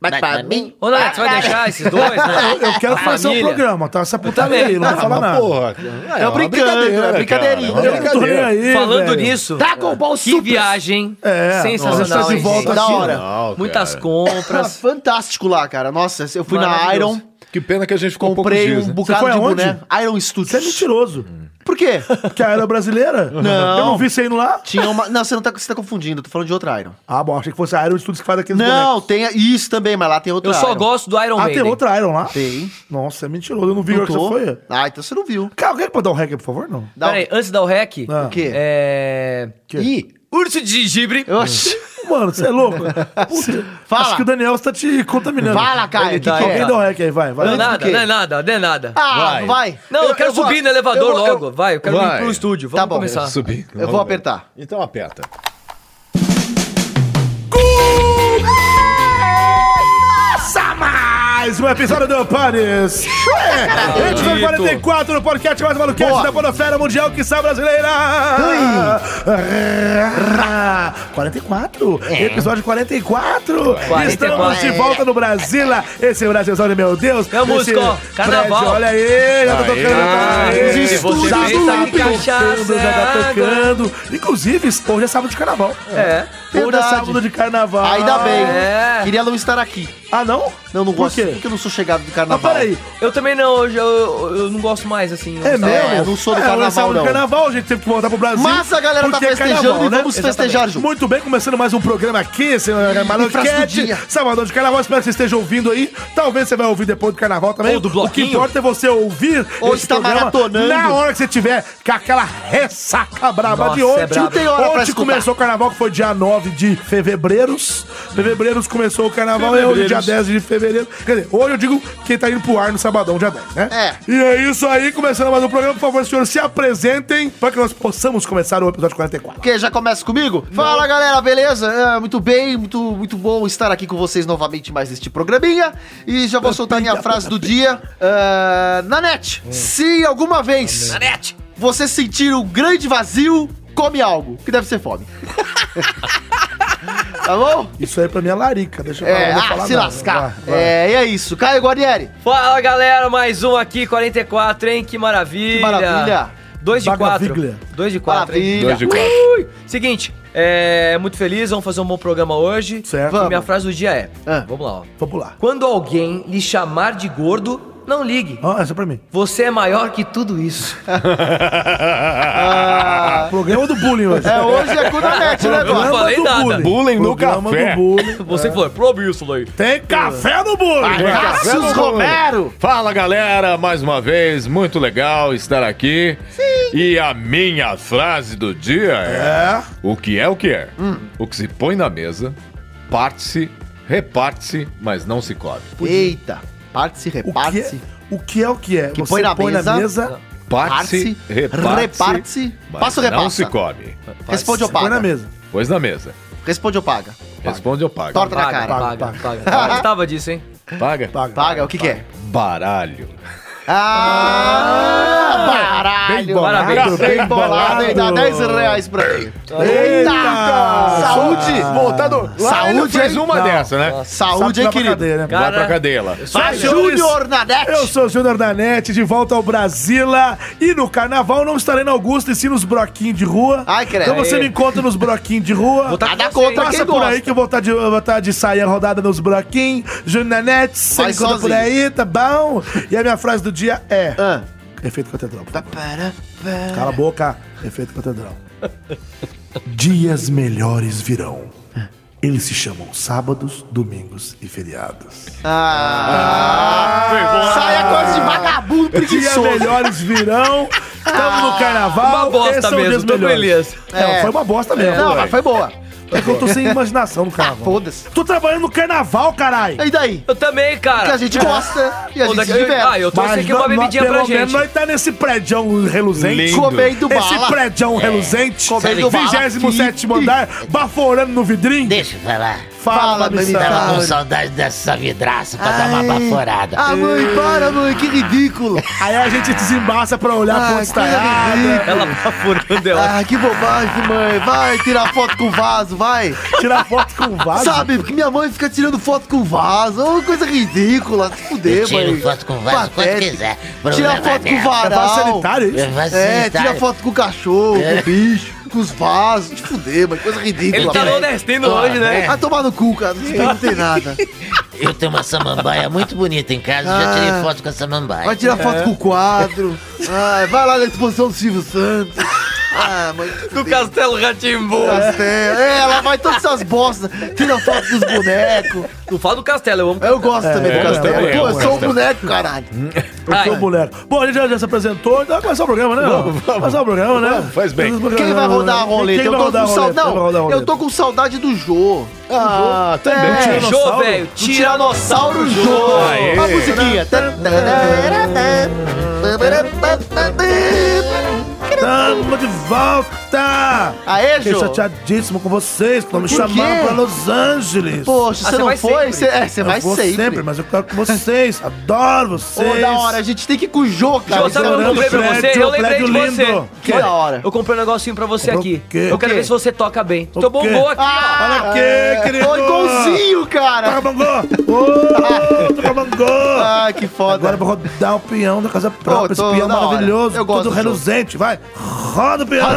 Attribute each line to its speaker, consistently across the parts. Speaker 1: Bate pra mim.
Speaker 2: Ô, Nath,
Speaker 1: Ah,
Speaker 2: você vai deixar esses dois, né?
Speaker 3: Eu quero fazer o
Speaker 2: Família.
Speaker 3: programa, tá? Essa
Speaker 2: também.
Speaker 3: putaria aí, não vou falar nada.
Speaker 4: Porra. É, uma brincadeira, cara,
Speaker 1: brincadeirinha.
Speaker 4: é uma
Speaker 3: Eu não tô nem
Speaker 4: brincadeira.
Speaker 3: aí,
Speaker 2: Falando
Speaker 3: velho.
Speaker 2: nisso,
Speaker 1: Dragon Ball
Speaker 2: que
Speaker 1: Super.
Speaker 2: viagem
Speaker 3: É,
Speaker 2: sensacional,
Speaker 3: nossa, tá de
Speaker 2: hein,
Speaker 3: volta
Speaker 2: gente? um-
Speaker 3: Ah,
Speaker 1: Da
Speaker 3: assim,
Speaker 1: hora.
Speaker 4: Não,
Speaker 2: Muitas
Speaker 4: cara.
Speaker 1: Tá
Speaker 2: compras.
Speaker 1: fantástico lá, cara. Nossa, eu fui na Iron,
Speaker 2: Maravilhoso.
Speaker 4: Que pena que a gente ficou poucos
Speaker 1: comprei
Speaker 4: dias,
Speaker 1: um
Speaker 4: né?
Speaker 3: Você
Speaker 1: bocado
Speaker 3: foi
Speaker 1: de
Speaker 3: aonde?
Speaker 1: boné. Iron Studios.
Speaker 3: Você é mentiroso.
Speaker 1: Por quê?
Speaker 3: Porque a era brasileira?
Speaker 1: Não.
Speaker 3: Eu não vi você indo lá?
Speaker 1: Tinha uma. Não, você não tá, você tá confundindo, eu tô falando de outra Iron.
Speaker 3: Ah, bom, achei que fosse a Iron Studios que faz aqueles bonecos.
Speaker 1: Não, tem a- isso também, mas lá tem outra
Speaker 2: Eu só
Speaker 1: Iron.
Speaker 2: gosto do Iron
Speaker 3: Ah, tem
Speaker 2: Maiden.
Speaker 3: outra Iron lá?
Speaker 1: Tem.
Speaker 3: Nossa, é mentiroso. Eu não vi
Speaker 1: Não
Speaker 3: onde você
Speaker 1: tô.
Speaker 3: foi.
Speaker 1: Ah, então você não viu.
Speaker 3: Cara, alguém pode dar um hack, por favor? Não.
Speaker 1: Dá um
Speaker 2: Peraí, antes de dar o rec,
Speaker 3: Ah.
Speaker 1: O quê?
Speaker 2: é...
Speaker 1: Ih,
Speaker 2: Urso de gengibre.
Speaker 3: Hum.
Speaker 1: eu achei.
Speaker 3: Mano, você é louco? Puta,
Speaker 1: Fala.
Speaker 3: Acho que o Daniel está te contaminando.
Speaker 1: Fala, Caio,
Speaker 3: Ele
Speaker 1: que
Speaker 3: tá-
Speaker 1: que é?
Speaker 3: Alguém dá um hack aí, vai, vai.
Speaker 2: Não é
Speaker 1: Antes do
Speaker 2: nada,
Speaker 1: quê?
Speaker 2: não é nada, não é nada.
Speaker 1: Ah,
Speaker 4: Vai.
Speaker 1: vai.
Speaker 2: Não, eu, quero
Speaker 1: vou-
Speaker 2: subir no elevador
Speaker 1: eu vou-
Speaker 2: logo. Vai, eu quero
Speaker 4: Vai.
Speaker 2: ir pro estúdio. Vamos
Speaker 1: Tá bom.
Speaker 2: começar.
Speaker 4: Subir.
Speaker 1: Eu vou
Speaker 4: Vamos ver.
Speaker 1: apertar.
Speaker 4: Então aperta.
Speaker 3: Começa mais um episódio do Panes. Edição 44 no podcast mais maluquete
Speaker 1: Tá Boa.
Speaker 3: da Podosfera Mundial que sabe brasileira. 44,
Speaker 1: É.
Speaker 3: episódio 44.
Speaker 2: 44.
Speaker 3: Estamos de volta no Brasila. Esse Brasilzão, meu Deus.
Speaker 2: É o
Speaker 3: Esse
Speaker 2: músico, ó, carnaval.
Speaker 3: prédio, Olha aí, já tá
Speaker 4: Aê.
Speaker 3: tocando.
Speaker 4: Aê.
Speaker 3: Aê.
Speaker 2: Se você
Speaker 3: Já
Speaker 2: pensa
Speaker 3: tá
Speaker 2: que cachaça
Speaker 3: tocando, já tá
Speaker 2: é água.
Speaker 3: tocando. Inclusive, hoje é sábado de carnaval.
Speaker 2: É.
Speaker 3: Hoje é
Speaker 1: Verdade.
Speaker 3: sábado de carnaval.
Speaker 1: Ainda bem.
Speaker 2: É.
Speaker 1: Queria não estar aqui.
Speaker 3: Ah, não?
Speaker 1: Não, não gosto.
Speaker 3: Por quê?
Speaker 1: Porque eu não sou chegado do
Speaker 3: Mas
Speaker 1: carnaval.
Speaker 3: peraí,
Speaker 2: Eu também não, hoje eu, eu, eu não gosto mais, assim. eu
Speaker 3: é
Speaker 2: gostava.
Speaker 3: mesmo?
Speaker 1: eu não sou do
Speaker 3: É,
Speaker 1: carnaval,
Speaker 3: nós estávamos no
Speaker 1: não.
Speaker 3: carnaval, a gente teve que voltar pro Brasil.
Speaker 1: Mas a galera tá
Speaker 3: porque é
Speaker 1: festejando
Speaker 3: carnaval,
Speaker 1: e
Speaker 3: né?
Speaker 1: vamos festejar juntos.
Speaker 3: Muito bem, começando mais um programa aqui, senhor Maluquete.
Speaker 1: Infraestrutura.
Speaker 3: Salvador de Carnaval, espero que você esteja ouvindo aí. Talvez você vai ouvir depois do carnaval também.
Speaker 2: Ou do
Speaker 3: O que
Speaker 2: bloquinho.
Speaker 3: importa é você ouvir
Speaker 1: Ou
Speaker 3: esse
Speaker 1: está
Speaker 3: programa
Speaker 1: maratonando.
Speaker 3: Na hora que você tiver com aquela ressaca braba
Speaker 2: Nossa,
Speaker 3: de ontem.
Speaker 2: é brabo. Não
Speaker 1: tem hora pra
Speaker 3: ontem
Speaker 1: escutar.
Speaker 3: começou o carnaval, que foi dia 9 de fevereiros. Fevereiros começou o carnaval e hoje dia
Speaker 4: Fevereiros.
Speaker 3: 10 de fevereiro. Quer dizer, hoje eu digo quem tá indo pro ar no sabadão, dia 10, né?
Speaker 1: É.
Speaker 3: E é isso aí, começando mais um programa. Por favor, senhores, se apresentem para que nós possamos começar o episódio 44.
Speaker 1: Porque já começa comigo? Fala galera, beleza? É, muito bem, muito, muito bom estar aqui com vocês novamente em mais neste programinha. E já vou soltar minha frase do dia. Ah, na net,
Speaker 3: Hum.
Speaker 1: se alguma vez
Speaker 2: Nanete!
Speaker 1: você sentir um grande vazio, come algo, que deve ser fome. tá bom?
Speaker 3: Isso aí pra mim é larica, deixa eu
Speaker 1: É,
Speaker 3: eu vou
Speaker 1: ah, se
Speaker 3: nada.
Speaker 1: lascar.
Speaker 3: Vai, vai.
Speaker 1: É, e é isso. Caio Guarnieri.
Speaker 2: Fala galera, mais um aqui, 44, hein? Que maravilha!
Speaker 1: Que maravilha.
Speaker 2: 2 de 4.
Speaker 3: Bagaviglia.
Speaker 2: 2 de 4, hein?
Speaker 1: Maravilha.
Speaker 4: Dois de quatro.
Speaker 2: Ui! Seguinte, é muito feliz, vamos fazer um bom programa hoje.
Speaker 3: Certo.
Speaker 2: E minha frase do dia é:
Speaker 1: Ah.
Speaker 2: Vamos lá, ó.
Speaker 3: Vamos lá.
Speaker 2: Quando alguém lhe chamar de gordo, não ligue.
Speaker 3: Ó, essa é pra mim.
Speaker 2: Você é maior que tudo isso.
Speaker 3: Programa do bullying hoje.
Speaker 1: É, hoje é com na net o
Speaker 2: Não
Speaker 1: negócio.
Speaker 2: falei nada.
Speaker 4: Bullying no
Speaker 3: Programa
Speaker 4: café.
Speaker 3: do bullying.
Speaker 2: Você falou, prova isso, Lei.
Speaker 3: Tem café no bullying.
Speaker 4: né?
Speaker 3: Vai.
Speaker 1: Cássio Romero.
Speaker 4: Fala galera, mais uma vez, muito legal estar aqui. Sim. E a minha frase do dia é:
Speaker 3: É.
Speaker 4: O que é o que é?
Speaker 1: Hum.
Speaker 4: O que se põe na mesa, parte-se, reparte-se, mas não se come.
Speaker 1: Eita. Parte-se,
Speaker 3: O que,
Speaker 1: reparte-se.
Speaker 3: é, o que é o que é?
Speaker 1: Que põe na mesa.
Speaker 4: Parte-se,
Speaker 1: Parte-se,
Speaker 4: reparte-se,
Speaker 1: reparte-se,
Speaker 4: mas
Speaker 1: passa ou
Speaker 4: não
Speaker 1: repassa?
Speaker 4: se come.
Speaker 1: Responde ou
Speaker 3: põe na
Speaker 1: paga?
Speaker 3: mesa.
Speaker 4: Pois na mesa.
Speaker 1: Responde ou paga?
Speaker 4: Responde ou paga.
Speaker 1: Torta na
Speaker 2: Paga,
Speaker 1: cara.
Speaker 2: paga,
Speaker 3: Paga,
Speaker 2: paga. Eu gostava disso, hein?
Speaker 4: Paga.
Speaker 3: Paga.
Speaker 1: Paga, o que que é?
Speaker 4: Baralho.
Speaker 1: Ah,
Speaker 3: Bem
Speaker 1: baralho!
Speaker 3: bolado,
Speaker 2: Parabéns.
Speaker 1: Bem
Speaker 3: bem
Speaker 1: bolado, hein? Dá 10 reais pra mim.
Speaker 3: Eita!
Speaker 1: Saúde!
Speaker 4: Voltado.
Speaker 1: Saúde,
Speaker 4: Saúde fez
Speaker 1: hein?
Speaker 4: uma
Speaker 3: Não.
Speaker 4: dessa, né?
Speaker 1: Saúde, hein, querido?
Speaker 3: Né?
Speaker 4: Vai
Speaker 2: Cara,
Speaker 4: pra cadeia lá.
Speaker 1: Vai,
Speaker 3: Vai, senhores.
Speaker 1: Júnior na net!
Speaker 3: Eu sou o Júnior da NET, de volta ao Brasila. E no carnaval não estarei na Augusta, e sim nos broquinhos de rua.
Speaker 1: Ai, credo.
Speaker 3: Então você
Speaker 2: Aê.
Speaker 3: me encontra nos broquinhos de rua.
Speaker 2: Vou tá
Speaker 1: Nada
Speaker 2: com você,
Speaker 1: contra
Speaker 2: hein?
Speaker 1: quem
Speaker 3: Passa por aí
Speaker 1: gosta.
Speaker 3: que eu vou estar de, eu vou tá de saia rodada nos broquinhos. Júnior da NET, você me
Speaker 1: Vai
Speaker 3: encontra por
Speaker 1: sozinho.
Speaker 3: aí, tá bom? E a minha frase do dia é...
Speaker 1: Ah.
Speaker 3: Efeito catedral.
Speaker 1: Tá.
Speaker 3: por favor. Cala a boca. Efeito catedral. Dias melhores virão.
Speaker 1: É.
Speaker 3: Eles se chamam sábados, domingos e feriados.
Speaker 1: Ah, Sai a coisa de vagabundo
Speaker 3: Dias
Speaker 1: preguiçoso.
Speaker 3: é melhores virão. Estamos no carnaval.
Speaker 2: Ah,
Speaker 3: é
Speaker 2: Uma bosta
Speaker 3: esses são
Speaker 2: mesmo,
Speaker 3: dias
Speaker 2: então
Speaker 3: melhores.
Speaker 2: beleza.
Speaker 3: É, foi uma bosta mesmo.
Speaker 1: Não,
Speaker 3: ué.
Speaker 1: mas foi boa.
Speaker 3: é que eu tô sem imaginação no
Speaker 1: Ah,
Speaker 3: carnaval.
Speaker 1: foda-se.
Speaker 3: Tô trabalhando no carnaval, caralho.
Speaker 1: E daí?
Speaker 2: Eu também,
Speaker 1: Que
Speaker 2: cara.
Speaker 1: a gente gosta e a
Speaker 2: Pô,
Speaker 1: gente
Speaker 2: daqui-
Speaker 1: se
Speaker 2: Ah,
Speaker 1: diverte.
Speaker 2: eu trouxe aqui uma
Speaker 3: nós- nós-
Speaker 2: bebidinha pra
Speaker 3: pelo
Speaker 2: gente.
Speaker 3: menos nós tá nesse prédião reluzente.
Speaker 4: Lindo.
Speaker 1: Comendo
Speaker 3: Esse
Speaker 1: bala. É.
Speaker 3: prédião reluzente,
Speaker 1: Comendo bala,
Speaker 3: 27 andar, baforando no vidrinho.
Speaker 5: Deixa eu falar.
Speaker 1: Fala, mãe,
Speaker 5: Tava com
Speaker 1: fala.
Speaker 5: saudade dessa vidraça pra dar uma
Speaker 1: Ai.
Speaker 5: baforada.
Speaker 1: Ah, mãe, para, mãe, que ridículo.
Speaker 3: Aí a gente desembaça pra tá olhar a
Speaker 1: Ah,
Speaker 3: ponte
Speaker 1: que ridículo.
Speaker 3: estalhada,
Speaker 2: Ela baforando ela.
Speaker 1: Ah, que bobagem, mãe. Vai tirar foto com o vaso, vai.
Speaker 3: tirar foto com o É vaso.
Speaker 1: Sabe, porque minha mãe fica tirando foto com o vaso. Ô, coisa ridícula. Se
Speaker 5: Eu
Speaker 1: fuder,
Speaker 5: tiro
Speaker 1: mãe.
Speaker 5: foto com o vaso quando
Speaker 1: Patético.
Speaker 5: quiser. assim,
Speaker 1: Tira
Speaker 5: Problema
Speaker 1: foto com o
Speaker 5: meu.
Speaker 3: É vaso
Speaker 1: varal.
Speaker 3: sanitário isso?
Speaker 5: Eu faço
Speaker 1: É,
Speaker 5: sanitário.
Speaker 1: tira foto com o cachorro, com o bicho, com os vasos. Te fuder, mano. Coisa ridícula.
Speaker 2: Ele tá
Speaker 1: mano.
Speaker 2: nordestino hoje, né?
Speaker 1: Vai tomar no cu, cara. Não tem nada.
Speaker 5: Eu tenho uma samambaia muito bonita em casa,
Speaker 1: Ah.
Speaker 5: já tirei foto com
Speaker 1: Vai
Speaker 5: a samambaia.
Speaker 1: tirar foto com o quadro. Ai, vai lá na exposição do Silvio Santos. Ah, mãe.
Speaker 2: Do Castelo Ratimbu.
Speaker 1: Castelo. É, ela vai todas essas bostas. Tira foto dos bonecos.
Speaker 2: Não fala do Castelo, eu amo.
Speaker 1: Eu gosto também
Speaker 4: é,
Speaker 1: do Castelo.
Speaker 4: é,
Speaker 1: Pô,
Speaker 4: é,
Speaker 1: eu
Speaker 4: é,
Speaker 1: sou um
Speaker 4: é.
Speaker 1: boneco, caralho.
Speaker 3: Eu sou
Speaker 2: Ai.
Speaker 3: boneco. Bom, a gente já, já se apresentou, então vai começar o programa, né? Vamos, começar o programa, né?
Speaker 4: Vamos, faz bem.
Speaker 1: Quem vai rodar a roleta?
Speaker 3: Quem
Speaker 1: Eu
Speaker 3: vai
Speaker 1: tô
Speaker 3: rodar
Speaker 1: com
Speaker 3: a roleta?
Speaker 1: saudade.
Speaker 3: Quem vai rodar a
Speaker 1: Não, eu
Speaker 3: roleta?
Speaker 1: tô com saudade do Jô.
Speaker 4: Ah, também.
Speaker 1: É.
Speaker 4: Tira-
Speaker 2: Jô,
Speaker 3: Tiranossauro?
Speaker 2: velho.
Speaker 1: Tiranossauro Jô.
Speaker 4: Aê.
Speaker 1: A musiquinha.
Speaker 3: Tamo de volta!
Speaker 1: Aê,
Speaker 3: Fiquei
Speaker 1: Jô.
Speaker 3: chateadíssimo com vocês, que estão me
Speaker 1: Por
Speaker 3: chamando
Speaker 1: quê?
Speaker 3: pra Los Angeles.
Speaker 1: Poxa, você
Speaker 2: Ah, você
Speaker 1: não
Speaker 2: vai
Speaker 1: foi?
Speaker 2: sempre.
Speaker 1: Você- É, você
Speaker 3: Eu
Speaker 1: vai
Speaker 3: vou
Speaker 1: sempre.
Speaker 3: mas eu quero com vocês. Adoro vocês.
Speaker 1: Ô, da hora, a gente tem que ir com o Jô, cara.
Speaker 2: Jô, sabe
Speaker 1: Isso é
Speaker 2: eu
Speaker 1: muito
Speaker 2: comprei pra
Speaker 1: grande.
Speaker 2: você? Eu lembrei de
Speaker 3: prédio lindo.
Speaker 2: você.
Speaker 1: Que da hora.
Speaker 2: Eu comprei um negocinho pra você
Speaker 3: Comprou
Speaker 2: aqui.
Speaker 3: o quê?
Speaker 2: Eu
Speaker 1: O
Speaker 2: quero
Speaker 1: quê?
Speaker 2: ver se você toca bem.
Speaker 3: O
Speaker 2: Tomou
Speaker 3: quê?
Speaker 2: um gol aqui, ó.
Speaker 1: Ah,
Speaker 3: Olha aqui, querido!
Speaker 1: Ô, igualzinho, cara.
Speaker 3: Toca bangô! Ô, toca bangô!
Speaker 1: Ah, que foda.
Speaker 3: Agora eu vou rodar o peão da casa própria.
Speaker 1: tô
Speaker 3: Esse peão
Speaker 1: da hora.
Speaker 3: maravilhoso,
Speaker 1: Eu gosto
Speaker 3: tudo
Speaker 1: do
Speaker 3: reluzente. Vai, roda o peão!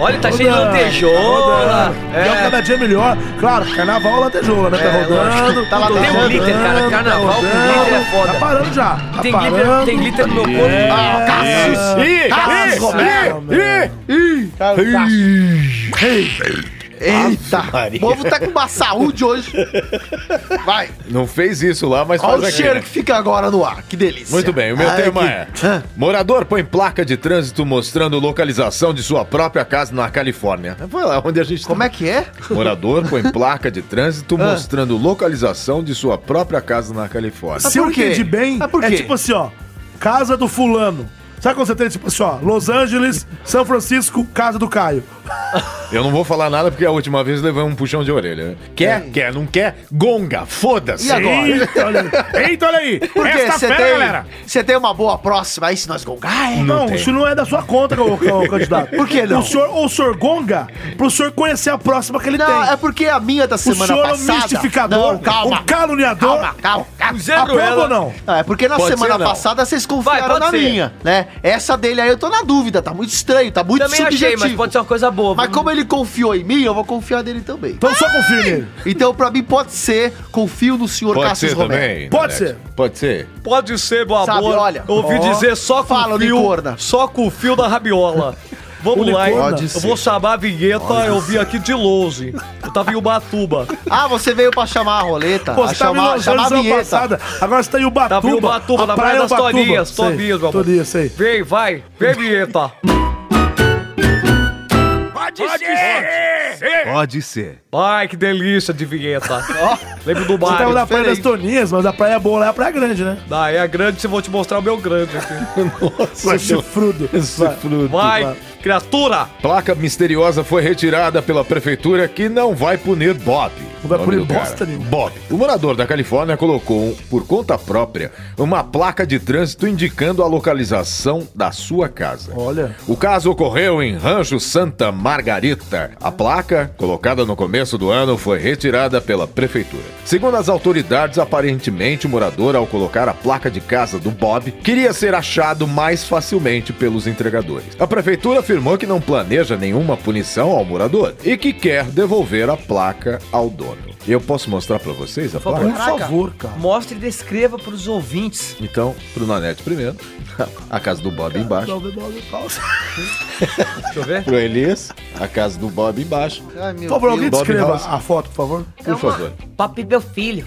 Speaker 2: Olha, tá cheio de
Speaker 3: Roda,
Speaker 2: lantejola.
Speaker 3: roda. E é cada dia melhor. Claro, carnaval lantejola, né? Tá rodando.
Speaker 1: É, Tá lá
Speaker 3: tudo
Speaker 1: tem
Speaker 3: rodando,
Speaker 2: glitter, cara. Carnaval com
Speaker 3: rodando.
Speaker 2: glitter é foda.
Speaker 3: Tá parando já. Tá
Speaker 2: Tem
Speaker 3: parando.
Speaker 2: glitter, tem glitter no meu
Speaker 1: É.
Speaker 2: corpo.
Speaker 4: Ah, Cassius. Ih,
Speaker 1: Cassius
Speaker 3: Romero.
Speaker 4: Ih, ih, ih.
Speaker 1: Eita. O povo tá com uma saúde hoje. Vai.
Speaker 4: Não fez isso lá, mas faz
Speaker 1: Olha o
Speaker 4: aqui.
Speaker 1: cheiro
Speaker 4: né?
Speaker 1: que fica agora no ar. Que delícia.
Speaker 4: Muito bem, o meu
Speaker 1: Ai,
Speaker 4: tema
Speaker 1: que-
Speaker 4: é:
Speaker 1: Hã?
Speaker 4: morador põe placa de trânsito mostrando localização de sua própria casa na Califórnia. Foi lá onde a gente tá.
Speaker 1: Como é que é?
Speaker 4: Morador põe placa de trânsito mostrando localização de sua própria casa na Califórnia.
Speaker 1: Mas
Speaker 3: Se eu
Speaker 1: por quê?
Speaker 3: entendi bem,
Speaker 1: Mas por
Speaker 3: é
Speaker 1: quê?
Speaker 3: tipo assim, ó. Casa do fulano. Sabe quando você tem, tipo assim, ó, Los Angeles, São Francisco, casa do Caio.
Speaker 4: Eu não vou falar nada porque a última vez levei um puxão de orelha. né? Quer, quer, não quer, gonga, foda-se.
Speaker 1: E agora?
Speaker 3: Eita, olha aí. Eita, olha aí.
Speaker 1: Porque
Speaker 3: Esta
Speaker 1: você
Speaker 3: fera, galera.
Speaker 1: tem, você tem uma boa próxima aí se nós gongar, é?
Speaker 3: Não,
Speaker 4: tem.
Speaker 3: isso não é da sua conta, ô, ô, ô, candidato.
Speaker 1: Por que não?
Speaker 3: O senhor, ou o senhor gonga pro senhor conhecer a próxima que ele
Speaker 1: Não,
Speaker 3: tem.
Speaker 1: é porque a minha da
Speaker 3: O
Speaker 1: semana
Speaker 3: senhor é um
Speaker 1: passada...
Speaker 3: mistificador,
Speaker 1: Não, calma.
Speaker 3: um caluniador.
Speaker 1: Calma, calma, calma.
Speaker 2: Zé
Speaker 3: Aprova ou
Speaker 2: Ruela.
Speaker 3: não?
Speaker 1: Não, é porque na
Speaker 4: Pode
Speaker 1: semana
Speaker 4: ser, não.
Speaker 1: passada vocês confiaram
Speaker 2: pode
Speaker 1: na
Speaker 2: ser.
Speaker 1: minha, né? Essa dele aí eu tô na dúvida, tá muito estranho, tá muito
Speaker 2: Também
Speaker 1: subjetivo.
Speaker 2: achei, mas pode ser um uma coisa boa.
Speaker 1: Mas como ele confiou em mim, eu vou confiar nele também.
Speaker 3: Então só confia nele.
Speaker 1: Então, pra mim, pode ser, confio no senhor
Speaker 4: Pode
Speaker 1: Cassius
Speaker 4: ser
Speaker 1: Romero.
Speaker 4: também.
Speaker 3: Pode
Speaker 4: Nanete. Pode ser.
Speaker 2: Pode ser, meu
Speaker 1: Sabe, olha,
Speaker 2: Ouvi
Speaker 1: ó,
Speaker 2: dizer só com
Speaker 1: fala,
Speaker 2: o fio.
Speaker 1: Unicorna.
Speaker 2: Só com o fio da rabiola. Vamos lá, hein?
Speaker 3: Unicorna.
Speaker 1: Pode
Speaker 2: Eu vou chamar a vinheta, eu vim aqui de longe. Eu tava em Ubatuba.
Speaker 1: Ah, você veio pra chamar a roleta,
Speaker 3: Pô,
Speaker 1: a
Speaker 3: você
Speaker 2: tá
Speaker 3: tava em
Speaker 1: chamar,
Speaker 3: Los
Speaker 1: chamar a
Speaker 3: Angeles ano
Speaker 1: vinheta.
Speaker 3: passada. Agora você tá em Ubatuba.
Speaker 2: Tava em Ubatuba,
Speaker 3: a é
Speaker 2: na Praia das
Speaker 3: Ubatuba.
Speaker 2: Torinhas.
Speaker 3: Sei,
Speaker 2: Torinhas, meu amor.
Speaker 3: Torinhas, sei.
Speaker 2: Vem, vai. Vem, vinheta.
Speaker 4: Pode ser.
Speaker 3: É.
Speaker 4: Pode ser.
Speaker 2: Ai, que delícia de vinheta. Lembro do
Speaker 3: Você tava
Speaker 2: bar.
Speaker 3: na tá Praia das Toninhas, mas a praia boa lá é a Praia Grande, né?
Speaker 2: Daí é grande, eu vou te mostrar o meu grande aqui.
Speaker 4: Nossa,
Speaker 3: Seu chifrudo. Vai.
Speaker 4: fruto.
Speaker 2: Vai,
Speaker 3: Vai.
Speaker 2: criatura.
Speaker 4: Placa misteriosa foi retirada pela prefeitura que não vai punir Bob.
Speaker 3: Não vai
Speaker 4: Nome
Speaker 3: punir
Speaker 4: do cara.
Speaker 3: bosta nenhuma.
Speaker 4: Bob. O morador da Califórnia colocou, por conta própria, uma placa de trânsito indicando a localização da sua casa.
Speaker 3: Olha.
Speaker 4: O caso ocorreu em Rancho Santa Margarita. A placa, colocada no começo do ano, foi retirada pela prefeitura. Segundo as autoridades, aparentemente o morador, ao colocar a placa de casa do Bob, queria ser achado mais facilmente pelos entregadores. A prefeitura afirmou que não planeja nenhuma punição ao morador e que quer devolver a placa ao dono. Eu posso mostrar pra vocês a
Speaker 3: Por
Speaker 4: placa?
Speaker 3: favor, cara.
Speaker 2: Mostre e descreva pros ouvintes.
Speaker 4: Então, pro Nanete primeiro, a casa do Bob embaixo.
Speaker 2: Deixa eu ver.
Speaker 4: Pro
Speaker 3: é
Speaker 4: Elias, a casa do Bob embaixo.
Speaker 1: Ai, meu
Speaker 3: Por favor, alguém
Speaker 4: Bob
Speaker 3: descreva Ah,
Speaker 4: House.
Speaker 3: a foto, por favor.
Speaker 4: Por favor.
Speaker 6: Papi, meu filho.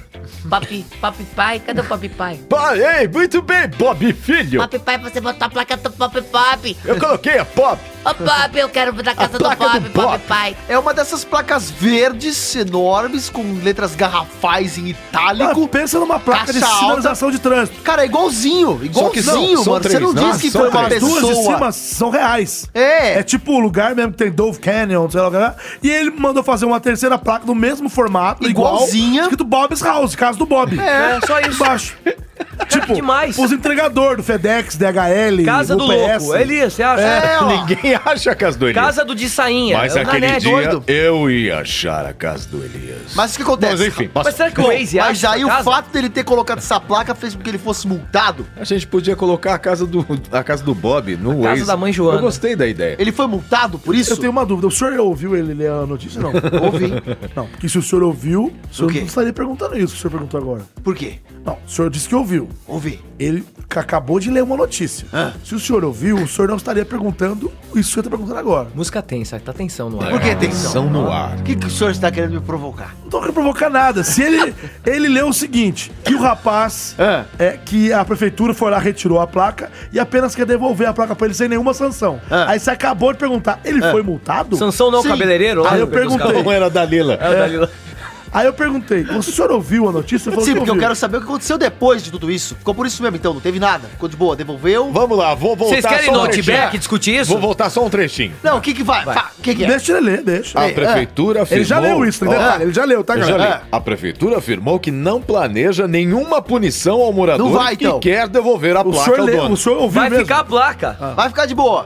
Speaker 6: Papi, papi pai, cadê o papi pai?
Speaker 4: Pá, ei, muito bem, Bob Filho.
Speaker 6: Papi pai, você botou a placa do papi papi.
Speaker 4: Eu coloquei a pop.
Speaker 6: Ô, Bob, eu quero da casa do
Speaker 1: placa
Speaker 6: Bob,
Speaker 1: do
Speaker 6: Bob
Speaker 1: Bob.
Speaker 6: Pai.
Speaker 1: É uma dessas placas verdes enormes com letras garrafais em itálico.
Speaker 3: Ah, pensa numa placa de
Speaker 1: Caixa alta.
Speaker 3: sinalização de trânsito.
Speaker 2: Ah.
Speaker 1: Cara, é igualzinho,
Speaker 4: Só que
Speaker 1: igualzinho,
Speaker 4: são- são
Speaker 1: mano. Você
Speaker 4: três,
Speaker 1: não
Speaker 4: não?
Speaker 1: disse que
Speaker 4: São
Speaker 1: foi uma
Speaker 4: três.
Speaker 3: Duas de
Speaker 1: pessoa.
Speaker 3: cima são reais.
Speaker 1: É.
Speaker 3: É tipo o lugar mesmo que tem Dove Canyon, sei lá o que é. E ele mandou fazer uma terceira placa do mesmo formato, igual,
Speaker 1: Igualzinha.
Speaker 3: escrito Bob's House, casa do Bob.
Speaker 2: É, só isso.
Speaker 3: Embaixo. tipo,
Speaker 2: demais.
Speaker 3: os entregadores do FedEx, DHL,
Speaker 2: Casa do
Speaker 3: UPS.
Speaker 2: Louco. Elias, você acha?
Speaker 1: É, ó.
Speaker 4: Ninguém acha a casa do Elias.
Speaker 2: Casa do de sainha.
Speaker 4: Mas
Speaker 2: É o
Speaker 4: aquele
Speaker 2: Nané,
Speaker 4: dia
Speaker 2: doido.
Speaker 4: eu ia achar a casa do Elias.
Speaker 1: Mas o que acontece?
Speaker 4: Mas enfim,
Speaker 2: Mas
Speaker 4: passa.
Speaker 2: será que o Waze acha
Speaker 1: Mas aí
Speaker 2: essa
Speaker 1: o
Speaker 2: casa?
Speaker 1: fato dele ter colocado essa placa fez com que ele fosse multado.
Speaker 4: A gente podia colocar a casa do, a casa do Bob no
Speaker 2: casa
Speaker 4: Waze.
Speaker 2: da mãe Joana.
Speaker 4: Eu gostei da ideia.
Speaker 1: Ele foi multado por isso?
Speaker 3: Eu tenho uma dúvida. O senhor ouviu ele ler a notícia? Não.
Speaker 1: Ouvi.
Speaker 3: Não, porque se o senhor ouviu, o senhor
Speaker 1: O quê?
Speaker 3: não estaria perguntando isso que o senhor perguntou agora.
Speaker 1: Por quê?
Speaker 3: Não, o senhor disse que ouviu.
Speaker 1: Ouvi.
Speaker 3: Ele c- acabou de ler uma notícia. Se o senhor ouviu, o senhor não estaria perguntando isso que o senhor está perguntando agora.
Speaker 2: Música tensa, tá tensão no ar.
Speaker 1: Por que tensão?
Speaker 4: São no ar.
Speaker 1: O que, que o senhor está querendo me provocar?
Speaker 3: Não tô querendo provocar nada. Se ele, ele leu o seguinte, que o rapaz
Speaker 1: Ah.
Speaker 3: é que a prefeitura foi lá, retirou a placa e apenas quer devolver a placa pra ele sem nenhuma sanção.
Speaker 1: Ah.
Speaker 3: Aí você acabou de perguntar, ele foi multado?
Speaker 2: Sansão não é o
Speaker 1: Sim.
Speaker 2: cabeleireiro?
Speaker 3: Aí
Speaker 2: Lá
Speaker 3: eu
Speaker 2: do- dos
Speaker 3: perguntei.
Speaker 2: cabelos.
Speaker 4: Não era da Lila.
Speaker 2: É o Dalila.
Speaker 3: Aí eu perguntei, o senhor ouviu a notícia? Ele falou
Speaker 1: Sim,
Speaker 3: que
Speaker 1: porque eu
Speaker 3: ouviu.
Speaker 1: quero saber o que aconteceu depois de tudo isso. Ficou por isso mesmo, então. Não teve nada. Ficou de boa. Devolveu.
Speaker 4: Vamos lá, vou voltar
Speaker 2: Vocês querem
Speaker 4: só
Speaker 2: no
Speaker 4: um trechinho.
Speaker 2: Outback discutir isso?
Speaker 4: Vou voltar só um trechinho.
Speaker 1: Não, o que que vai? Fala, O que que é?
Speaker 3: Deixa ele ler, deixa.
Speaker 4: A prefeitura afirmou...
Speaker 3: Ele já leu isso,
Speaker 4: Ó,
Speaker 3: tem detalhe, ele já leu, tá,
Speaker 4: Eu já
Speaker 3: galera?
Speaker 4: li. A prefeitura afirmou que não planeja nenhuma punição ao morador
Speaker 1: Não vai, então.
Speaker 4: e quer devolver a
Speaker 3: O
Speaker 4: placa
Speaker 3: senhor,
Speaker 4: ao
Speaker 3: lê,
Speaker 4: é dono.
Speaker 3: o senhor ouviu
Speaker 2: Vai
Speaker 3: mesmo.
Speaker 2: ficar a placa.
Speaker 1: Vai ficar de boa.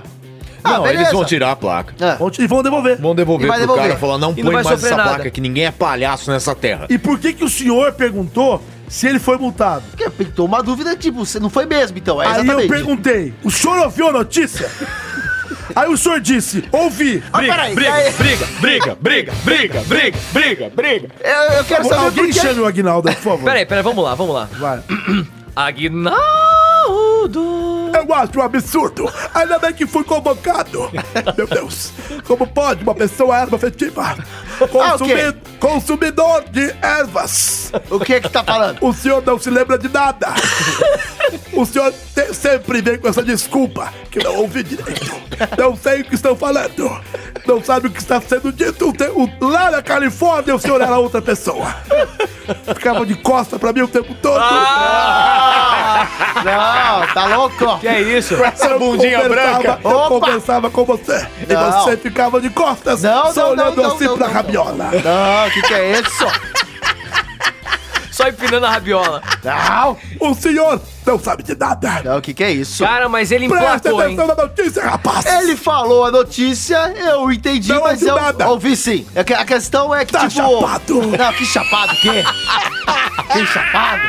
Speaker 4: Não, eles vão tirar a placa.
Speaker 1: Ah.
Speaker 3: Vão te- E vão devolver.
Speaker 4: Vão devolver
Speaker 1: E
Speaker 4: pro
Speaker 1: vai devolver.
Speaker 4: cara, falar, não
Speaker 2: não
Speaker 4: põe
Speaker 2: vai
Speaker 4: mais
Speaker 2: sofrer
Speaker 4: essa
Speaker 2: nada.
Speaker 4: placa que ninguém é palhaço nessa terra.
Speaker 3: E por que que o senhor perguntou se ele foi multado?
Speaker 1: Porque pintou uma dúvida, tipo, você não foi mesmo, então. É
Speaker 3: Aí
Speaker 1: exatamente.
Speaker 3: eu perguntei, o senhor ouviu a notícia? Aí o senhor disse, ouvi.
Speaker 1: Ah, peraí. aí-
Speaker 4: briga, briga, briga, briga, briga, briga, briga.
Speaker 1: Eu, é, eu quero saber por
Speaker 3: Alguém
Speaker 1: que...
Speaker 3: chame o Aguinaldo, por favor.
Speaker 2: Peraí, peraí, vamos lá, vamos lá.
Speaker 3: Vai.
Speaker 2: Aguinaldo!
Speaker 3: Eu acho um absurdo. Ainda bem que fui convocado. Meu Deus. Como pode uma pessoa erva afetiva consumir,
Speaker 1: Ah,
Speaker 3: consumidor de ervas?
Speaker 1: O que é que tá falando?
Speaker 3: O senhor não se lembra de nada. O senhor te- sempre vem com essa desculpa que não ouvi direito. Não sei o que estão falando. Não sabe o que está sendo dito. O te- o- Lá na Califórnia o senhor era outra pessoa. Ficava de costa pra mim o tempo todo.
Speaker 1: Ah, Não, tá louco?
Speaker 2: Que é isso?
Speaker 4: Essa
Speaker 3: Eu
Speaker 4: bundinha
Speaker 3: conversava-
Speaker 4: branca.
Speaker 3: Eu
Speaker 1: Opa!
Speaker 3: conversava com você
Speaker 1: Não.
Speaker 3: e você ficava de costas,
Speaker 1: Não,
Speaker 3: só
Speaker 1: não,
Speaker 3: olhando
Speaker 1: não, não,
Speaker 3: assim
Speaker 1: não,
Speaker 3: pra
Speaker 1: não,
Speaker 3: rabiola.
Speaker 1: Não, o que que é isso?
Speaker 2: Só empinando a rabiola.
Speaker 1: Não.
Speaker 3: O senhor não sabe de nada.
Speaker 1: Não, o que que é isso?
Speaker 2: Cara, mas ele
Speaker 3: Presta
Speaker 2: emplacou, hein?
Speaker 3: atenção na notícia, rapaz.
Speaker 1: Ele falou a notícia, eu entendi,
Speaker 3: Não
Speaker 1: mas
Speaker 3: ouviu
Speaker 1: eu
Speaker 3: nada.
Speaker 1: ouvi sim. É que A questão é que,
Speaker 3: Tá
Speaker 1: tipo...
Speaker 3: chapado.
Speaker 1: Não, que chapado, o quê? que chapado?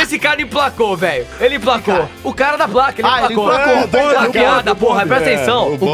Speaker 2: Esse cara emplacou, velho. Ele emplacou. O cara da placa, ele
Speaker 1: Ah, ele
Speaker 2: emplacou.
Speaker 1: emplacou.
Speaker 2: É,
Speaker 1: Bob,
Speaker 2: tá
Speaker 1: o
Speaker 2: piada,
Speaker 3: Bob,
Speaker 2: porra.
Speaker 3: o
Speaker 2: Presta
Speaker 4: É,
Speaker 2: atenção.
Speaker 1: O Bob.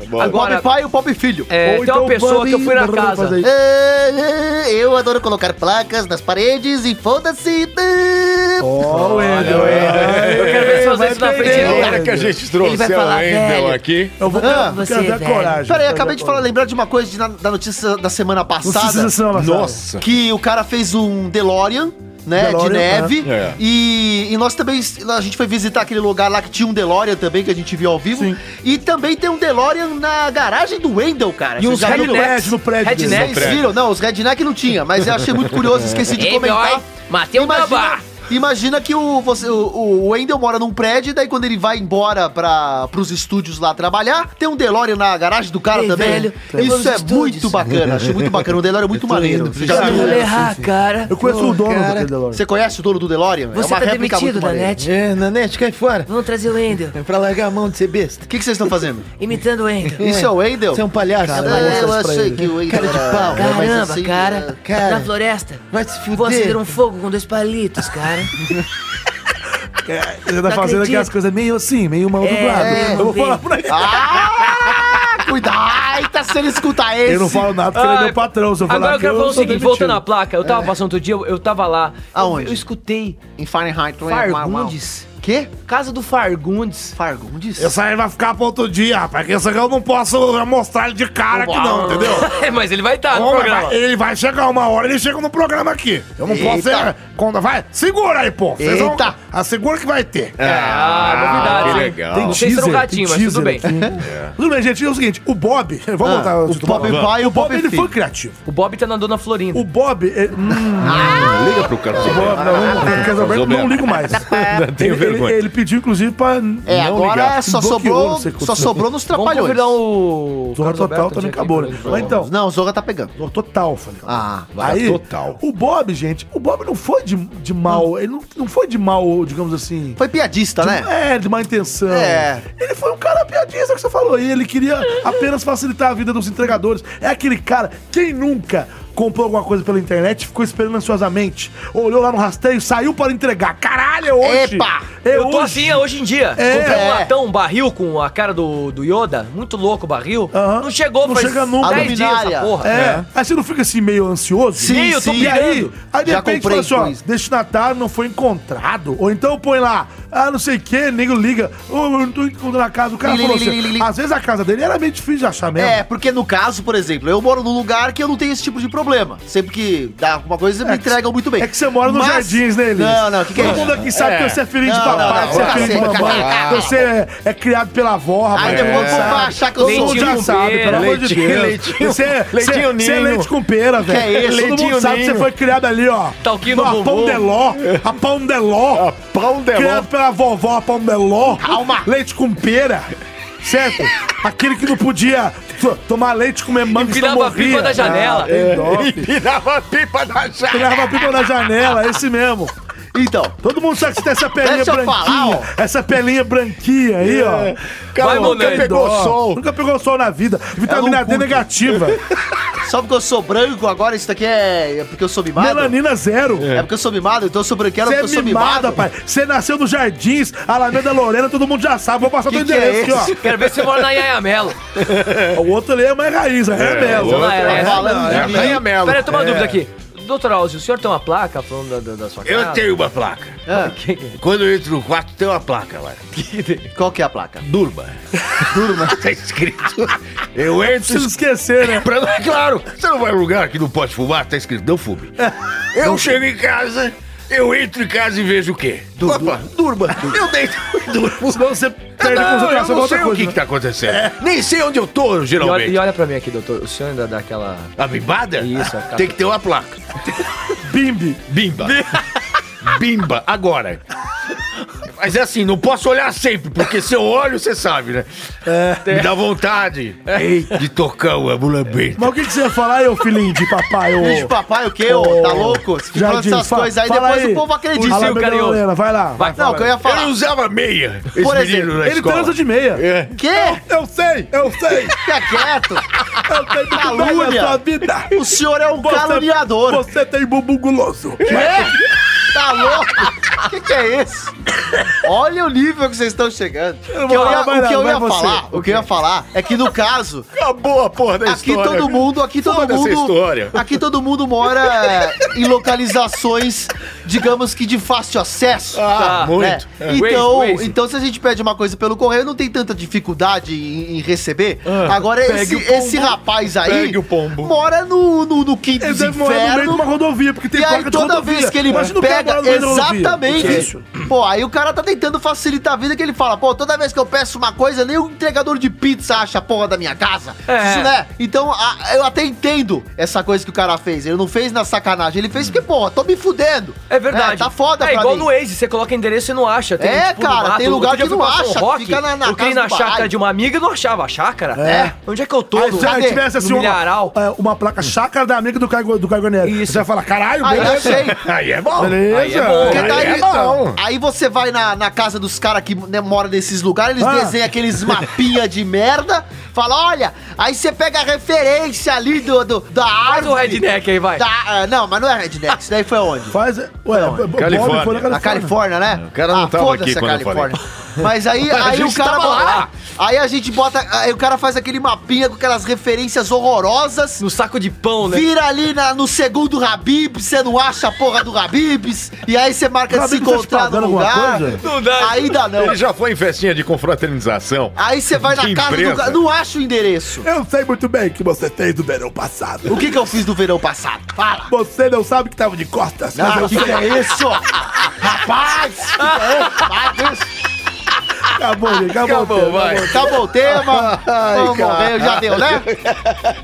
Speaker 4: O
Speaker 1: O
Speaker 4: Bob.
Speaker 2: Agora-
Speaker 1: Bob pai e o Bob filho.
Speaker 2: É,
Speaker 3: Ou
Speaker 2: tem uma
Speaker 3: então
Speaker 2: pessoa
Speaker 3: pode
Speaker 2: que eu fui
Speaker 3: ir,
Speaker 2: na
Speaker 3: rapaz,
Speaker 2: casa.
Speaker 3: aí.
Speaker 1: É, Eu adoro colocar placas nas paredes e foda-se. Ah,
Speaker 3: Ó, o Wendel,
Speaker 2: Eu quero ver se fazer isso na frente
Speaker 1: é
Speaker 4: E o
Speaker 2: dele.
Speaker 4: cara que a gente trouxe,
Speaker 6: Ele vai falar,
Speaker 4: o Wendel
Speaker 6: velho.
Speaker 4: aqui.
Speaker 3: Eu vou
Speaker 1: Ah,
Speaker 3: quero,
Speaker 6: você
Speaker 3: quero ver
Speaker 6: é
Speaker 3: a
Speaker 6: velho.
Speaker 3: né? coragem.
Speaker 1: Peraí,
Speaker 3: quero
Speaker 1: acabei
Speaker 3: ver
Speaker 1: de
Speaker 3: a
Speaker 1: falar,
Speaker 3: coragem.
Speaker 1: lembrar de uma coisa de na- da notícia da semana
Speaker 3: Notícia
Speaker 1: passada.
Speaker 3: da semana passada.
Speaker 4: Nossa.
Speaker 1: Que o cara fez um DeLorean. Né,
Speaker 3: DeLorean,
Speaker 1: de neve.
Speaker 4: é.
Speaker 1: E, e nós também, a gente foi visitar aquele lugar lá que tinha um DeLorean também, que a gente viu ao vivo.
Speaker 3: Sim.
Speaker 1: E também tem um DeLorean na garagem do Wendell, cara.
Speaker 3: E
Speaker 1: Vocês
Speaker 3: uns
Speaker 1: já viram?
Speaker 3: rednecks. prédio, no prédio né?
Speaker 2: Redneck.
Speaker 1: Vocês viram? Não, os redneck não tinha, mas eu achei muito curioso, esqueci de
Speaker 6: Ei,
Speaker 1: comentar.
Speaker 6: boy, matei um
Speaker 1: Imagina,
Speaker 6: babá.
Speaker 1: imagina que o, você, o, o Wendel mora num prédio, e daí quando ele vai embora para pros estúdios lá trabalhar, tem um DeLorean na garagem do cara
Speaker 6: Ei,
Speaker 1: também.
Speaker 6: velho, eu vou nos
Speaker 1: Isso é
Speaker 6: estúdios.
Speaker 1: muito bacana, achei muito bacana. O DeLorean é muito maneiro.
Speaker 4: indo pro
Speaker 1: Você, já
Speaker 4: estúdio.
Speaker 1: viu, né?
Speaker 6: cara.
Speaker 3: Eu conheço o dono daquele DeLorean.
Speaker 1: Você conhece o dono do É DeLorean?
Speaker 6: Você tá demitido da
Speaker 1: maneira.
Speaker 6: net.
Speaker 7: É, Nanete, cai fora.
Speaker 6: Vamos trazer o Wendel,
Speaker 7: É pra largar a mão de ser besta.
Speaker 1: O que, que vocês estão fazendo?
Speaker 6: imitando o Wendel.
Speaker 1: Isso é o Wendel?
Speaker 7: Você é um palhaço.
Speaker 1: Ah,
Speaker 7: Cara,
Speaker 1: eu
Speaker 3: mostras pra
Speaker 1: achei
Speaker 3: ele.
Speaker 1: que o Wendel
Speaker 7: Cara de
Speaker 1: era-
Speaker 7: pau.
Speaker 1: era mais
Speaker 6: Caramba,
Speaker 1: assim,
Speaker 6: cara.
Speaker 7: cara.
Speaker 6: Na floresta.
Speaker 7: Vai se
Speaker 6: Vou acender
Speaker 7: fuder.
Speaker 6: um fogo com dois palitos, cara.
Speaker 3: Ele tá
Speaker 6: Não
Speaker 3: fazendo aqui
Speaker 6: acredito.
Speaker 3: as coisas meio assim, meio mal dublado.
Speaker 6: é,
Speaker 3: eu vou
Speaker 6: vamos ver.
Speaker 3: falar pra ele.
Speaker 1: Ah, cuidado! Eita, se ele escutar esse!
Speaker 3: Eu não falo nada porque ele é
Speaker 2: Ai,
Speaker 3: meu patrão. Se eu falar
Speaker 2: Agora eu
Speaker 3: aqui,
Speaker 2: quero falar o
Speaker 3: sou
Speaker 2: seguinte,
Speaker 3: demitido. É.
Speaker 2: voltando à placa, eu tava passando outro dia, eu tava lá.
Speaker 1: Aonde?
Speaker 2: Eu, eu escutei
Speaker 1: Em Fahrenheit, né?
Speaker 2: Fargundes, que
Speaker 1: quê?
Speaker 2: Casa do Fargundes.
Speaker 1: Fargundes?
Speaker 3: Isso aí vai ficar pra outro dia, rapaz. Que esse aqui eu não posso mostrar ele de cara aqui, não, entendeu?
Speaker 2: É, mas ele vai estar no
Speaker 3: Ô, mas
Speaker 2: programa.
Speaker 3: vai- ele vai chegar uma hora, ele chega no programa aqui. Eu não posso
Speaker 1: Eita.
Speaker 3: ser. Quando vai, segura aí, pô. Vocês vão-
Speaker 1: Eita.
Speaker 3: Ah, segura que vai ter.
Speaker 2: Ah, novidade.
Speaker 8: que
Speaker 2: hein?
Speaker 8: legal.
Speaker 2: Não sei se era um gatinho, mas tudo bem.
Speaker 3: Tudo bem, gente, é o seguinte: o Bob. Vamos
Speaker 1: Ah,
Speaker 3: voltar
Speaker 1: o Bob pai e o
Speaker 3: O Bob
Speaker 1: Bob é
Speaker 3: ele
Speaker 1: filho.
Speaker 3: foi criativo.
Speaker 2: O Bob tá na Dona Florinda.
Speaker 3: O Bob. ele- hum,
Speaker 4: Ah,
Speaker 8: Liga pro Carlos
Speaker 3: Bob,
Speaker 8: Alberto.
Speaker 3: não, não, Carlos Alberto,
Speaker 8: Alberto.
Speaker 3: não ligo mais.
Speaker 8: Tenho
Speaker 3: ele, ele,
Speaker 8: vergonha.
Speaker 3: ele pediu, inclusive, pra.
Speaker 1: É,
Speaker 3: não
Speaker 1: agora
Speaker 3: ligar.
Speaker 1: só
Speaker 3: Bloqueou,
Speaker 1: sobrou,
Speaker 3: não sei o que
Speaker 1: só
Speaker 3: aconteceu.
Speaker 1: sobrou nos
Speaker 2: Vamos
Speaker 1: trapalhões.
Speaker 2: convidar o.
Speaker 3: Zorra
Speaker 2: Carlos
Speaker 3: Total
Speaker 2: Alberto, onde
Speaker 3: também
Speaker 2: é que
Speaker 3: acabou,
Speaker 2: ele
Speaker 3: né?
Speaker 2: foi?
Speaker 3: Mas então,
Speaker 1: Não, o Zorra tá pegando.
Speaker 3: Zorra Total, falei.
Speaker 1: Ah, vai.
Speaker 3: Aí,
Speaker 8: total.
Speaker 3: o Bob, gente, o Bob não foi de, de mal, ele não, não foi de mal, digamos assim.
Speaker 1: Foi piadista,
Speaker 3: de-
Speaker 1: né?
Speaker 3: É, de má intenção.
Speaker 1: É.
Speaker 3: Ele foi um cara piadista que você falou. E ele queria apenas facilitar a vida dos entregadores. É aquele cara, quem nunca comprou alguma coisa pela internet, ficou esperando ansiosamente, olhou lá no rastreio, saiu para entregar. Caralho, é hoje!
Speaker 1: Epa!
Speaker 3: É
Speaker 2: Eu tô
Speaker 3: hoje.
Speaker 2: assim hoje em dia.
Speaker 3: É.
Speaker 2: Comprei um
Speaker 1: É.
Speaker 2: latão, um barril com a cara do, do Yoda. Muito louco o barril.
Speaker 3: Aham.
Speaker 2: Não chegou,
Speaker 3: Não
Speaker 2: faz
Speaker 3: chega nunca.
Speaker 2: 10 dias essa
Speaker 1: Luminária.
Speaker 2: porra.
Speaker 3: É. Aí você não fica assim meio ansioso?
Speaker 1: Sim,
Speaker 2: Ih, eu tô
Speaker 1: sim.
Speaker 3: E aí,
Speaker 2: pirando.
Speaker 3: aí de
Speaker 1: Já comprei
Speaker 3: repente fala assim, ó,
Speaker 1: com isso.
Speaker 3: destinatário não foi encontrado. Ou então põe lá, ah, não sei o que, nego liga, ô, eu não tô encontrando a casa. O cara
Speaker 1: Li, li,
Speaker 3: falou
Speaker 1: li, li, li,
Speaker 3: assim,
Speaker 1: li.
Speaker 3: às vezes a casa dele era meio difícil de achar mesmo.
Speaker 1: É, porque no caso, por exemplo, eu moro num lugar que eu não tenho esse tipo de problema. Sempre que dá alguma coisa, me
Speaker 3: É que-
Speaker 1: entregam muito bem.
Speaker 3: É que você mora nos
Speaker 1: Mas-
Speaker 3: jardins, né, Elias?
Speaker 1: Não, não, o que, que é
Speaker 3: Todo
Speaker 1: isso?
Speaker 3: mundo aqui sabe que você é filho de
Speaker 1: Não, não,
Speaker 3: papai,
Speaker 1: não,
Speaker 3: que você é
Speaker 1: não,
Speaker 3: filho de
Speaker 1: não,
Speaker 3: mamãe,
Speaker 1: não,
Speaker 3: que você é, é criado pela avó, rapaz.
Speaker 1: Aí
Speaker 3: todo mundo
Speaker 1: depois o povo
Speaker 3: sabe.
Speaker 1: vai achar que eu
Speaker 3: é. Todo
Speaker 1: sou
Speaker 3: mundo já
Speaker 2: com
Speaker 3: sabe,
Speaker 2: pera,
Speaker 3: pelo amor de
Speaker 8: leitinho,
Speaker 3: Deus.
Speaker 8: leitinho-
Speaker 3: você, é-
Speaker 8: leitinho
Speaker 3: você- você é
Speaker 8: ninho.
Speaker 3: leite com pera, velho.
Speaker 1: é isso?
Speaker 3: Todo mundo
Speaker 8: Leitinho
Speaker 3: sabe que você
Speaker 8: ninho.
Speaker 3: foi criado ali, ó.
Speaker 2: Talquinho
Speaker 3: no
Speaker 2: no
Speaker 3: A pão
Speaker 2: bumbum.
Speaker 3: deló, a pão deló.
Speaker 4: Ah,
Speaker 8: A pau de ló.
Speaker 3: Criado pela vovó, a pão deló. Calma. Leite com pera, certo? Aquele que não podia t- tomar leite, comer manga, senão
Speaker 2: Empinava a pipa
Speaker 3: morria.
Speaker 2: da janela. É.
Speaker 3: Ah, tem dó,
Speaker 8: E
Speaker 3: filho.
Speaker 8: virava a pipa da chave.
Speaker 3: Pegava a pipa na janela, é esse mesmo.
Speaker 1: Então,
Speaker 3: Todo mundo sabe que você tem essa pelinha
Speaker 1: Deixa eu
Speaker 3: branquinha.
Speaker 1: falar, ó. É.
Speaker 3: Essa pelinha branquinha aí, ó.
Speaker 8: Cara,
Speaker 2: Vai,
Speaker 8: nunca
Speaker 2: moleque.
Speaker 8: pegou
Speaker 3: Dó.
Speaker 8: sol.
Speaker 3: Nunca pegou sol na vida. Vitamina
Speaker 1: não
Speaker 3: D
Speaker 1: curto.
Speaker 3: negativa.
Speaker 1: só porque eu sou branco agora, isso daqui é, é porque eu sou mimado?
Speaker 3: Melanina zero.
Speaker 1: É porque eu sou mimado, então eu sou branquelo
Speaker 3: Você
Speaker 1: porque eu
Speaker 3: é
Speaker 1: sou
Speaker 3: mimado,
Speaker 1: mimado.
Speaker 3: rapaz. Você nasceu nos jardins, Alameda Lorena, todo mundo já sabe. Vou passar
Speaker 1: Que
Speaker 3: teu
Speaker 1: que é
Speaker 3: endereço aqui,
Speaker 2: Quero ver se você mora na Yaya Melo.
Speaker 3: ó. O outro ali é mais raiz, é, é mesmo.
Speaker 8: outro
Speaker 2: Lá, é, é,
Speaker 1: falando
Speaker 8: É
Speaker 1: de
Speaker 8: a
Speaker 1: mim.
Speaker 8: Rainha Melo.
Speaker 2: Pera, eu
Speaker 3: É.
Speaker 2: tenho uma dúvida aqui. Doutor Alzio, o senhor tem uma placa falando da, da- da sua casa?
Speaker 4: Eu tenho uma placa.
Speaker 1: Ah,
Speaker 4: Quando eu entro no quarto, tem uma placa lá.
Speaker 1: qual que é a placa?
Speaker 4: Durma. Durma. tá escrito. Eu entro.
Speaker 3: Preciso esquecer, né?
Speaker 4: Pra... Claro, você não vai em lugar que não pode fumar, tá escrito, não fume. Eu chego em casa, eu entro em casa e vejo o quê? Opa, durma. Eu deito e durmo.
Speaker 3: Senão você perde a
Speaker 4: Não, eu
Speaker 3: concentração Tá pra
Speaker 4: não
Speaker 3: outra
Speaker 4: sei o que,
Speaker 3: coisa. né?
Speaker 4: que tá acontecendo. Nem sei onde eu tô,
Speaker 2: E olha,
Speaker 4: geralmente.
Speaker 2: e olha pra mim aqui, doutor. O senhor ainda dá aquela.
Speaker 4: A bimbada?
Speaker 2: Isso, a capa.
Speaker 4: Tem que ter uma placa.
Speaker 3: né? Bimbi.
Speaker 4: Bimba. Bimba, agora. Mas é assim, não posso olhar sempre, porque se eu olho, você sabe, né? Me dá vontade de tocar o ambulambente.
Speaker 3: Mas o que, que você ia falar, eu filhinho de papai? ô-
Speaker 1: Bicho papai, o quê? ô? Tá louco? Se fica falando
Speaker 3: Jardim,
Speaker 1: essas
Speaker 3: fa-
Speaker 1: coisas aí,
Speaker 3: fala
Speaker 1: depois
Speaker 3: aí.
Speaker 1: o povo acredita.
Speaker 2: Fala-
Speaker 3: Alameda
Speaker 2: Carinhoso.
Speaker 3: Lorena, vai lá.
Speaker 2: Vai,
Speaker 1: Não, o que eu ia
Speaker 4: Ele
Speaker 1: falar.
Speaker 4: usava meia, esse
Speaker 1: Por exemplo,
Speaker 4: menino na
Speaker 3: Ele
Speaker 4: escola.
Speaker 3: transa de meia.
Speaker 8: É.
Speaker 1: Quê?
Speaker 3: Eu sei, eu sei.
Speaker 1: Fica quieto.
Speaker 3: Eu tenho muito bem na
Speaker 1: Calúnia.
Speaker 3: sua vida.
Speaker 1: O senhor é um caluniador.
Speaker 3: tá Você tem bumbum guloso.
Speaker 1: Quê? Tá louco? O que, que é isso? Olha o nível que vocês estão chegando.
Speaker 3: não
Speaker 1: Que eu
Speaker 3: vou
Speaker 1: ia- o
Speaker 3: falar mais
Speaker 1: que
Speaker 3: nada,
Speaker 1: eu ia
Speaker 3: vai você.
Speaker 1: falar, o que eu ia falar é que no caso,
Speaker 8: Acabou a porra da
Speaker 1: aqui
Speaker 8: história.
Speaker 1: todo mundo, aqui todo
Speaker 8: Foda-se a história.
Speaker 1: mundo, aqui todo mundo mora em localizações, digamos que de fácil acesso.
Speaker 8: Ah,
Speaker 2: Tá,
Speaker 1: né?
Speaker 8: muito. É.
Speaker 1: Então,
Speaker 2: Waze, Waze.
Speaker 1: então, se a gente pede uma coisa pelo correio, não tem tanta dificuldade em, em receber. Agora,
Speaker 8: pegue
Speaker 1: esse,
Speaker 8: o pombo.
Speaker 1: esse rapaz aí
Speaker 8: Pegue o pombo.
Speaker 1: mora no, no, no quinto
Speaker 3: Ele
Speaker 1: dos
Speaker 3: deve morar no meio de uma
Speaker 1: infernos.
Speaker 3: rodovia, porque tem
Speaker 1: E aí,
Speaker 3: placa de
Speaker 1: toda
Speaker 3: rodovia.
Speaker 1: vez que ele
Speaker 3: Imagina o cara
Speaker 1: pega,
Speaker 3: morando no meio da rodovia.
Speaker 1: exatamente.
Speaker 3: O que é isso?
Speaker 1: Pô, aí o cara tá tentando facilitar a vida que ele fala, pô, toda vez que eu peço uma coisa, nem o entregador de pizza acha a porra da minha casa.
Speaker 2: É.
Speaker 1: Isso, né? Então, a- eu até entendo essa coisa que o cara fez. Ele não fez na sacanagem, ele fez porque, porra, tô me fudendo.
Speaker 2: É verdade.
Speaker 1: É, tá foda
Speaker 2: É
Speaker 1: pra
Speaker 2: igual
Speaker 1: mim.
Speaker 2: no Waze, você coloca endereço e não acha. tipo
Speaker 1: É,
Speaker 2: no
Speaker 1: cara, tem lugar
Speaker 2: Outro dia
Speaker 1: que
Speaker 2: eu
Speaker 1: não
Speaker 2: fui um pra São
Speaker 1: acha,
Speaker 2: Roque,
Speaker 1: fica na- na
Speaker 2: Eu fiquei
Speaker 1: casa
Speaker 2: na
Speaker 1: do
Speaker 2: chácara
Speaker 1: baralho.
Speaker 2: de uma amiga e não achava a chácara.
Speaker 1: É.
Speaker 2: Onde é que eu tô?
Speaker 3: Aí se ela
Speaker 1: Cadê?
Speaker 3: tivesse assim
Speaker 2: No
Speaker 3: uma,
Speaker 2: milharal.
Speaker 3: é, uma placa chácara da amiga do Caio, do Caio Guarnieri.
Speaker 2: Isso.
Speaker 3: Você vai falar, caralho,
Speaker 1: Aí eu sei.
Speaker 8: Aí é bom.
Speaker 3: Beleza.
Speaker 2: Aí é bom.
Speaker 1: Porque
Speaker 8: Aí
Speaker 1: daí, então,
Speaker 8: é bom.
Speaker 1: aí você vai na, na casa dos caras que né, moram nesses lugares, eles
Speaker 3: Ah.
Speaker 1: desenham aqueles mapinha de merda, fala, olha, aí você pega a referência ali do, do- da
Speaker 2: Faz
Speaker 1: árvore.
Speaker 2: o redneck aí, vai.
Speaker 1: da- ah, não, mas não é redneck, isso daí foi onde?
Speaker 3: Faz. Ué, Bob foi na
Speaker 8: Califórnia.
Speaker 1: Na Califórnia, né? Ah,
Speaker 8: O cara não tava
Speaker 1: foda-se
Speaker 8: aqui
Speaker 1: a
Speaker 8: quando eu falei.
Speaker 1: Califórnia. Mas aí,
Speaker 9: A
Speaker 1: aí o
Speaker 9: gente
Speaker 1: cara
Speaker 9: tava
Speaker 1: bota-
Speaker 9: lá.
Speaker 1: Aí a gente bota. Aí o cara faz aquele mapinha com aquelas referências horrorosas.
Speaker 2: No saco de pão, né?
Speaker 1: Vira ali na- no segundo Habibs, você não acha a porra do Habibs, e aí você marca de se
Speaker 3: Habib's, vocês
Speaker 1: encontrar no
Speaker 3: pagaram alguma
Speaker 1: lugar.
Speaker 3: coisa?
Speaker 2: Não dá.
Speaker 1: Ainda não.
Speaker 4: Ele já foi em festinha de confraternização.
Speaker 1: Aí você vai na
Speaker 4: Que
Speaker 1: casa do
Speaker 4: empresa.
Speaker 1: cara. Não acha o endereço.
Speaker 3: Eu sei muito bem o que você fez no verão passado.
Speaker 1: O que, que eu fiz no verão passado? Fala!
Speaker 3: Você não sabe que tava de costas. mas eu sei.
Speaker 1: é isso? Rapaz! que é isso? Rapaz,
Speaker 3: Acabou, gente. Acabou,
Speaker 9: Acabou,
Speaker 3: acabou
Speaker 9: vai.
Speaker 1: Acabou o tema. Vamos morrer, já deu, né?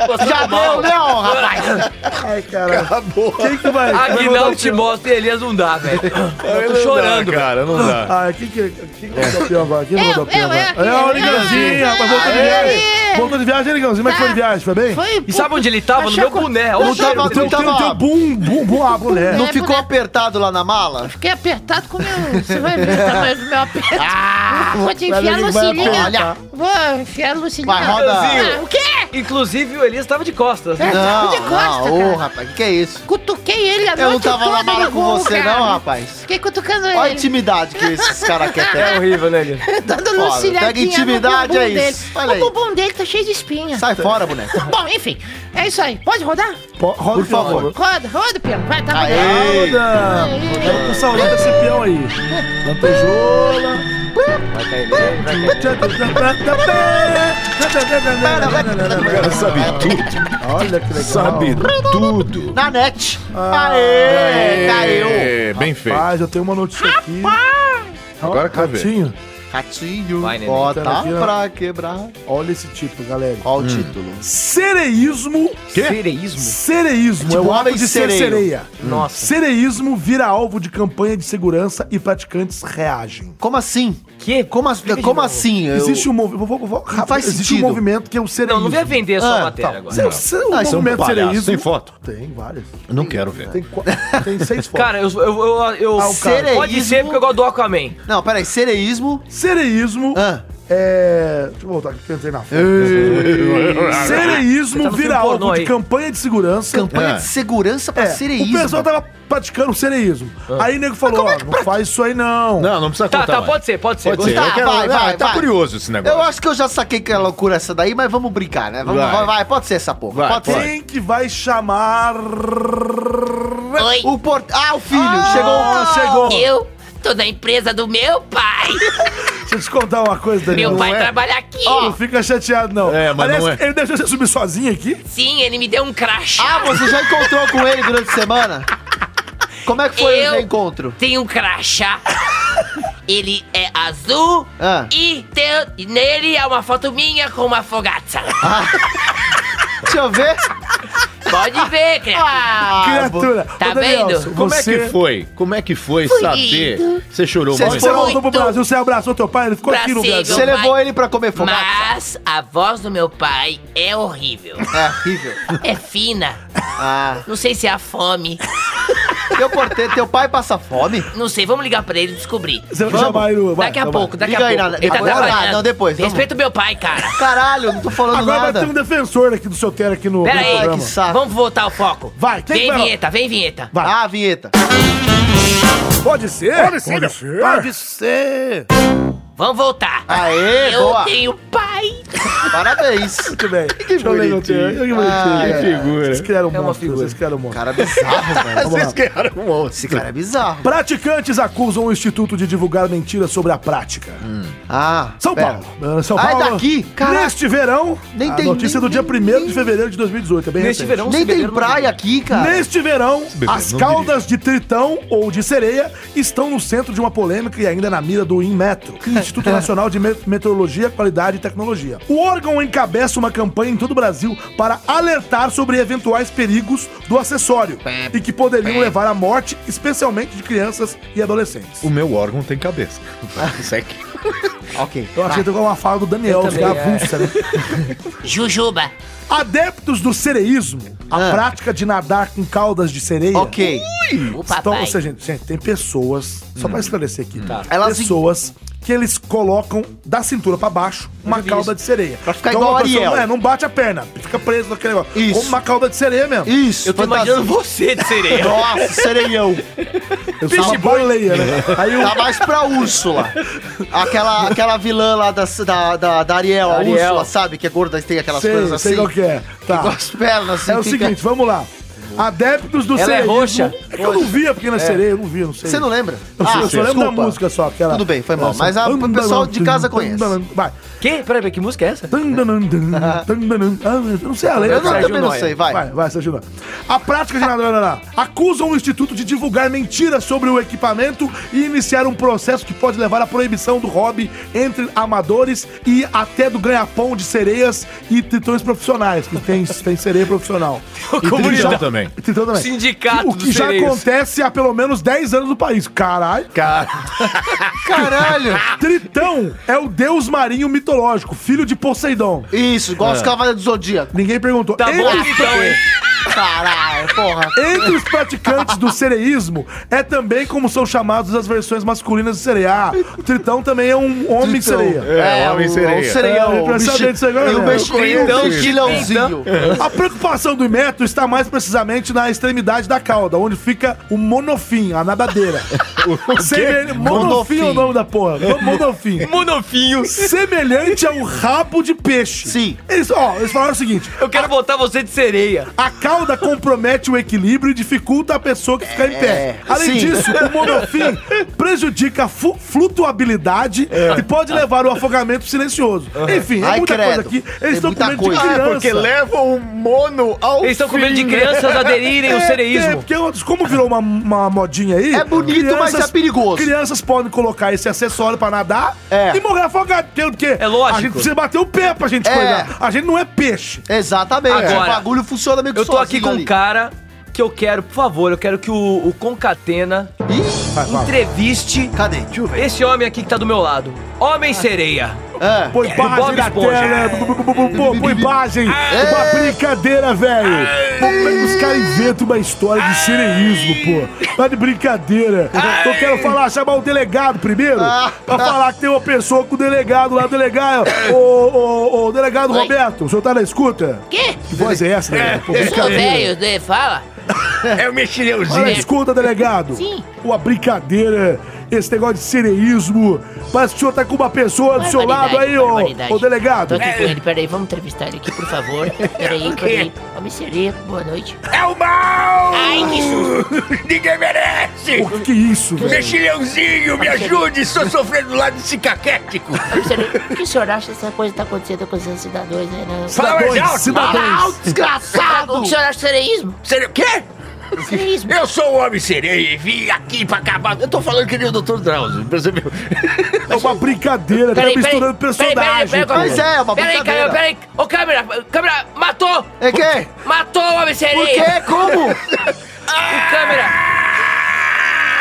Speaker 2: Tá
Speaker 1: Já deu, né, ó, rapaz?
Speaker 3: Ai, caralho.
Speaker 4: Acabou.
Speaker 3: Quem que vai?
Speaker 4: Ah,
Speaker 2: Aguinaldo, Timóteo e Elias não dá, velho. Eu tô
Speaker 4: Não dá,
Speaker 2: chorando, velho.
Speaker 4: cara, não dá.
Speaker 3: Ah, quem que quem que mandou pião agora? Quem
Speaker 10: Eu,
Speaker 3: mandou pião
Speaker 10: eu,
Speaker 3: agora?
Speaker 10: eu,
Speaker 3: É
Speaker 10: eu,
Speaker 3: o
Speaker 10: eu,
Speaker 3: Ligãozinho,
Speaker 10: eu,
Speaker 3: rapaz. Voltou de
Speaker 10: eu,
Speaker 3: viagem.
Speaker 10: eu.
Speaker 3: Voltou de viagem, Ligãozinho. Como é que foi de viagem? Foi bem?
Speaker 10: Foi,
Speaker 2: E sabe onde ele tava? No meu boné. Olha o
Speaker 1: Não
Speaker 2: cheiro
Speaker 1: tava-
Speaker 2: dele.
Speaker 1: não tava-
Speaker 3: bum, bum, bum, ah, boné.
Speaker 1: Não
Speaker 10: É,
Speaker 1: ficou
Speaker 10: boneco.
Speaker 1: apertado lá na mala?
Speaker 10: Fiquei apertado com o meu. Você vai ver o tamanho do meu aperto.
Speaker 1: Ah!
Speaker 10: vou te enfiar a
Speaker 3: ele vai
Speaker 10: Lucilinha.
Speaker 1: apertar.
Speaker 10: Vou enfiar a Lucilinha.
Speaker 1: Vai, roda.
Speaker 10: Ah, o quê?
Speaker 2: Inclusive, o Elias tava de costas, né?
Speaker 1: Não,
Speaker 10: de costa,
Speaker 1: não, ô,
Speaker 10: cara.
Speaker 1: rapaz, que que é isso?
Speaker 10: Cutuquei ele a
Speaker 1: Eu não
Speaker 10: noite
Speaker 1: tava
Speaker 10: toda
Speaker 1: na mala
Speaker 10: no
Speaker 1: com
Speaker 10: voo,
Speaker 1: você,
Speaker 10: cara.
Speaker 1: não, rapaz.
Speaker 10: Fiquei cutucando
Speaker 1: Olha a
Speaker 10: ele.
Speaker 1: intimidade que esses caras querem ter.
Speaker 2: É horrível, né, Elias?
Speaker 10: Dando
Speaker 1: Foda,
Speaker 10: lucilhadinha
Speaker 1: pega intimidade,
Speaker 10: no bumbum
Speaker 1: é isso.
Speaker 10: dele.
Speaker 1: Olha aí.
Speaker 10: O bumbum dele tá cheio de espinha.
Speaker 1: Sai fora, boneco.
Speaker 10: Bom, enfim, é isso aí. Pode rodar?
Speaker 3: Po- Roda
Speaker 1: Por
Speaker 3: o pião,
Speaker 1: favor.
Speaker 10: Roda, roda, Pedro. Vai, tá rodando.
Speaker 1: Aê!
Speaker 3: Roda. Tô com saudade desse peão aí. Lantejola.
Speaker 4: Cara, sabe tudo.
Speaker 3: Olha que legal.
Speaker 4: Sabe tudo.
Speaker 1: Na net. Aê! Caiu.
Speaker 4: É, bem feito.
Speaker 3: Rapaz, eu tenho uma notícia aqui. Ó,
Speaker 4: Agora quero ver.
Speaker 3: Ratinho,
Speaker 1: Ratinho,
Speaker 2: Vai, neném.
Speaker 1: bota
Speaker 3: Tá na
Speaker 1: pra quebrar.
Speaker 3: olha esse tipo, galera.
Speaker 1: Ó o título.
Speaker 3: Sereísmo.
Speaker 1: É,
Speaker 2: Sereísmo?
Speaker 3: Sereísmo é,
Speaker 1: tipo
Speaker 3: o
Speaker 1: homem
Speaker 3: ato de ser
Speaker 1: sereio. Hum.
Speaker 3: sereia.
Speaker 2: Nossa.
Speaker 3: Sereísmo vira alvo de campanha de segurança e praticantes reagem.
Speaker 1: Como assim?
Speaker 2: Que?
Speaker 1: Como, as- como assim? Eu-
Speaker 3: Existe um movimento. Vou, vou, vou, rápido,
Speaker 1: faz
Speaker 3: existe
Speaker 1: sentido.
Speaker 3: um movimento que é o sereísmo.
Speaker 2: Não, não vem vender essa
Speaker 1: Ah,
Speaker 2: matéria
Speaker 1: tá.
Speaker 2: agora.
Speaker 3: Você- você- o
Speaker 1: Ah, isso é um
Speaker 3: movimento sereísmo.
Speaker 4: Sem foto.
Speaker 3: Tem várias.
Speaker 4: Não quero ver.
Speaker 3: Tem, qua- tem seis fotos.
Speaker 2: Cara, eu. eu, eu, eu-
Speaker 1: Ah, o cara.
Speaker 2: Pode ser porque eu gosto do Aquaman.
Speaker 1: Não, peraí, sereísmo.
Speaker 3: Sereísmo
Speaker 1: Ah,
Speaker 3: é. Deixa eu voltar aqui que eu entrei na foto.
Speaker 2: Você
Speaker 3: Sereísmo
Speaker 2: tá no
Speaker 3: vira
Speaker 2: filme pornô
Speaker 3: alvo de
Speaker 2: aí.
Speaker 3: campanha de segurança.
Speaker 1: campanha
Speaker 4: É.
Speaker 1: de segurança pra
Speaker 3: É,
Speaker 1: sereísmo. Ah.
Speaker 3: O pessoal tava praticando sereísmo. Aí o nego falou: ó,
Speaker 1: é
Speaker 3: não faz isso aí não.
Speaker 4: Não, não precisa
Speaker 2: Tá,
Speaker 4: contar
Speaker 2: tá,
Speaker 4: mais.
Speaker 2: pode ser, pode ser.
Speaker 4: Pode ser.
Speaker 1: Tá,
Speaker 4: Eu quero-
Speaker 1: vai,
Speaker 4: não,
Speaker 1: vai,
Speaker 4: tá
Speaker 1: vai.
Speaker 4: curioso esse negócio.
Speaker 1: Eu acho que eu já saquei que é loucura essa daí, mas vamos brincar, né? Vamos,
Speaker 4: Vai.
Speaker 1: vai. vai, pode ser essa porra.
Speaker 4: Vai,
Speaker 1: pode ser.
Speaker 3: Quem que vai chamar.
Speaker 10: Oi,
Speaker 1: O port... Ah, o filho! chegou chegou!
Speaker 10: eu tô na empresa do meu pai.
Speaker 3: Deixa eu te contar uma coisa, Danilo.
Speaker 10: Meu
Speaker 3: Não
Speaker 10: pai tá
Speaker 3: é-
Speaker 10: trabalha aqui.
Speaker 3: Não fica chateado, não.
Speaker 4: É, mas não é.
Speaker 3: ele deixou você subir sozinho aqui?
Speaker 10: Sim, ele me deu um crachá.
Speaker 1: Ah, você já encontrou com ele durante a semana? Como é que foi
Speaker 10: Eu-
Speaker 1: o encontro?
Speaker 10: Tem um crachá. Ele é azul
Speaker 1: Ah.
Speaker 10: e, tem- e nele é uma foto minha com uma fogata.
Speaker 1: Deixa eu ver.
Speaker 10: Pode ver, criatura.
Speaker 1: Ah, bo-
Speaker 3: Criatura.
Speaker 10: Tá
Speaker 3: Ô, Danielson,
Speaker 10: vendo?
Speaker 4: Como é
Speaker 3: você-
Speaker 4: que foi? Como é que foi saber? Você chorou
Speaker 1: Vocês
Speaker 4: muito?
Speaker 3: Você voltou pro
Speaker 10: Muito.
Speaker 3: Brasil, você abraçou teu pai, ele ficou aqui no
Speaker 10: Brasil.
Speaker 3: Brasil.
Speaker 1: você
Speaker 10: Meu
Speaker 1: levou
Speaker 10: pai-
Speaker 1: ele pra comer fogata?
Speaker 10: Mas a voz do meu pai é horrível.
Speaker 1: É horrível.
Speaker 10: É fina.
Speaker 1: Ah,
Speaker 10: Não sei se é a fome.
Speaker 1: teu porteiro, teu pai passa fome?
Speaker 10: Não sei, vamos ligar pra ele e descobrir.
Speaker 3: Você vai chamar ele. vai,
Speaker 10: daqui a
Speaker 3: tá, vai.
Speaker 10: pouco, daqui
Speaker 1: então Liga
Speaker 10: a
Speaker 1: aí,
Speaker 10: pouco. tá
Speaker 1: Nada. Agora não, não, depois, vamos.
Speaker 10: Respeita o meu pai, cara.
Speaker 1: Caralho, não tô falando
Speaker 3: Agora vai
Speaker 1: nada.
Speaker 3: ter um defensor aqui do seu tero aqui no,
Speaker 10: Pera
Speaker 3: no
Speaker 10: aí,
Speaker 1: que saco.
Speaker 10: vamos voltar ao foco.
Speaker 3: Vai, quem
Speaker 10: Vem
Speaker 3: vai-
Speaker 10: vinheta, vem vinheta.
Speaker 3: Vai.
Speaker 1: Ah, a vinheta.
Speaker 3: Pode ser? Pode ser. Pode ser.
Speaker 10: Vamos voltar.
Speaker 1: Aê,
Speaker 10: Eu
Speaker 1: boa.
Speaker 10: tenho pai.
Speaker 1: Parabéns.
Speaker 3: Muito bem. Deixa eu ler no teu. Olha Que
Speaker 1: Ah,
Speaker 3: bonitinho.
Speaker 1: é.
Speaker 4: figura.
Speaker 3: Vocês criaram um
Speaker 2: É uma
Speaker 3: monstro,
Speaker 2: figura.
Speaker 3: vocês criaram um monstro.
Speaker 1: Cara bizarro, velho.
Speaker 3: Vamos lá.
Speaker 4: Vocês criaram um monstro.
Speaker 1: Esse cara é bizarro.
Speaker 3: Praticantes acusam o Instituto de divulgar mentiras sobre a prática.
Speaker 1: Ah,
Speaker 3: São
Speaker 1: pera.
Speaker 3: Paulo. Ah, São
Speaker 1: Ah, é
Speaker 3: Paulo.
Speaker 1: daqui? Caraca.
Speaker 3: Neste verão,
Speaker 1: Nem
Speaker 3: a
Speaker 1: tem-
Speaker 3: notícia
Speaker 1: nem-
Speaker 3: do dia
Speaker 1: nem-
Speaker 3: 1
Speaker 1: nem-
Speaker 3: de fevereiro de 2018, é bem
Speaker 2: Neste
Speaker 3: recente.
Speaker 2: verão,
Speaker 1: Nem
Speaker 2: se beber,
Speaker 1: tem
Speaker 2: não
Speaker 1: praia
Speaker 2: tem.
Speaker 1: aqui, cara.
Speaker 3: Neste verão,
Speaker 4: bebê
Speaker 3: as
Speaker 4: não
Speaker 3: caudas de tritão ou de sereia estão no centro de uma polêmica e ainda na mira do INMetro, Instituto Nacional de Me- Meteorologia, Qualidade e Tecnologia. O órgão encabeça uma campanha em todo o Brasil para alertar sobre eventuais perigos do acessório e que poderiam levar à morte, especialmente de crianças e adolescentes.
Speaker 4: O meu órgão tem cabeça. Isso aqui.
Speaker 1: Ok.
Speaker 3: Eu achei que era uma fala do Daniel,
Speaker 2: também,
Speaker 3: ficar
Speaker 11: é.
Speaker 3: avulsa, né?
Speaker 10: Jujuba.
Speaker 3: Adeptos do sereísmo, a
Speaker 1: Ah.
Speaker 3: prática de nadar com caudas de sereia.
Speaker 1: Ok.
Speaker 10: O
Speaker 3: Então,
Speaker 10: papai.
Speaker 11: Hum.
Speaker 3: ou seja, gente, gente, tem pessoas, só pra esclarecer aqui, tá?
Speaker 1: Elas-
Speaker 3: pessoas que eles colocam da cintura pra baixo uma
Speaker 2: vi
Speaker 3: cauda de sereia. Pra
Speaker 11: ficar igual
Speaker 3: uma
Speaker 11: o Ariel.
Speaker 3: É, não bate a perna, fica preso naquele negócio.
Speaker 11: Isso.
Speaker 3: Como uma cauda de sereia mesmo.
Speaker 11: Isso,
Speaker 2: Eu tô
Speaker 11: fantasia.
Speaker 2: imaginando você de sereia.
Speaker 11: Nossa, sereião.
Speaker 3: Eu sou uma boleia, né? Aí o
Speaker 11: Tá mais pra Úrsula. Aquela, aquela vilã lá da, da, da, da Ariel, a
Speaker 2: Ariel.
Speaker 11: Úrsula, sabe? Que é gorda e tem aquelas
Speaker 3: sei,
Speaker 11: coisas assim.
Speaker 3: sei qual que é. Tá.
Speaker 11: Com as pernas assim.
Speaker 3: É o
Speaker 11: fica-
Speaker 3: seguinte, vamos lá. Adeptos do
Speaker 2: Ela é
Speaker 3: sereísmo-
Speaker 2: roxa?
Speaker 3: É que eu não via Pequena Sereia, eu não via, não sei.
Speaker 11: Você não lembra? Ah,
Speaker 3: Eu, sei, eu só lembro da
Speaker 11: desculpa.
Speaker 3: música só. Aquela,
Speaker 11: Tudo bem, foi mal,
Speaker 3: Essa.
Speaker 11: mas a- o pessoal de casa conhece.
Speaker 3: Vai.
Speaker 2: Que? Peraí, que música é essa?
Speaker 3: Tandanandam, tandanandam. Ah, eu não sei a letra.
Speaker 11: Eu não,
Speaker 2: Sérgio
Speaker 11: também não
Speaker 2: Noia.
Speaker 11: sei, vai.
Speaker 3: Vai, vai, Sérgio Noia. A prática de nadar acusam o um Instituto de divulgar mentiras sobre o equipamento e iniciar um processo que pode levar à proibição do hobby entre amadores e até do ganha-pão de sereias e tritões profissionais, que tem, tem sereia profissional. E
Speaker 2: comunidade.
Speaker 3: tritão também. E tritão também.
Speaker 2: Sindicato
Speaker 3: O que
Speaker 2: dos
Speaker 3: já
Speaker 2: sereias.
Speaker 3: acontece há pelo menos 10 anos no país. Caralho.
Speaker 11: Caralho!
Speaker 3: Tritão é o deus marinho mitológico, filho de Poseidon.
Speaker 11: Isso, igual
Speaker 2: Ah.
Speaker 11: os Cavaleiros do Zodíaco.
Speaker 3: Ninguém perguntou.
Speaker 2: Tá
Speaker 3: Entre
Speaker 2: bom então, hein?
Speaker 11: Caralho, porra.
Speaker 3: Entre os praticantes do sereísmo, é também como são chamados as versões masculinas do sereia. Ah, O Tritão também é um homem
Speaker 11: Tritão.
Speaker 3: sereia.
Speaker 11: É,
Speaker 1: um
Speaker 11: o,
Speaker 4: sereia.
Speaker 11: o sereião.
Speaker 3: É,
Speaker 11: o
Speaker 3: impressionante
Speaker 11: bicho-
Speaker 3: isso agora,
Speaker 11: E o
Speaker 3: né?
Speaker 11: bicho
Speaker 2: Tritão,
Speaker 11: tem um
Speaker 2: tritão.
Speaker 11: quilãozinho.
Speaker 3: A preocupação do Imeto está mais precisamente na extremidade da cauda, onde fica o monofim, a nadadeira. Semelha- monofim é o nome da porra. Mo- Monofim.
Speaker 2: Monofinhos.
Speaker 3: Semelhante ao rabo de peixe.
Speaker 11: Sim.
Speaker 3: Eles, ó, eles falaram o seguinte:
Speaker 2: Eu quero botar você de sereia.
Speaker 3: A cauda compromete o equilíbrio e dificulta a pessoa que fica em pé. Além
Speaker 11: É, sim.
Speaker 3: disso, o monofim prejudica a fu- flutuabilidade e pode levar ao afogamento silencioso. Enfim, é
Speaker 11: É. Ah. Ai,
Speaker 3: muita coisa
Speaker 11: credo.
Speaker 3: aqui.
Speaker 11: Tem
Speaker 3: Eles estão
Speaker 11: muita
Speaker 3: com medo de
Speaker 11: coisa.
Speaker 3: criança.
Speaker 11: Ah,
Speaker 4: É, Porque leva o mono ao
Speaker 2: Eles estão com medo de
Speaker 4: fim, né?
Speaker 2: crianças aderirem ao
Speaker 3: É,
Speaker 2: sereísmo.
Speaker 3: porque outros- como virou uma, uma modinha aí.
Speaker 11: É bonito, mas é perigoso.
Speaker 3: Crianças podem colocar esse acessório pra nadar
Speaker 11: É.
Speaker 3: e morrer afogado. Porque, porque
Speaker 2: É lógico.
Speaker 3: A gente precisa bater o pé pra gente
Speaker 11: É.
Speaker 3: coisar. A gente não é peixe.
Speaker 11: Exatamente.
Speaker 2: Agora,
Speaker 11: o bagulho funciona meio que
Speaker 2: Eu tô aqui
Speaker 11: sozinho
Speaker 2: com um
Speaker 11: ali.
Speaker 2: cara que eu quero, por favor, eu quero que o, o Concatena
Speaker 11: Ih,
Speaker 3: Vai, vai.
Speaker 2: entreviste
Speaker 11: cadê? Deixa eu ver.
Speaker 2: esse homem aqui que tá do meu lado. Homem
Speaker 3: Ah.
Speaker 2: sereia.
Speaker 11: É.
Speaker 3: Põe
Speaker 2: Bob
Speaker 3: base na
Speaker 2: Esponja.
Speaker 3: tela. bu- bu- bu- bu- bu- Põe base.
Speaker 11: É.
Speaker 3: Uma brincadeira, velho. Pô, é Os caras inventam uma história de sereísmo, pô. Tá de brincadeira. Então Eu quero falar, chamar o delegado primeiro.
Speaker 11: É. Ah. É.
Speaker 3: Pra falar que tem uma pessoa com o delegado lá, o delegado. Ô, ô, ô, delegado
Speaker 10: Oi.
Speaker 3: Roberto, o senhor tá na escuta?
Speaker 10: Quê?
Speaker 3: Que voz é essa, né? Pô,
Speaker 10: Eu sou
Speaker 3: brincadeira.
Speaker 10: velho, né? Fala.
Speaker 4: né?
Speaker 12: É o mexilhãozinho.
Speaker 3: Olha, escuta, delegado.
Speaker 10: Sim.
Speaker 3: Uma brincadeira, esse negócio de sereísmo. Parece que o senhor tá com uma pessoa do seu lado aí, ô,
Speaker 10: barbaridade.
Speaker 3: ô
Speaker 10: Tô
Speaker 3: delegado.
Speaker 10: aqui com ele, peraí, vamos entrevistar ele aqui, por favor. Peraí, peraí. Homem sereia, boa noite.
Speaker 12: É o
Speaker 4: Oh.
Speaker 12: mal!
Speaker 10: Ai, que susto.
Speaker 12: Ninguém merece!
Speaker 3: O que que é isso, velho?
Speaker 12: Mexilhãozinho, me ajude! Estou sofrendo do lado desse caquético!
Speaker 10: Homem sereia, o que o senhor acha dessa coisa que tá acontecendo com esses cidadãos aí, né?
Speaker 12: Fala
Speaker 3: Cidadãos,
Speaker 12: mais alto!
Speaker 10: Ah, o
Speaker 3: cidadãos.
Speaker 10: desgraçado! O que o senhor acha de sereísmo?
Speaker 4: tá
Speaker 12: Seria o quê?
Speaker 10: Sereísmo.
Speaker 12: Eu sou o homem sereia e vim aqui pra acabar. Eu tô falando que nem o Dr. Drauzio, percebeu?
Speaker 4: Ah.
Speaker 3: É uma brincadeira, tá misturando personagem.
Speaker 11: Pois é, é uma
Speaker 2: Peraí,
Speaker 11: brincadeira.
Speaker 2: câmera, peraí. Ô, câmera, câmera, matou!
Speaker 11: É quê?
Speaker 2: Matou o homem
Speaker 11: Por
Speaker 2: sereia!
Speaker 11: quê? Como?
Speaker 2: O câmera!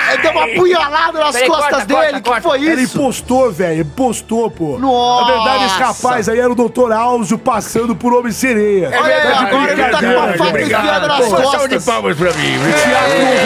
Speaker 11: É, Deu uma punhalada nas
Speaker 2: Ah! Peraí,
Speaker 11: costas
Speaker 2: corta,
Speaker 11: dele.
Speaker 2: corta,
Speaker 11: O que
Speaker 2: corta.
Speaker 11: foi
Speaker 12: é
Speaker 3: Ele
Speaker 11: isso?
Speaker 3: impostou, velho, impostou, pô.
Speaker 11: Nossa.
Speaker 3: Na verdade, esse rapaz aí era o Dr. Áuzio passando por Homem Sereia.
Speaker 12: É
Speaker 11: Olha aí, agora ele tá com uma
Speaker 12: Obrigado,
Speaker 11: faca
Speaker 12: obrigado.
Speaker 11: enfiada nas
Speaker 12: Pô, Salve
Speaker 11: costas.
Speaker 12: de palmas pra mim.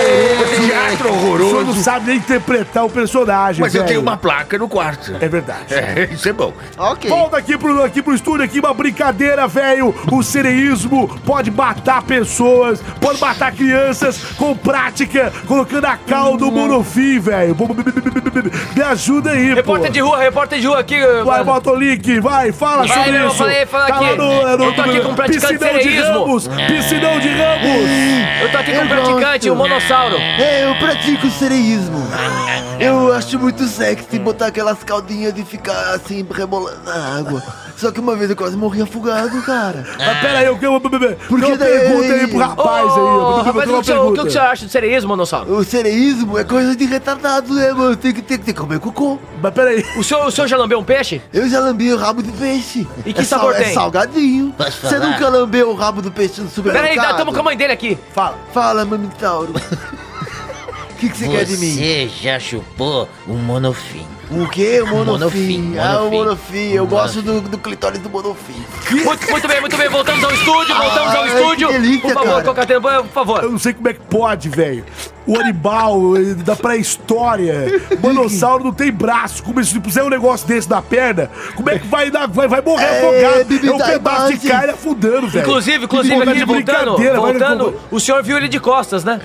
Speaker 12: É, Teatro
Speaker 3: Teatro horroroso. O senhor não
Speaker 12: horroroso.
Speaker 3: sabe nem interpretar o personagem,
Speaker 12: Mas eu
Speaker 3: velho.
Speaker 11: É.
Speaker 12: tenho uma placa no quarto.
Speaker 3: É verdade.
Speaker 12: É, isso é bom.
Speaker 11: Ok.
Speaker 3: Volta aqui pro, aqui pro estúdio, aqui uma brincadeira, velho. O sereísmo pode matar pessoas, pode matar crianças com prática, colocando a calda
Speaker 12: Hum.
Speaker 3: no monofim, velho. Me ajuda aí,
Speaker 2: Repórter de rua, repórter de rua aqui.
Speaker 3: Vai,
Speaker 2: mano.
Speaker 3: bota o link, vai, fala
Speaker 2: Vai,
Speaker 3: sobre
Speaker 2: meu,
Speaker 3: isso.
Speaker 2: fala aí, fala
Speaker 3: Tá
Speaker 2: aqui.
Speaker 3: lá no-
Speaker 2: Eu
Speaker 3: no-
Speaker 2: tô aqui com um praticante de
Speaker 3: piscinão de
Speaker 2: sereísmo. É.
Speaker 3: Ramos, piscinão de Ramos.
Speaker 2: Eu tô aqui com um
Speaker 1: Eu
Speaker 2: praticante,
Speaker 1: gosto.
Speaker 2: o monossauro.
Speaker 1: É, eu pratico sereísmo.
Speaker 11: Ah.
Speaker 1: Eu acho muito sexy botar aquelas caldinhas e ficar assim, rebolando na água. Só que uma vez eu quase morri afogado, cara.
Speaker 3: Mas pera aí, eu tenho uma, eu
Speaker 1: Porque
Speaker 3: tenho uma
Speaker 1: daí-
Speaker 3: pergunta aí pro rapaz aí.
Speaker 2: Ô,
Speaker 3: Eu
Speaker 2: rapaz,
Speaker 3: tenho
Speaker 2: o que,
Speaker 3: uma
Speaker 2: o senhor- o que o senhor
Speaker 3: pergunta.
Speaker 2: acha do sereísmo, monossauro?
Speaker 1: O sereísmo é coisa de retardado, né, mano? Tem que, tem que comer cocô.
Speaker 3: Mas pera aí.
Speaker 2: O senhor, o senhor já lambeu um peixe?
Speaker 1: Eu já lambi o rabo de peixe.
Speaker 2: E que
Speaker 1: é sal-
Speaker 2: sabor
Speaker 1: É
Speaker 2: tem?
Speaker 1: salgadinho. Você nunca lambeu o rabo do peixe no
Speaker 2: Peraí,
Speaker 1: supermercado?
Speaker 2: dá- tamo com a mãe dele aqui.
Speaker 1: Fala, mamitauro. O que que você quer de mim?
Speaker 5: Você já chupou um monofim.
Speaker 1: O quê? O monofim.
Speaker 5: Monofim,
Speaker 1: Ah, o
Speaker 5: monofim.
Speaker 1: monofim. Eu gosto do, do clitóris do monofim.
Speaker 2: Muito, muito bem, muito bem. Voltamos ao estúdio, voltamos ao
Speaker 1: Ai,
Speaker 2: estúdio.
Speaker 1: que delícia,
Speaker 2: por favor,
Speaker 1: cara.
Speaker 2: Cocatena, por favor.
Speaker 3: Eu não sei como é que pode, velho. o animal eh, da pré-história. Manossauro não tem braço. Como se puser um negócio desse na perna, como é que vai dar? Vai, vai morrer afogado.
Speaker 1: Bibi
Speaker 3: É um
Speaker 1: da
Speaker 3: pedaço de
Speaker 1: Imagem.
Speaker 3: carne afundando, velho.
Speaker 2: Inclusive,
Speaker 3: Que
Speaker 2: inclusive,
Speaker 3: vontade
Speaker 2: aqui,
Speaker 3: de
Speaker 2: voltando,
Speaker 3: brincadeira, vai no-
Speaker 2: voltando, o senhor viu ele de costas, né?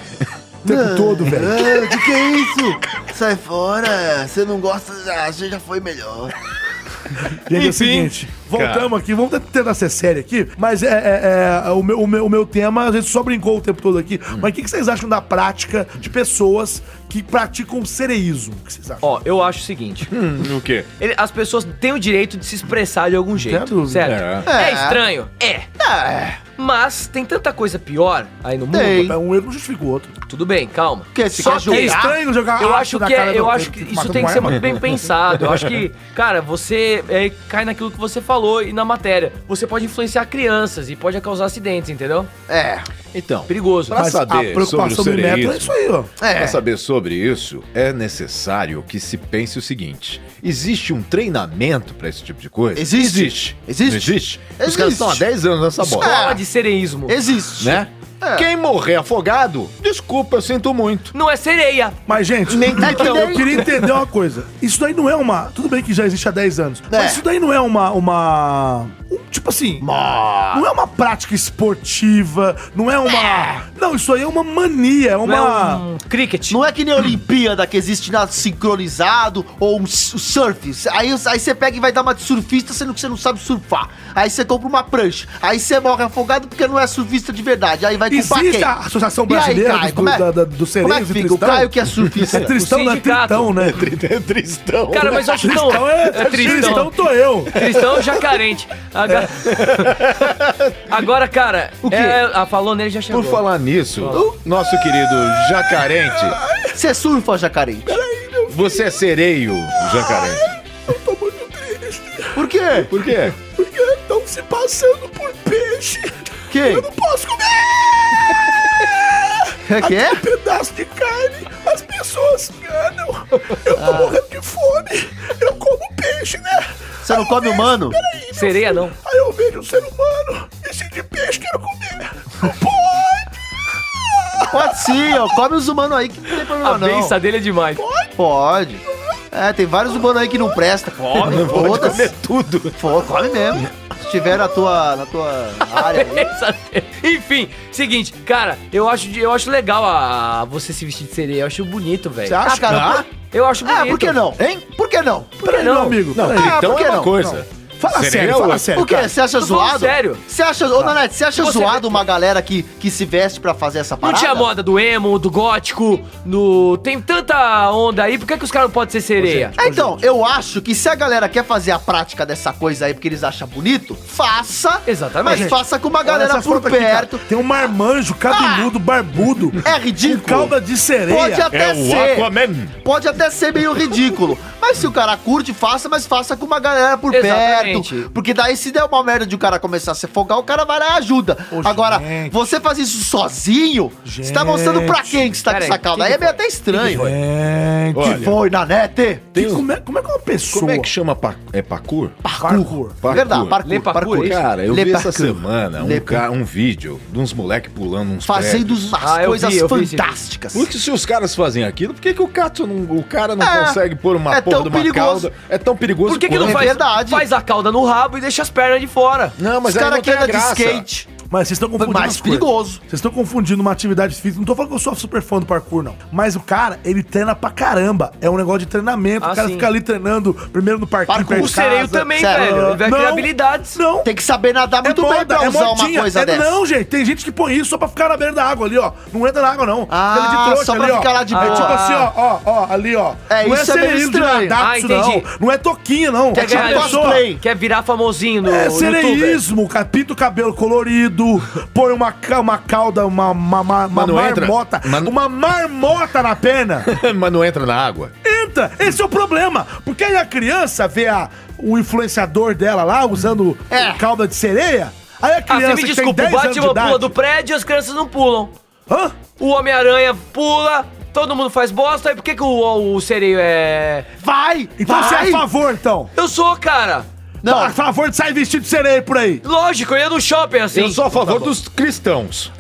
Speaker 3: O tempo todo, velho.
Speaker 1: Ah, que que é isso? Sai fora, você não gosta, já, você já foi melhor.
Speaker 3: Gente, é o seguinte, voltamos aqui, vamos tentar ser sério aqui, mas é, é- é, o, meu, o, meu, o meu tema, a gente só brincou o tempo todo aqui, mas o que, que vocês acham da prática de pessoas que praticam sereísmo? O que vocês acham?
Speaker 2: Ó, eu acho o seguinte.
Speaker 11: Hum,
Speaker 4: O quê?
Speaker 2: ele- as pessoas têm o direito de se expressar de algum jeito,
Speaker 3: dúvida.
Speaker 2: certo? É. estranho, é. Mas tem tanta coisa pior aí no mundo.
Speaker 11: Tem.
Speaker 3: É Um erro não justifica o outro.
Speaker 2: Tudo bem, calma.
Speaker 11: Quer se
Speaker 2: Só
Speaker 11: quer
Speaker 2: que
Speaker 11: jogar?
Speaker 3: É estranho jogar
Speaker 2: Eu
Speaker 3: ácido
Speaker 2: acho
Speaker 3: na
Speaker 2: que, é-
Speaker 3: cara do-
Speaker 2: eu acho que
Speaker 3: mata
Speaker 2: isso
Speaker 3: com
Speaker 2: tem que ser
Speaker 3: arma.
Speaker 2: muito bem pensado. Eu acho que, cara, você é, cai naquilo que você falou e na matéria. Você pode influenciar crianças e pode causar acidentes, entendeu?
Speaker 11: É,
Speaker 4: Então,
Speaker 2: Perigoso.
Speaker 4: Pra
Speaker 3: Mas a
Speaker 4: saber
Speaker 3: preocupação
Speaker 4: sobre
Speaker 3: do
Speaker 4: o
Speaker 3: metro é
Speaker 4: sereísmo.
Speaker 3: isso aí, ó.
Speaker 4: Para saber sobre isso, é necessário que se pense o seguinte: existe um treinamento para esse tipo de coisa?
Speaker 11: Existe.
Speaker 4: Existe.
Speaker 11: Existe.
Speaker 4: Não existe. Os
Speaker 11: Existe.
Speaker 4: caras estão há 10 anos nessa bola.
Speaker 2: Fala de sereísmo.
Speaker 11: existe.
Speaker 4: Né?
Speaker 11: É.
Speaker 4: Quem morrer afogado, desculpa, eu sinto muito.
Speaker 2: Não é sereia.
Speaker 3: Mas, gente, então, eu queria entender uma coisa. Isso daí não é uma. Tudo bem que já existe há 10 anos.
Speaker 11: É.
Speaker 3: Mas isso daí não é uma. uma um- tipo assim. Não é uma prática esportiva. Não é uma. Não, isso aí é uma mania. É
Speaker 2: Não é
Speaker 3: uma.
Speaker 2: um cricket.
Speaker 11: Não é que nem a Olimpíada que existe nada sincronizado ou um s- o surf. Aí, aí você pega e vai dar uma de surfista sendo que você não sabe surfar. Aí você compra uma prancha. Aí você morre afogado porque não é surfista de verdade. Aí vai com
Speaker 3: Existe a
Speaker 11: baquet.
Speaker 3: Associação
Speaker 11: E aí,
Speaker 3: Brasileira
Speaker 11: Caio,
Speaker 3: dos-
Speaker 11: como é-
Speaker 3: da- da- dos
Speaker 11: Como é que
Speaker 3: Sereios e
Speaker 11: fica? O Caio
Speaker 3: Tristão?
Speaker 11: que é surfista.
Speaker 3: É Tristão,
Speaker 2: O
Speaker 3: não é
Speaker 2: sindicato.
Speaker 3: Tristão, né?
Speaker 11: É
Speaker 4: Tristão.
Speaker 2: Cara, mas eu acho tão.
Speaker 3: Tristão é,
Speaker 2: É
Speaker 3: Tristão
Speaker 2: tristão.
Speaker 3: tô eu.
Speaker 2: Tristão já carente. Agora, Agora, cara, o
Speaker 11: quê?
Speaker 2: a falou nele já chegou.
Speaker 4: Por falar nisso, nosso querido Jacarente,
Speaker 11: Você surfa, jacarente.
Speaker 4: você é sereio, Jacarente.
Speaker 3: Tô muito triste,
Speaker 11: Por quê?
Speaker 4: Por quê?
Speaker 3: porque estão se passando por peixe.
Speaker 11: Quem?
Speaker 3: Eu não posso comer!
Speaker 11: É que é?
Speaker 3: Aquele pedaço de carne, as pessoas enganam. Eu
Speaker 11: Ah.
Speaker 3: tô morrendo de fome. Eu como peixe, né?
Speaker 11: Você não
Speaker 3: Aí eu
Speaker 11: come
Speaker 3: vejo-
Speaker 11: humano?
Speaker 3: Peraí, meu
Speaker 2: Sereia,
Speaker 3: filho.
Speaker 2: não.
Speaker 3: Aí eu vejo um ser humano. Esse de peixe quero comer. Não pode,
Speaker 11: Pode sim, ó. Come os humanos aí que não tem problema
Speaker 2: A
Speaker 11: Ah, não.
Speaker 2: benção dele é demais.
Speaker 11: Pode. É, tem vários humanos aí que não presta. Come,
Speaker 4: Comer tudo.
Speaker 11: Come mesmo. Se tiver na tua, na tua área aí.
Speaker 2: Benção dele. Enfim, seguinte, cara, eu acho, de- eu acho legal a, você se vestir de sereia. Eu acho bonito, velho.
Speaker 11: acha, cara?
Speaker 2: Eu acho bonito.
Speaker 11: Ah, por que não? Hein? Por que não?
Speaker 2: Por que não?
Speaker 3: amigo. Não,
Speaker 11: Ah,
Speaker 4: Então
Speaker 11: por que
Speaker 4: é uma
Speaker 11: não?
Speaker 4: coisa.
Speaker 3: Fala
Speaker 4: Sereia
Speaker 3: sério,
Speaker 4: é
Speaker 3: fala
Speaker 4: outra.
Speaker 3: sério.
Speaker 11: Por quê?
Speaker 3: cara.
Speaker 11: Você acha
Speaker 2: Tô falando
Speaker 11: zoado?
Speaker 2: sério. Tá.
Speaker 11: Você acha. Ô, Nanete, você acha
Speaker 2: Você
Speaker 11: zoado
Speaker 2: vê-
Speaker 11: uma galera que, que se veste pra fazer essa
Speaker 2: Não
Speaker 11: parada?
Speaker 2: tinha moda do emo, do gótico, no. Tem tanta onda aí, por que, que os caras não podem ser sereia?
Speaker 11: É, então, eu acho que se a galera quer fazer a prática dessa coisa aí porque eles acham bonito, faça.
Speaker 2: Exatamente.
Speaker 11: Mas
Speaker 2: Gente,
Speaker 11: faça com uma
Speaker 3: Olha
Speaker 11: galera
Speaker 3: essas
Speaker 11: por
Speaker 3: fotos aqui, cara.
Speaker 11: perto.
Speaker 3: Tem um marmanjo cabeludo, barbudo.
Speaker 11: É
Speaker 3: Com
Speaker 11: ridículo.
Speaker 3: cauda de sereia.
Speaker 11: Pode até
Speaker 4: É o
Speaker 11: ser.
Speaker 4: Aquaman.
Speaker 11: Pode até ser meio ridículo. Mas se o cara curte, faça, mas faça com uma galera por
Speaker 2: Exatamente.
Speaker 11: perto. Porque daí, se der uma merda de o cara começar a se afogar, o cara vai lá e ajuda.
Speaker 3: Ô,
Speaker 11: Agora,
Speaker 3: gente.
Speaker 11: você faz isso sozinho, você tá mostrando pra quem que você tá com
Speaker 2: Pera
Speaker 11: essa
Speaker 2: aí,
Speaker 11: calda.
Speaker 2: que
Speaker 11: Aí
Speaker 2: que
Speaker 11: é meio até estranho. Que
Speaker 3: Gente,
Speaker 4: Olha,
Speaker 11: foi, Nanete?
Speaker 4: tem um-
Speaker 3: como, é, como é que uma pessoa...
Speaker 4: Como é que chama? pa- É parkour?
Speaker 3: Parkour.
Speaker 4: Parkour.
Speaker 11: Verdade,
Speaker 2: Lê
Speaker 11: parkour,
Speaker 2: parkour,
Speaker 11: parkour.
Speaker 2: isso?
Speaker 4: Cara, eu
Speaker 11: Lê
Speaker 4: vi essa
Speaker 11: parkour.
Speaker 4: semana
Speaker 11: Lê
Speaker 4: um, ca- um vídeo de uns moleque pulando uns
Speaker 3: É.
Speaker 11: Fazendo umas
Speaker 2: Ah, eu
Speaker 11: coisas
Speaker 2: vi, eu vi esse
Speaker 11: fantásticas.
Speaker 4: Porque se os caras fazem aquilo, por que, que o, Cato não- o cara não
Speaker 11: É.
Speaker 4: consegue pôr uma
Speaker 11: É tão
Speaker 4: porra de uma
Speaker 11: perigoso.
Speaker 4: cauda? É tão perigoso.
Speaker 2: Por que, que não
Speaker 4: quanto.
Speaker 11: É
Speaker 2: faz,
Speaker 11: verdade.
Speaker 2: faz a cauda no rabo e deixa as pernas de fora?
Speaker 4: Não, mas
Speaker 11: Os
Speaker 4: aí
Speaker 11: caras
Speaker 4: não
Speaker 11: que
Speaker 4: tem a
Speaker 11: andam de
Speaker 4: graça.
Speaker 11: skate.
Speaker 3: Mas vocês estão confundindo
Speaker 11: mais
Speaker 3: as coisas.
Speaker 11: perigoso.
Speaker 3: Vocês estão confundindo uma atividade física. Não tô falando que eu sou super fã do parkour, não. Mas o cara, ele treina pra caramba. É um negócio de treinamento.
Speaker 2: Ah,
Speaker 3: o cara
Speaker 2: sim.
Speaker 3: fica ali treinando primeiro no parquinho
Speaker 11: Parkour,
Speaker 3: perto
Speaker 2: O
Speaker 3: de casa.
Speaker 2: sereio também,
Speaker 11: sério.
Speaker 2: velho. Ele vai ter
Speaker 3: Não.
Speaker 2: habilidades.
Speaker 3: Não.
Speaker 11: Tem que saber nadar muito bem pra usar uma coisa
Speaker 3: é,
Speaker 11: dessa.
Speaker 3: Não, gente. Tem gente que põe isso só pra ficar na beira da água ali, ó. Não entra na água, não.
Speaker 11: Ah,
Speaker 3: Fica ali
Speaker 11: só pra
Speaker 3: ó.
Speaker 11: ficar lá de
Speaker 3: É
Speaker 11: boa.
Speaker 3: tipo assim, ó, ó, ó, ali, ó.
Speaker 11: É,
Speaker 3: não
Speaker 11: isso é meio
Speaker 3: sereísmo de
Speaker 11: estranho.
Speaker 3: nadar
Speaker 2: Ah,
Speaker 3: isso,
Speaker 2: entendi.
Speaker 3: não. Não é toquinha, não.
Speaker 2: Quer ganhar
Speaker 11: Tipo
Speaker 2: pessoa,
Speaker 11: cosplay.
Speaker 2: quer virar famosinho no
Speaker 3: É
Speaker 2: YouTube.
Speaker 3: sereísmo, cara. Pinta o cabelo colorido, põe uma, ca- uma cauda, uma, uma, uma, uma
Speaker 4: não entra.
Speaker 3: marmota,
Speaker 4: Mas não-
Speaker 3: uma marmota na perna.
Speaker 4: mas não entra na água.
Speaker 3: Entra! Esse é o problema. Porque aí a criança vê a, o influenciador dela lá usando
Speaker 11: É.
Speaker 3: cauda de sereia. Aí a
Speaker 2: Ah,
Speaker 3: criança
Speaker 2: você me
Speaker 3: que
Speaker 2: desculpa, o
Speaker 3: tem 10 anos de
Speaker 2: Batman pula
Speaker 3: idade...
Speaker 2: do prédio e as crianças não pulam.
Speaker 3: Hã?
Speaker 2: O Homem-Aranha pula, todo mundo faz bosta, aí por que, que o, o sereio é.
Speaker 11: Vai!
Speaker 3: Então
Speaker 11: vai.
Speaker 3: você é a favor, então.
Speaker 2: Eu sou, cara!
Speaker 11: Não.
Speaker 3: A favor de sair vestido de sereia por aí.
Speaker 2: Lógico, eu ia no shopping assim.
Speaker 4: Eu sou a favor dos cristãos.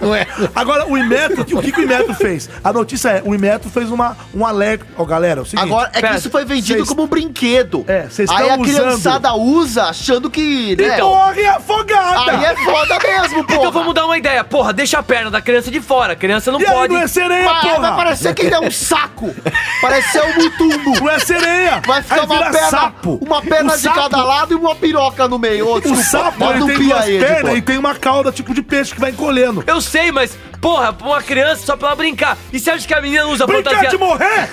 Speaker 4: Não é?
Speaker 3: Agora, o Imetro, o que, que o Imetro fez? A notícia é, o Imetro fez uma, um alerta. Ó, galera, é o seguinte.
Speaker 11: Agora, é que
Speaker 2: Pera,
Speaker 11: isso foi vendido
Speaker 3: vocês-
Speaker 11: como um brinquedo.
Speaker 3: É, vocês
Speaker 11: Aí a
Speaker 3: estão usando- Então,
Speaker 11: criançada usa achando que. Né,
Speaker 3: Morre afogada!
Speaker 11: aí é foda mesmo, pô.
Speaker 2: Então vamos dar uma ideia. Porra, deixa a perna da criança de fora. A criança não
Speaker 3: E aí,
Speaker 2: pode.
Speaker 3: não é sereia,
Speaker 11: Vai, vai
Speaker 3: porra!
Speaker 11: parecer que ele é um saco. Parecer um mutumbo.
Speaker 3: Não é sereia!
Speaker 11: Vai ficar
Speaker 3: Aí
Speaker 11: uma
Speaker 3: vira
Speaker 11: perna,
Speaker 3: sapo!
Speaker 11: uma
Speaker 3: O
Speaker 11: perna de
Speaker 3: sapo-
Speaker 11: cada lado e uma piroca no meio. Ô,
Speaker 3: O
Speaker 11: desculpa,
Speaker 3: sapo,
Speaker 11: bota
Speaker 3: ele
Speaker 11: um
Speaker 3: tem
Speaker 11: pia
Speaker 3: duas
Speaker 11: aí,
Speaker 3: pernas
Speaker 11: pô.
Speaker 3: e tem uma cauda tipo de peixe que vai encolhendo.
Speaker 2: Eu sei, mas, porra, pra uma criança só pra ela brincar. E você acha que a menina não usa
Speaker 3: Brincar de
Speaker 2: fantasia?
Speaker 3: morrer?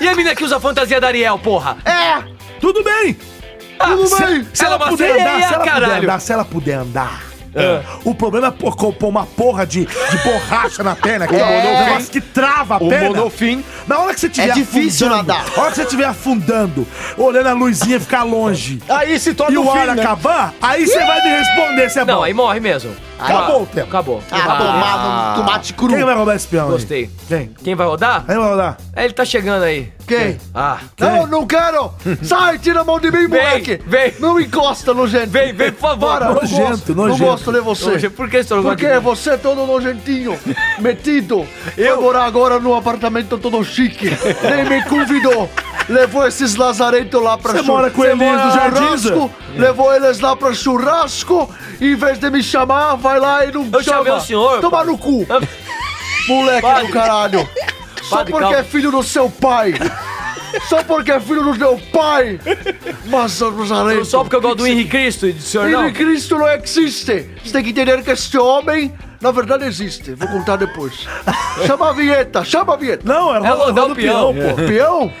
Speaker 2: E a menina que usa fantasia da Ariel, porra?
Speaker 11: É,
Speaker 3: Tudo bem!
Speaker 2: Ah,
Speaker 3: Tudo
Speaker 2: se-
Speaker 3: bem!
Speaker 2: se ela puder andar,
Speaker 3: se ela puder
Speaker 2: caralho.
Speaker 3: andar, se ela puder andar. O problema é pôr, pôr uma porra de, de borracha na perna, que é,
Speaker 11: É.
Speaker 3: um negócio que trava a
Speaker 4: O
Speaker 3: perna.
Speaker 4: monofim.
Speaker 3: Na hora que você estiver
Speaker 11: É difícil
Speaker 3: afundando,
Speaker 11: nadar.
Speaker 3: na hora que você estiver afundando, olhando a luzinha ficar longe
Speaker 4: Aí se torna
Speaker 3: e
Speaker 11: um
Speaker 3: o
Speaker 4: fim,
Speaker 3: ar
Speaker 4: né?
Speaker 3: acabar, aí você vai me responder se é
Speaker 2: Não,
Speaker 3: bom.
Speaker 2: aí morre mesmo.
Speaker 3: Acabou o tempo.
Speaker 2: Acabou.
Speaker 11: ah, tomar no tomate cru.
Speaker 3: Quem vai rodar esse peão? aí?
Speaker 2: Gostei.
Speaker 3: Quem?
Speaker 2: Quem vai rodar?
Speaker 3: Aí vai rodar.
Speaker 2: É, ele tá chegando aí.
Speaker 11: Quem?
Speaker 2: Ah.
Speaker 11: Não, não quero! Sai, tira a mão de mim, moleque!
Speaker 2: vem.
Speaker 11: Não encosta, nojento!
Speaker 2: Vem, vem, por favor.
Speaker 11: Bora, não
Speaker 3: Nojento,
Speaker 11: gosto,
Speaker 3: nojento.
Speaker 11: Não gosto de você!
Speaker 2: Hoje, por que você não
Speaker 11: Porque
Speaker 2: gosta de mim?
Speaker 11: você é todo nojentinho, metido. Eu Foi morar agora num apartamento todo chique. Nem me convidou. Levou esses lazarentos lá pra
Speaker 3: Você mora com eles
Speaker 11: mora
Speaker 3: no
Speaker 11: no
Speaker 3: jardim, Zé?
Speaker 11: churrasco.
Speaker 2: É.
Speaker 11: Levou eles lá pra churrasco. Em vez de me chamar, vai lá e não
Speaker 2: Eu
Speaker 11: chama.
Speaker 2: chamei o senhor,
Speaker 11: Toma
Speaker 2: padre.
Speaker 11: no cu. Moleque
Speaker 2: Padre.
Speaker 11: do caralho. Só
Speaker 2: Padre,
Speaker 11: porque
Speaker 2: calma.
Speaker 11: é filho do seu pai. Só porque é filho do teu pai. Mas, Lazarento.
Speaker 2: Só porque eu gosto do Henrique Cristo e do senhor
Speaker 11: Ele
Speaker 2: não.
Speaker 11: Cristo não existe. Você tem que entender que este homem, na verdade, existe. Vou contar depois. Chama a vinheta, chama a vinheta.
Speaker 3: Não, era
Speaker 2: É rodar o peão, pô.
Speaker 11: Peão?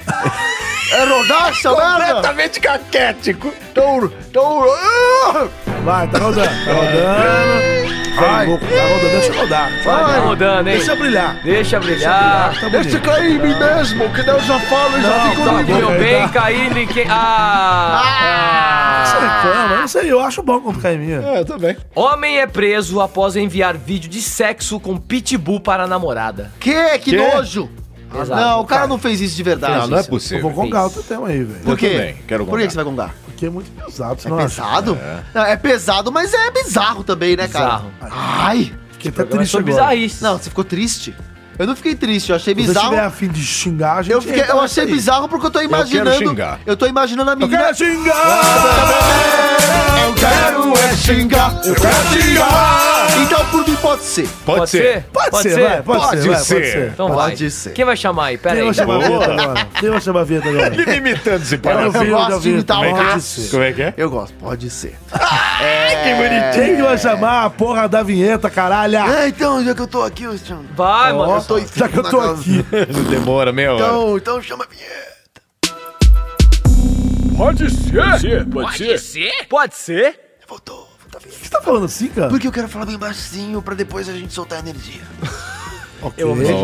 Speaker 11: É rodar essa merda?
Speaker 4: Completamente caquético.
Speaker 11: Então, então... ah!
Speaker 3: Vai, tá rodando. Tá rodando. Vai, louco, tá rodando. Deixa rodar. Vai,
Speaker 11: Vai.
Speaker 2: Tá rodando, hein?
Speaker 3: deixa brilhar.
Speaker 2: Deixa brilhar.
Speaker 3: Tá
Speaker 11: Deixa
Speaker 3: bonito.
Speaker 11: cair é em mim mesmo, que daí eu já falo e já
Speaker 3: Não,
Speaker 11: fico
Speaker 3: tá
Speaker 11: livre.
Speaker 2: Meu bem, caindo em quem... Ah!
Speaker 3: Você reclama, é eu não sei, eu acho bom quando cai em mim.
Speaker 4: É, eu também.
Speaker 2: Homem é preso após enviar vídeo de sexo com pitbull para a namorada.
Speaker 11: Que? Que nojo.
Speaker 2: Exato.
Speaker 11: Não, o cara não fez isso de verdade.
Speaker 4: Não, não é
Speaker 11: Cícero.
Speaker 3: Eu vou
Speaker 4: possível.
Speaker 3: gongar outro tema aí, velho.
Speaker 11: Por quê?
Speaker 4: também, quero
Speaker 11: Por que
Speaker 4: gongar.
Speaker 11: que você vai gongar?
Speaker 3: Porque é muito pesado, você
Speaker 11: É
Speaker 3: não acha?
Speaker 11: pesado? Não, é pesado, mas é bizarro também, né, cara?
Speaker 2: Bizarro.
Speaker 11: Ai!
Speaker 3: Fiquei até
Speaker 2: Mas
Speaker 3: triste
Speaker 2: sou
Speaker 3: agora.
Speaker 2: bizarrice.
Speaker 11: Não, você ficou triste. Eu não fiquei triste, eu achei
Speaker 3: Se você
Speaker 11: bizarro.
Speaker 3: tiver afim de xingar, a gente
Speaker 11: Eu, fiquei-
Speaker 3: entra
Speaker 11: eu
Speaker 3: nessa
Speaker 11: achei
Speaker 3: aí.
Speaker 11: bizarro porque eu tô
Speaker 4: quero
Speaker 11: imaginando.
Speaker 4: xingar.
Speaker 11: Eu tô imaginando a
Speaker 3: Eu
Speaker 11: menina.
Speaker 3: quero é xingar!
Speaker 11: Eu quero é xingar. Eu quero xingar. Então por mim pode ser.
Speaker 4: Pode, ser.
Speaker 3: Pode, ser, vai, pode,
Speaker 4: Pode
Speaker 3: ser, vai,
Speaker 4: ser.
Speaker 3: pode ser.
Speaker 2: Então
Speaker 11: Pode
Speaker 2: vai.
Speaker 11: ser.
Speaker 2: Quem vai chamar aí? Pera
Speaker 3: Quem vai
Speaker 2: aí.
Speaker 3: chamar a
Speaker 4: Boa.
Speaker 3: vinheta agora? Quem vai chamar a vinheta agora?
Speaker 4: Ele me imitando esse
Speaker 3: Eu
Speaker 4: palhaço.
Speaker 11: vi.
Speaker 3: ouvi, eu
Speaker 11: gosto de
Speaker 3: ouvi.
Speaker 11: imitar o
Speaker 3: Pode
Speaker 11: Max.
Speaker 3: ser.
Speaker 4: Como é que é?
Speaker 11: Eu gosto, pode ser.
Speaker 4: Que bonitinho.
Speaker 3: Quem que vai chamar a porra da vinheta, caralho?
Speaker 1: É, então, já que eu tô aqui, ô chão.
Speaker 2: Vai, mano.
Speaker 11: tô
Speaker 3: Já que eu tô aqui.
Speaker 4: Não demora, meia hora.
Speaker 1: Então, então chama a vinheta.
Speaker 2: Pode ser? Pode ser?
Speaker 1: Voltou. voltou a vinheta.
Speaker 3: Você tá falando assim, cara?
Speaker 1: Porque eu quero falar bem baixinho pra depois a gente soltar a energia.
Speaker 3: Eu
Speaker 2: amo esse
Speaker 3: Ok.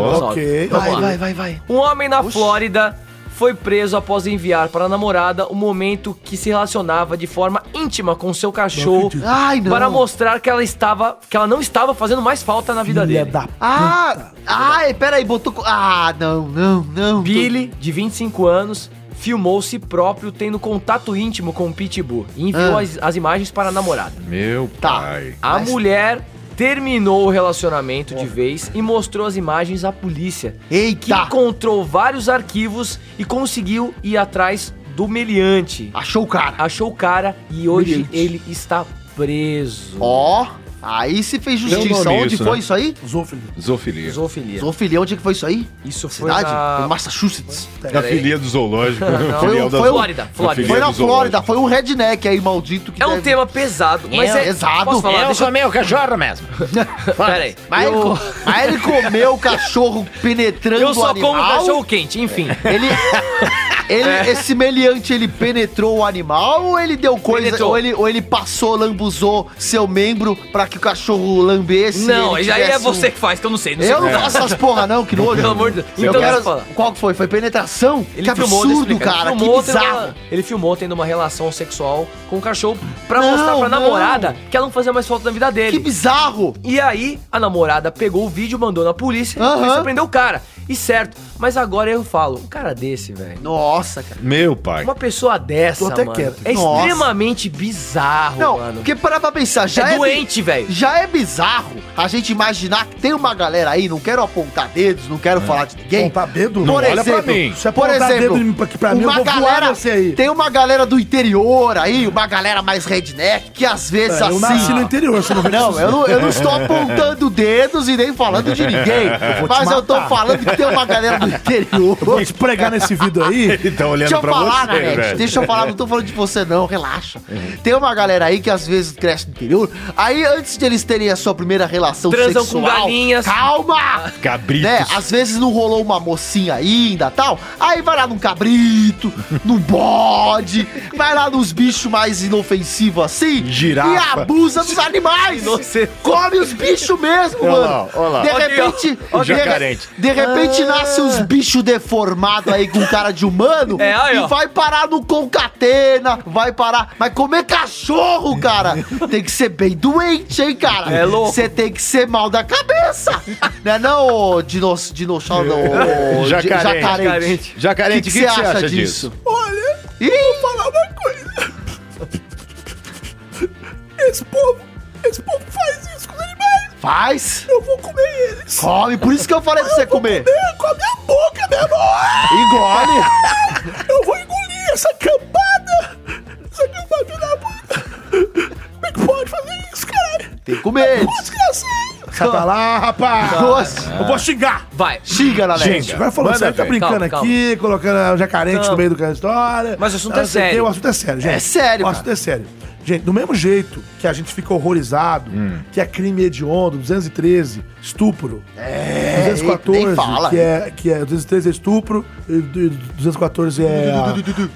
Speaker 2: dinossauro.
Speaker 1: Vai,
Speaker 2: lá.
Speaker 1: vai, vai, vai.
Speaker 2: Um homem na Flórida foi preso após enviar para a namorada o momento que se relacionava de forma íntima com seu cachorro
Speaker 3: acredito.
Speaker 11: Ai, não.
Speaker 2: para mostrar que ela estava que ela não estava fazendo mais falta na vida
Speaker 3: Filha
Speaker 2: dele.
Speaker 3: da
Speaker 11: Ah! Ai, peraí, botou. co- Ah, não, não, não.
Speaker 2: Billy, de 25 anos, filmou-se próprio tendo contato íntimo com o Pitbull e enviou
Speaker 11: Ah.
Speaker 2: as, as imagens para a namorada.
Speaker 4: Meu
Speaker 11: Tá.
Speaker 4: pai.
Speaker 2: A mulher terminou o relacionamento de vez e mostrou as imagens à polícia, que
Speaker 1: Tá.
Speaker 11: Eita!
Speaker 2: encontrou vários arquivos e conseguiu ir atrás do meliante.
Speaker 11: Achou o cara.
Speaker 2: Achou o cara e hoje
Speaker 11: Meliante.
Speaker 2: ele está preso.
Speaker 11: Ó, aí se fez
Speaker 4: Deu
Speaker 11: justiça.
Speaker 4: nome
Speaker 11: Onde
Speaker 4: isso,
Speaker 11: foi
Speaker 4: né?
Speaker 11: isso aí?
Speaker 3: Zófilo.
Speaker 4: Zoofilia.
Speaker 2: Zoofilia.
Speaker 11: Zoofilia, onde é que foi isso aí?
Speaker 2: Isso foi
Speaker 11: Cidade? Foi
Speaker 2: na...
Speaker 11: em Massachusetts.
Speaker 4: Da filia do zoológico.
Speaker 11: Foi,
Speaker 4: Filial
Speaker 11: o-
Speaker 4: da
Speaker 11: foi, o-
Speaker 4: zoo-
Speaker 2: Flórida, Flórida.
Speaker 4: filia
Speaker 11: Foi
Speaker 4: do
Speaker 11: na
Speaker 4: zoológico.
Speaker 11: Flórida, foi um redneck aí, maldito. Que
Speaker 2: É um
Speaker 11: deve-
Speaker 2: tema pesado, mas é...
Speaker 11: pesado.
Speaker 2: Posso falar?
Speaker 5: Eu
Speaker 2: Deixa
Speaker 5: sou meio cachorro mesmo.
Speaker 2: eu... Pera aí.
Speaker 11: Mas, ele, co- mas ele comeu o cachorro penetrando
Speaker 2: Eu
Speaker 11: o
Speaker 2: só
Speaker 11: animal. É.
Speaker 2: como cachorro quente, enfim.
Speaker 11: Ele, ele,
Speaker 2: É.
Speaker 11: esse meliante, ele penetrou o animal ou ele deu coisa,
Speaker 2: Penetrou.
Speaker 11: ou ele, ou ele passou, lambuzou seu membro pra que o cachorro lambesse? e
Speaker 2: Não,
Speaker 11: ele
Speaker 2: aí é
Speaker 11: tivesse um-
Speaker 2: você que faz, que eu não sei. Não sei
Speaker 11: Eu não
Speaker 2: como é.
Speaker 11: faço essas porra não, que nojo.
Speaker 2: Pelo amor de Deus.
Speaker 11: Eu
Speaker 2: Então, deixa eu
Speaker 11: quero-
Speaker 2: falar.
Speaker 11: Qual que foi? Foi penetração? que
Speaker 2: filmou, deixa eu
Speaker 11: absurdo,
Speaker 2: explicar.
Speaker 11: cara,
Speaker 2: Ele
Speaker 11: que
Speaker 2: filmou tendo
Speaker 11: bizarro.
Speaker 2: uma- ele filmou tendo uma relação sexual com o cachorro pra
Speaker 11: Não,
Speaker 2: mostrar pra
Speaker 11: não.
Speaker 2: namorada que ela não fazia mais falta na vida dele.
Speaker 11: Que bizarro.
Speaker 2: E aí, a namorada pegou o vídeo, mandou na polícia, e a
Speaker 11: Aham.
Speaker 2: polícia prendeu o cara. E certo, mas agora eu falo, um cara desse, velho.
Speaker 11: Nossa, cara.
Speaker 4: Meu pai.
Speaker 2: Uma pessoa dessa,
Speaker 3: Tô até
Speaker 2: mano,
Speaker 3: quieto.
Speaker 2: é
Speaker 11: Nossa.
Speaker 2: extremamente bizarro,
Speaker 11: Não,
Speaker 2: mano.
Speaker 11: porque parar pra pensar, já
Speaker 2: é,
Speaker 11: é,
Speaker 2: doente, velho.
Speaker 11: Já é bizarro a gente imaginar que tem uma galera aí, não quero apontar dedos, não
Speaker 2: É.
Speaker 11: quero falar de ninguém.
Speaker 3: Apontar dedo?
Speaker 11: Por
Speaker 4: olha pra
Speaker 11: exemplo,
Speaker 4: mim.
Speaker 3: Se
Speaker 11: por
Speaker 3: apontar
Speaker 11: exemplo,
Speaker 3: dedo em- pra- pra mim, eu
Speaker 11: uma
Speaker 3: vou voar
Speaker 11: galera,
Speaker 3: você aí.
Speaker 11: tem uma galera do interior aí, uma galera mais redneck, que às vezes assim...
Speaker 3: É, Eu nasci no interior, você não vê
Speaker 11: Não,
Speaker 3: isso.
Speaker 11: eu não, eu não estou apontando dedos e nem falando de ninguém. mas eu tô falando que tem uma galera do interior.
Speaker 3: Vou te pregar nesse vídeo aí.
Speaker 4: Ele tá olhando
Speaker 11: Deixa eu
Speaker 4: pra
Speaker 11: falar,
Speaker 4: você,
Speaker 11: Nanete.
Speaker 4: velho. Uhum.
Speaker 11: Deixa eu falar, não tô falando de você, não, relaxa. Tem uma galera aí que às vezes cresce no interior. Aí, antes de eles terem a sua primeira relação
Speaker 2: Transam com
Speaker 11: sexual...
Speaker 2: galinhas.
Speaker 11: Calma!
Speaker 4: Cabritos.
Speaker 11: Né? Às vezes não rolou uma mocinha ainda tal. Aí vai lá num cabrito, num bode, vai lá nos bichos mais inofensivos assim.
Speaker 4: Girafa.
Speaker 11: E abusa dos animais.
Speaker 2: Inocente.
Speaker 11: Come os bichos mesmo,
Speaker 4: Olha lá,
Speaker 11: mano.
Speaker 4: olha lá.
Speaker 11: De
Speaker 2: Olha aqui, ó.
Speaker 11: repente.
Speaker 4: Olha
Speaker 11: de,
Speaker 4: aqui.
Speaker 11: re-
Speaker 4: Jacarente.
Speaker 11: de
Speaker 3: Ah.
Speaker 11: repente nasce uns bichos deformados aí com cara de humano.
Speaker 2: É, aí,
Speaker 11: e
Speaker 2: ó.
Speaker 11: vai parar no concatena, vai parar. Mas comer cachorro, cara, tem que ser bem doente, hein, cara?
Speaker 2: É louco.
Speaker 11: Você tem que ser mal da cabeça. Né não, ô dinos, dinossauro, não, ô, di-
Speaker 4: Jacarente.
Speaker 11: jacarente.
Speaker 4: Jacarente, o que, que você acha disso?
Speaker 3: Olha,
Speaker 11: Ih,
Speaker 3: falar uma coisa. Esse povo, esse povo faz isso com os animais.
Speaker 11: faz.
Speaker 3: Eu vou comer eles.
Speaker 11: Come, por isso que eu falei pra
Speaker 3: Ah,
Speaker 11: você comer.
Speaker 3: Eu, com a minha boca, meu amor.
Speaker 11: Engole.
Speaker 3: Eu vou engolir essa campada. Essa campada na boca. Como é que pode fazer isso, É cara?
Speaker 11: Tem que comer. tá
Speaker 3: Desgraçado. Sai pra lá, rapaz.
Speaker 11: Doce.
Speaker 3: Eu vou xingar.
Speaker 2: Vai.
Speaker 11: Xinga, Nanete.
Speaker 3: Gente, agora falando
Speaker 4: Manda,
Speaker 3: sério, tá
Speaker 4: velho.
Speaker 3: brincando
Speaker 2: Calma,
Speaker 3: aqui, colocando o jacarente
Speaker 2: Calma.
Speaker 3: no meio do cara da história.
Speaker 2: Mas o assunto
Speaker 3: Ah,
Speaker 2: é
Speaker 3: não sei o quê,
Speaker 2: sério.
Speaker 3: O assunto é sério, gente.
Speaker 11: É sério,
Speaker 3: O
Speaker 11: cara.
Speaker 3: assunto é sério. Gente, do mesmo jeito que a gente fica horrorizado, que é crime hediondo, 213, estupro. É, 214,
Speaker 11: nem fala.
Speaker 3: que é, que é 213 é estupro, e du- 214 é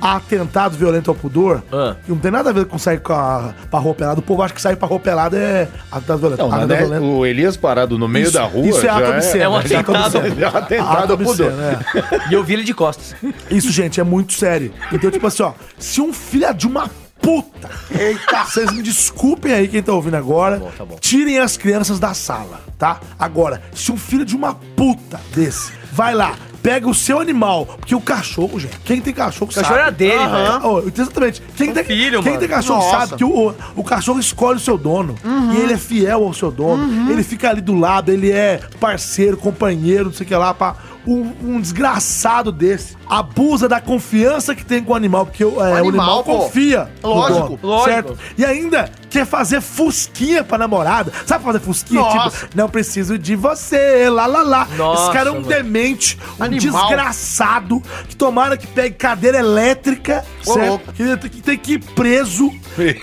Speaker 3: a- atentado violento ao pudor.
Speaker 2: Ah.
Speaker 3: E não tem nada a ver com sair com a parrou pelada. O povo acha que sair parrou pelada é atentado violento.
Speaker 4: Não,
Speaker 3: Atentado
Speaker 4: né,
Speaker 3: violento.
Speaker 4: o Elias parado no meio
Speaker 3: Isso-
Speaker 4: da rua.
Speaker 3: isso é
Speaker 4: já
Speaker 3: ato obsceno,
Speaker 2: é um
Speaker 3: né? Isso ato
Speaker 2: atentado.
Speaker 3: obsceno.
Speaker 4: É um atentado ao
Speaker 3: Ato
Speaker 4: pudor.
Speaker 3: obsceno, é.
Speaker 2: E eu vi ele de costas.
Speaker 3: Isso, gente, é muito sério. Então, tipo assim, ó, se um filho de uma puta. Eita! Vocês me desculpem aí quem tá ouvindo agora. Tirem as crianças da sala, tá? Agora, se um filho de uma puta desse vai lá, pega o seu animal, porque o cachorro, gente, quem tem cachorro sabe.
Speaker 2: cachorro era dele, né?
Speaker 3: Aham. Ó, exatamente. Quem, tem,
Speaker 2: filho,
Speaker 3: quem
Speaker 2: mano.
Speaker 3: tem cachorro
Speaker 11: Nossa.
Speaker 3: sabe que o, o cachorro escolhe o seu dono. E ele é fiel ao seu dono. Ele fica ali do lado, ele é parceiro, companheiro, não sei o que lá, pá. Um, um desgraçado desse abusa da confiança que tem com o animal, porque é, o
Speaker 11: Animal,
Speaker 3: animal
Speaker 11: pô.
Speaker 3: confia. no
Speaker 11: Lógico,
Speaker 2: lógico.
Speaker 3: E ainda quer fazer fusquinha pra namorada. Sabe fazer fusquinha?
Speaker 11: Nossa.
Speaker 3: Tipo, não preciso de você, lá, lá, lá.
Speaker 2: Nossa,
Speaker 3: Esse cara é um
Speaker 2: mano.
Speaker 3: demente, um
Speaker 11: Animal.
Speaker 3: desgraçado, que tomara que pegue cadeira elétrica,
Speaker 11: Ô,
Speaker 3: certo?
Speaker 11: louco.
Speaker 3: Que tem que, tem que ir preso,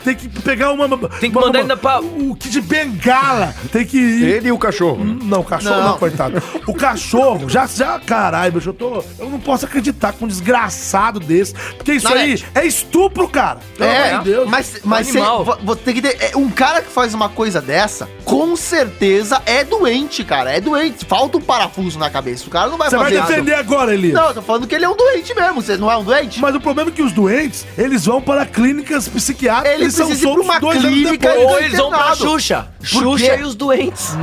Speaker 3: tem que pegar uma.
Speaker 2: Tem que mandar ainda pra-
Speaker 3: O que de bengala, tem que ir.
Speaker 4: Ele e o cachorro. né?
Speaker 3: Não, o cachorro não,
Speaker 11: Não.
Speaker 3: coitado. O cachorro, já, já, caralho, bicho, eu tô. Eu não posso acreditar com um desgraçado desse. Porque isso
Speaker 11: Nanete.
Speaker 3: aí é estupro, cara.
Speaker 11: É,
Speaker 3: amor de Deus.
Speaker 11: mas, mas cê,
Speaker 2: Animal.
Speaker 11: vo- vo- tem que ter, é, um cara que faz uma coisa dessa, com certeza é doente, cara. É doente. Falta um parafuso na cabeça. O cara não vai
Speaker 3: Você vai
Speaker 11: fazer nada.
Speaker 3: defender agora, Elias.
Speaker 11: Não, eu tô falando que ele é um doente mesmo. Você não é um doente?
Speaker 3: Mas o problema é que os doentes, eles vão para clínicas psiquiátricas.
Speaker 11: Ele precisa ir pra
Speaker 3: soltos
Speaker 11: uma
Speaker 3: dois anos
Speaker 11: clínica
Speaker 3: depois.
Speaker 11: e
Speaker 2: Ou eles vão pra
Speaker 11: internado.
Speaker 2: Xuxa.
Speaker 11: Por quê?
Speaker 2: Xuxa e os doentes.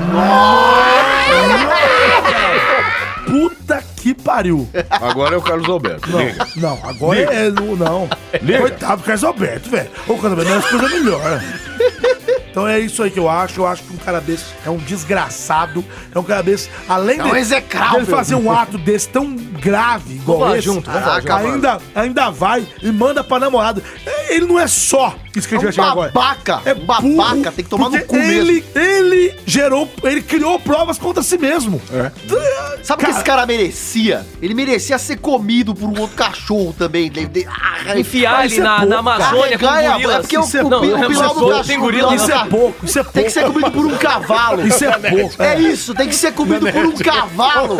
Speaker 3: Puta que pariu.
Speaker 4: Agora é o Carlos Alberto. Liga.
Speaker 3: Não, agora é. Não. não.
Speaker 4: Liga.
Speaker 3: Coitado do Carlos Alberto, velho. Ô, Carlos Alberto, não é uma coisa melhor. Então é isso aí que eu acho. Eu acho que um cara desse é um desgraçado. É um cara desse, além
Speaker 11: É um execrável.
Speaker 3: dele fazer um ato desse tão grave igual
Speaker 2: Vamos lá
Speaker 3: esse,
Speaker 2: junto, vamos
Speaker 11: lá junto.
Speaker 3: ainda, ainda vai e manda pra namorada. Ele não é só isso que a gente vai
Speaker 11: É um
Speaker 3: chegar agora.
Speaker 11: babaca,
Speaker 3: É
Speaker 11: um babaca,
Speaker 3: burro,
Speaker 11: tem que tomar no
Speaker 3: porque
Speaker 11: cu
Speaker 3: ele, Ele gerou, ele criou provas contra si mesmo.
Speaker 4: É.
Speaker 11: Sabe o que esse cara merecia? Ele merecia ser comido por um outro cachorro também. De, de, ah,
Speaker 2: Enfiar
Speaker 3: Mas
Speaker 2: ele
Speaker 3: isso é
Speaker 2: na,
Speaker 3: pouco,
Speaker 2: na Amazônia
Speaker 11: cara. Carregar,
Speaker 2: com gorilas.
Speaker 11: é porque o-
Speaker 2: Isso é-
Speaker 11: o-
Speaker 2: não,
Speaker 11: o
Speaker 2: não,
Speaker 11: pilar
Speaker 2: isso é
Speaker 11: do
Speaker 2: pouco,
Speaker 11: cachorro
Speaker 2: Tem gorila
Speaker 11: lá
Speaker 3: Isso
Speaker 2: na-
Speaker 3: é pouco, isso é pouco.
Speaker 11: Tem que ser comido por um cavalo.
Speaker 3: Isso é pouco.
Speaker 11: É isso, tem que ser comido por um cavalo.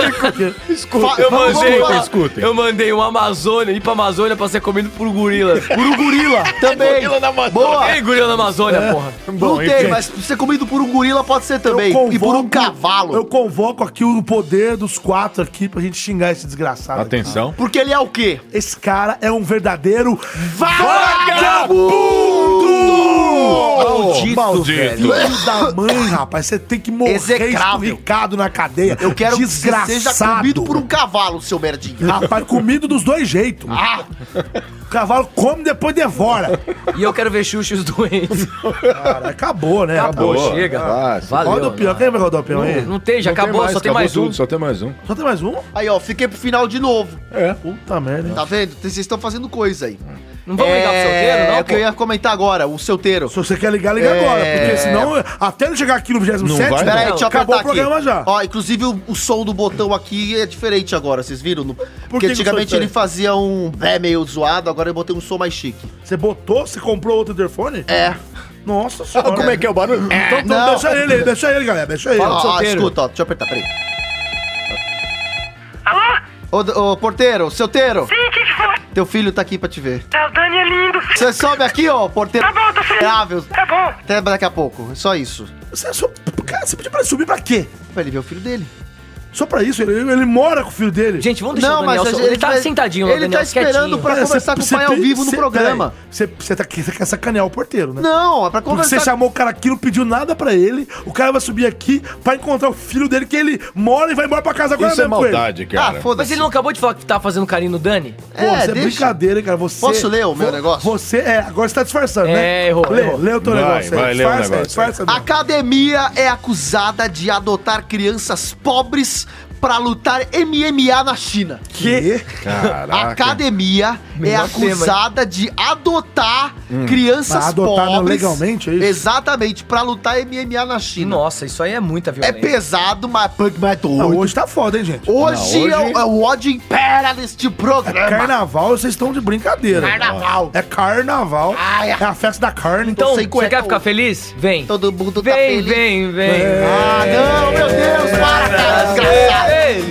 Speaker 11: Escuta,
Speaker 2: Eu mandei,
Speaker 4: vamos lá.
Speaker 2: uma-
Speaker 4: Escutem.
Speaker 2: eu mandei um Amazônia ir pra Amazônia pra ser comido por gorila.
Speaker 11: Por um gorila também.
Speaker 4: Gorila na Amazônia.
Speaker 11: Boa. É.
Speaker 2: Ei, gorila na Amazônia, porra.
Speaker 11: não
Speaker 4: Bom,
Speaker 11: tem,
Speaker 4: enfim.
Speaker 11: mas ser comido por um gorila pode ser
Speaker 3: Eu
Speaker 11: também. e por um
Speaker 3: convoco-
Speaker 11: cavalo.
Speaker 3: Eu convoco aqui o poder dos quatro aqui pra gente xingar esse desgraçado. aqui.
Speaker 4: Atenção.
Speaker 11: Porque ele é o quê?
Speaker 3: Esse cara é um verdadeiro
Speaker 11: Vagabundo!
Speaker 3: vagabundo! Maldito,
Speaker 4: Maldito.
Speaker 3: velho. Filho da mãe, rapaz. Você tem que morrer
Speaker 11: Execrável.
Speaker 3: esturricado na cadeia.
Speaker 11: Eu quero
Speaker 3: Desgraçado.
Speaker 11: que você seja comido por um cavalo, seu merdinho.
Speaker 3: Rapaz, comido dos dois jeitos.
Speaker 11: Ah,
Speaker 3: O cavalo come e depois devora.
Speaker 2: E eu quero ver Xuxos doentes.
Speaker 3: Cara, acabou, né?
Speaker 2: Acabou,
Speaker 4: Boa.
Speaker 2: chega.
Speaker 4: Ah, sim.
Speaker 2: Valeu.
Speaker 3: Roda o peão. Quem vai rodar o peão aí?
Speaker 2: Não tem, já
Speaker 4: Não
Speaker 2: acabou, só tem
Speaker 4: acabou
Speaker 2: mais um.
Speaker 4: tudo, Só tem mais um.
Speaker 3: Só tem mais um?
Speaker 11: aí, ó, fiquei pro final de novo.
Speaker 3: É. Puta merda. hein?
Speaker 11: Tá vendo? Vocês estão fazendo coisa aí.
Speaker 2: Não vamos ligar pro solteiro, não,
Speaker 11: É o que eu ia comentar agora, o solteiro.
Speaker 3: Se você quer ligar, liga
Speaker 11: É.
Speaker 3: agora. Porque senão, até ele chegar aqui no 27,
Speaker 4: Não vai,
Speaker 11: Pera aí,
Speaker 2: Não,
Speaker 11: deixa eu
Speaker 3: acabou
Speaker 11: apertar
Speaker 3: o programa
Speaker 11: aqui.
Speaker 3: já.
Speaker 11: Ó, inclusive o, o som do botão aqui é diferente agora, vocês viram? No-
Speaker 3: que que
Speaker 11: Porque
Speaker 3: o som é
Speaker 11: antigamente ele
Speaker 3: diferente?
Speaker 11: fazia um é meio zoado, agora eu botei um som mais chique.
Speaker 3: Você botou, você comprou outro interfone?
Speaker 11: É.
Speaker 3: Nossa senhora.
Speaker 4: Como é que é o barulho?
Speaker 3: Então, então
Speaker 11: Não.
Speaker 3: deixa ele aí, deixa ele, galera. Deixa ele.
Speaker 11: Ó, ó,
Speaker 3: Solteiro.
Speaker 11: Ah, escuta, ó, deixa eu apertar, peraí. Alô? Ô, ô, porteiro, solteiro.
Speaker 13: Ih, que que foi?
Speaker 11: Teu filho tá aqui pra te ver.
Speaker 13: Tá, o Dani é lindo.
Speaker 11: Você sobe aqui, ó, porteiro.
Speaker 13: Tá bom, tô feliz.
Speaker 11: Miserável.
Speaker 13: Tá bom.
Speaker 11: Até daqui a pouco, é só isso.
Speaker 3: Você, só, cara, você pediu pra ele subir pra quê?
Speaker 11: Pra ele ver o filho dele.
Speaker 3: Só pra isso? Ele, ele mora com o filho dele.
Speaker 2: Gente, vamos deixar
Speaker 11: Não,
Speaker 2: o Daniel.
Speaker 11: mas
Speaker 2: só-
Speaker 11: a
Speaker 2: ele
Speaker 11: gente
Speaker 2: tá
Speaker 11: vai-
Speaker 2: sentadinho, lá,
Speaker 11: ele
Speaker 2: Daniel,
Speaker 11: tá esperando pra-
Speaker 3: Olha,
Speaker 11: conversar com o pai ao vivo no programa.
Speaker 3: peraí, Você, você, tá, aqui- você quer sacanear o porteiro, né?
Speaker 11: Não, é pra
Speaker 3: Porque você
Speaker 11: conversar
Speaker 3: chamou o cara aqui, não pediu nada pra ele. O cara vai subir aqui pra encontrar o filho dele que ele mora e vai embora pra casa agora
Speaker 4: Isso é
Speaker 3: mesmo com ele.
Speaker 4: maldade, cara.
Speaker 11: Ah, foda-se.
Speaker 2: Mas ele não acabou de falar que tá fazendo carinho no Dani?
Speaker 3: Pô,
Speaker 11: É,
Speaker 3: você é
Speaker 11: deixa.
Speaker 3: brincadeira, hein, cara. Você,
Speaker 11: Posso ler o meu
Speaker 3: vo-
Speaker 11: negócio?
Speaker 3: Você, é, agora você tá disfarçando,
Speaker 2: É,
Speaker 3: né?
Speaker 2: errou,
Speaker 3: Lê,
Speaker 2: errou.
Speaker 3: lê o teu
Speaker 4: Vai,
Speaker 3: negócio aí.
Speaker 4: vai, lê o
Speaker 3: Disfarça aí,
Speaker 4: negócio
Speaker 3: disfarça aí.
Speaker 11: Academia é acusada de adotar crianças pobres pra lutar MMA na China.
Speaker 3: Que?
Speaker 11: é Ah,
Speaker 4: Caraca.
Speaker 11: Academia é
Speaker 2: Melhor tema, hein?
Speaker 11: acusada de adotar crianças
Speaker 3: Mas Hum. adotar não
Speaker 11: pobres.
Speaker 3: legalmente, é isso?
Speaker 11: Exatamente, pra lutar MMA na China.
Speaker 2: Nossa, isso aí é muita
Speaker 11: É
Speaker 2: violência.
Speaker 11: pesado, mas punk mais
Speaker 3: Não,
Speaker 11: doido.
Speaker 3: hoje tá foda, hein, gente? É
Speaker 11: Hoje,
Speaker 4: Não,
Speaker 11: é
Speaker 4: hoje-
Speaker 11: o- é o ódio impera neste programa.
Speaker 3: Carnaval, vocês estão de brincadeira.
Speaker 11: Carnaval.
Speaker 3: É carnaval.
Speaker 11: Ai, ai.
Speaker 3: é a festa da carne.
Speaker 2: Então,
Speaker 11: sem
Speaker 2: você
Speaker 11: cueca
Speaker 2: quer ficar
Speaker 11: hoje.
Speaker 2: feliz? Vem.
Speaker 11: Todo mundo tá
Speaker 2: Vem,
Speaker 11: feliz.
Speaker 2: vem, vem.
Speaker 11: Ah, não, meu Deus,
Speaker 3: É.
Speaker 11: para, cara,
Speaker 2: Ei,
Speaker 11: desgraçado. É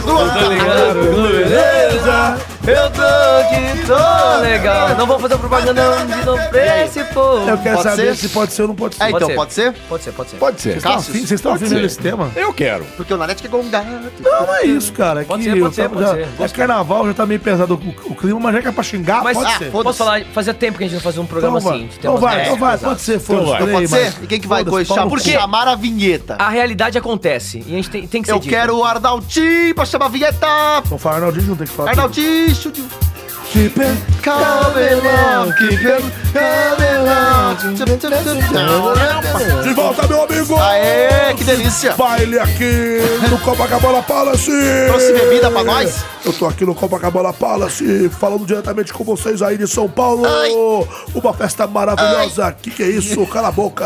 Speaker 11: Globo,
Speaker 2: Tá ligado? Beleza? Eu tô que tô legal. Não vou fazer propaganda de não pra esse povo.
Speaker 3: Eu quero
Speaker 11: Pode
Speaker 3: saber
Speaker 11: ser?
Speaker 3: se pode ser ou não pode ser.
Speaker 11: É, então,
Speaker 2: ser.
Speaker 11: pode ser?
Speaker 2: Pode ser, pode ser.
Speaker 4: Pode ser.
Speaker 3: Vocês estão
Speaker 11: Cassius,
Speaker 3: afim- Vocês estão
Speaker 4: pode
Speaker 3: afim
Speaker 4: ser.
Speaker 3: desse tema?
Speaker 4: Eu quero.
Speaker 11: Porque o Nanete é um gato.
Speaker 3: Não, é isso, cara.
Speaker 2: Pode
Speaker 3: que
Speaker 2: ser,
Speaker 3: eu
Speaker 2: pode ser,
Speaker 3: tava
Speaker 2: pode
Speaker 3: já-
Speaker 2: ser.
Speaker 3: É carnaval, já tá meio pesado o, o clima, mas já que é pra xingar,
Speaker 2: Mas
Speaker 3: pode
Speaker 2: ah,
Speaker 3: ser.
Speaker 2: posso falar, fazia tempo que a gente não fazia um programa
Speaker 3: vai,
Speaker 2: assim. de
Speaker 3: então
Speaker 2: temas
Speaker 3: vai,
Speaker 2: mais
Speaker 3: então vai,
Speaker 2: pesados.
Speaker 3: pode ser, foda-se.
Speaker 4: vai.
Speaker 3: peraí,
Speaker 11: Pode
Speaker 3: mas-
Speaker 11: ser? E quem que vai
Speaker 3: Foda-se, um
Speaker 11: coixar?
Speaker 3: pau no
Speaker 11: Por
Speaker 3: cu.
Speaker 11: quê? chamar a vinheta.
Speaker 2: A realidade acontece e a gente tem, tem que ser
Speaker 11: Eu
Speaker 2: dita.
Speaker 11: quero o Arnaldinho pra chamar a vinheta.
Speaker 3: Então fala, Arnaldinho, não tem que falar.
Speaker 11: Arnaldinho, chude.
Speaker 3: Tipo,
Speaker 11: Cabelão, que vem, cabelão. Tchum, tchum, tchum, tchum.
Speaker 3: de volta, meu amigo!
Speaker 11: Aê, que delícia.
Speaker 3: Baile aqui no Copacabana Palace!
Speaker 11: Trouxe bebida pra nós?
Speaker 3: Eu tô aqui no Copacabana Palace, falando diretamente com vocês aí de São Paulo.
Speaker 11: Ai.
Speaker 3: Uma festa maravilhosa. Que que é isso? Cala a boca.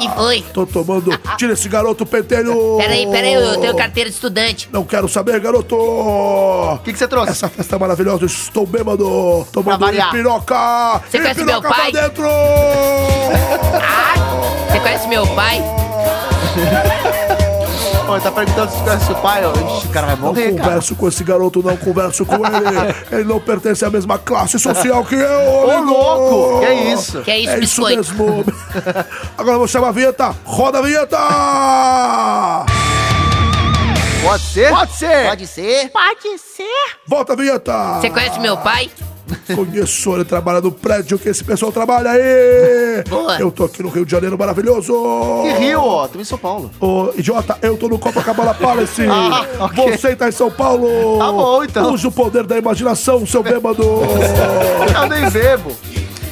Speaker 10: Que foi?
Speaker 3: Tô tomando... Tira esse garoto pentelho.
Speaker 10: Peraí, peraí, eu
Speaker 3: Oh.
Speaker 10: tenho carteira de estudante.
Speaker 3: Não quero saber, garoto.
Speaker 11: O que que você trouxe?
Speaker 3: Essa festa é maravilhosa, eu estou bêbado. Tomando
Speaker 11: Pra variar.
Speaker 3: piroca.
Speaker 10: Você conhece meu
Speaker 3: Ipiroca
Speaker 10: pai?
Speaker 3: pra dentro.
Speaker 10: Você conhece meu pai?
Speaker 11: Ó, ele tá perguntando se conhece o pai. ó. Ixi, o cara vai
Speaker 3: Não
Speaker 11: morrer, cara.
Speaker 3: converso com esse garoto, não converso com ele. ele não pertence à mesma classe social que eu.
Speaker 11: Ô,
Speaker 3: amigo.
Speaker 11: louco. Que isso?
Speaker 10: Que é isso,
Speaker 3: é isso
Speaker 10: biscoito?
Speaker 3: mesmo. Agora eu vou chamar a vinheta. Roda a vinheta!
Speaker 11: Pode ser? Pode ser.
Speaker 1: Pode ser?
Speaker 13: Pode ser?
Speaker 3: Volta a vinheta!
Speaker 10: Você conhece meu pai?
Speaker 3: Conheço, ele trabalha no prédio que esse pessoal trabalha aí!
Speaker 10: Boa.
Speaker 3: Eu tô aqui no Rio de Janeiro maravilhoso!
Speaker 11: Que Rio, ó. Tô em São Paulo.
Speaker 3: Ô, idiota, eu tô no Copacabana Palace!
Speaker 11: Ah, ok.
Speaker 3: Você tá em São Paulo!
Speaker 11: Tá bom, então.
Speaker 3: Use o poder da imaginação, seu bêbado!
Speaker 11: Eu nem bebo.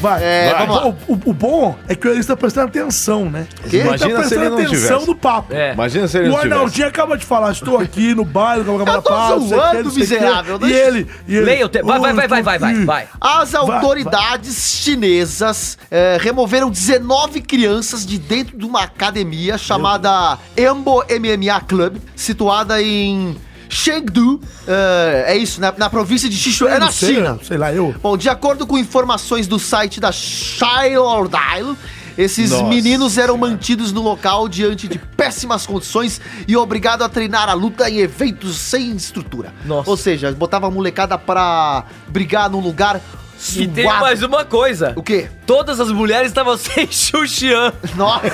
Speaker 3: Vai,
Speaker 11: É,
Speaker 3: vai.
Speaker 11: vamos lá.
Speaker 3: O, o- o bom é que ele tá prestando atenção, né? Ele
Speaker 4: Imagina
Speaker 3: tá
Speaker 4: se
Speaker 3: prestando
Speaker 4: ele não
Speaker 3: atenção
Speaker 4: tivesse.
Speaker 3: no papo.
Speaker 2: É.
Speaker 4: Imagina se ele
Speaker 3: O
Speaker 4: não tivesse.
Speaker 3: Arnaldinho acaba de falar, estou aqui no baile, com a
Speaker 11: Eu tô zoando, miserável,
Speaker 3: E
Speaker 11: deixa-
Speaker 3: ele, e ele.
Speaker 2: Leia o te... Vai, vai, vai, vai, vai, vai,
Speaker 3: Ih,
Speaker 2: vai.
Speaker 11: As autoridades chinesas eh, removeram 19 crianças de dentro de uma academia chamada Embo MMA Club, situada em Chengdu, eh, é isso, na, na província de Sichuan, é na
Speaker 3: não sei,
Speaker 11: China.
Speaker 3: Sei lá, eu.
Speaker 11: Bom, de acordo com informações do site da Shilordile, esses
Speaker 4: Nossa
Speaker 11: meninos eram mantidos no local diante de péssimas condições e obrigados a treinar a luta em eventos sem estrutura.
Speaker 2: Nossa.
Speaker 11: Ou seja, botava a molecada pra brigar num lugar
Speaker 2: E
Speaker 11: suado.
Speaker 2: tem mais uma coisa.
Speaker 11: O quê?
Speaker 2: Todas as mulheres estavam sem xuxian.
Speaker 11: Nossa.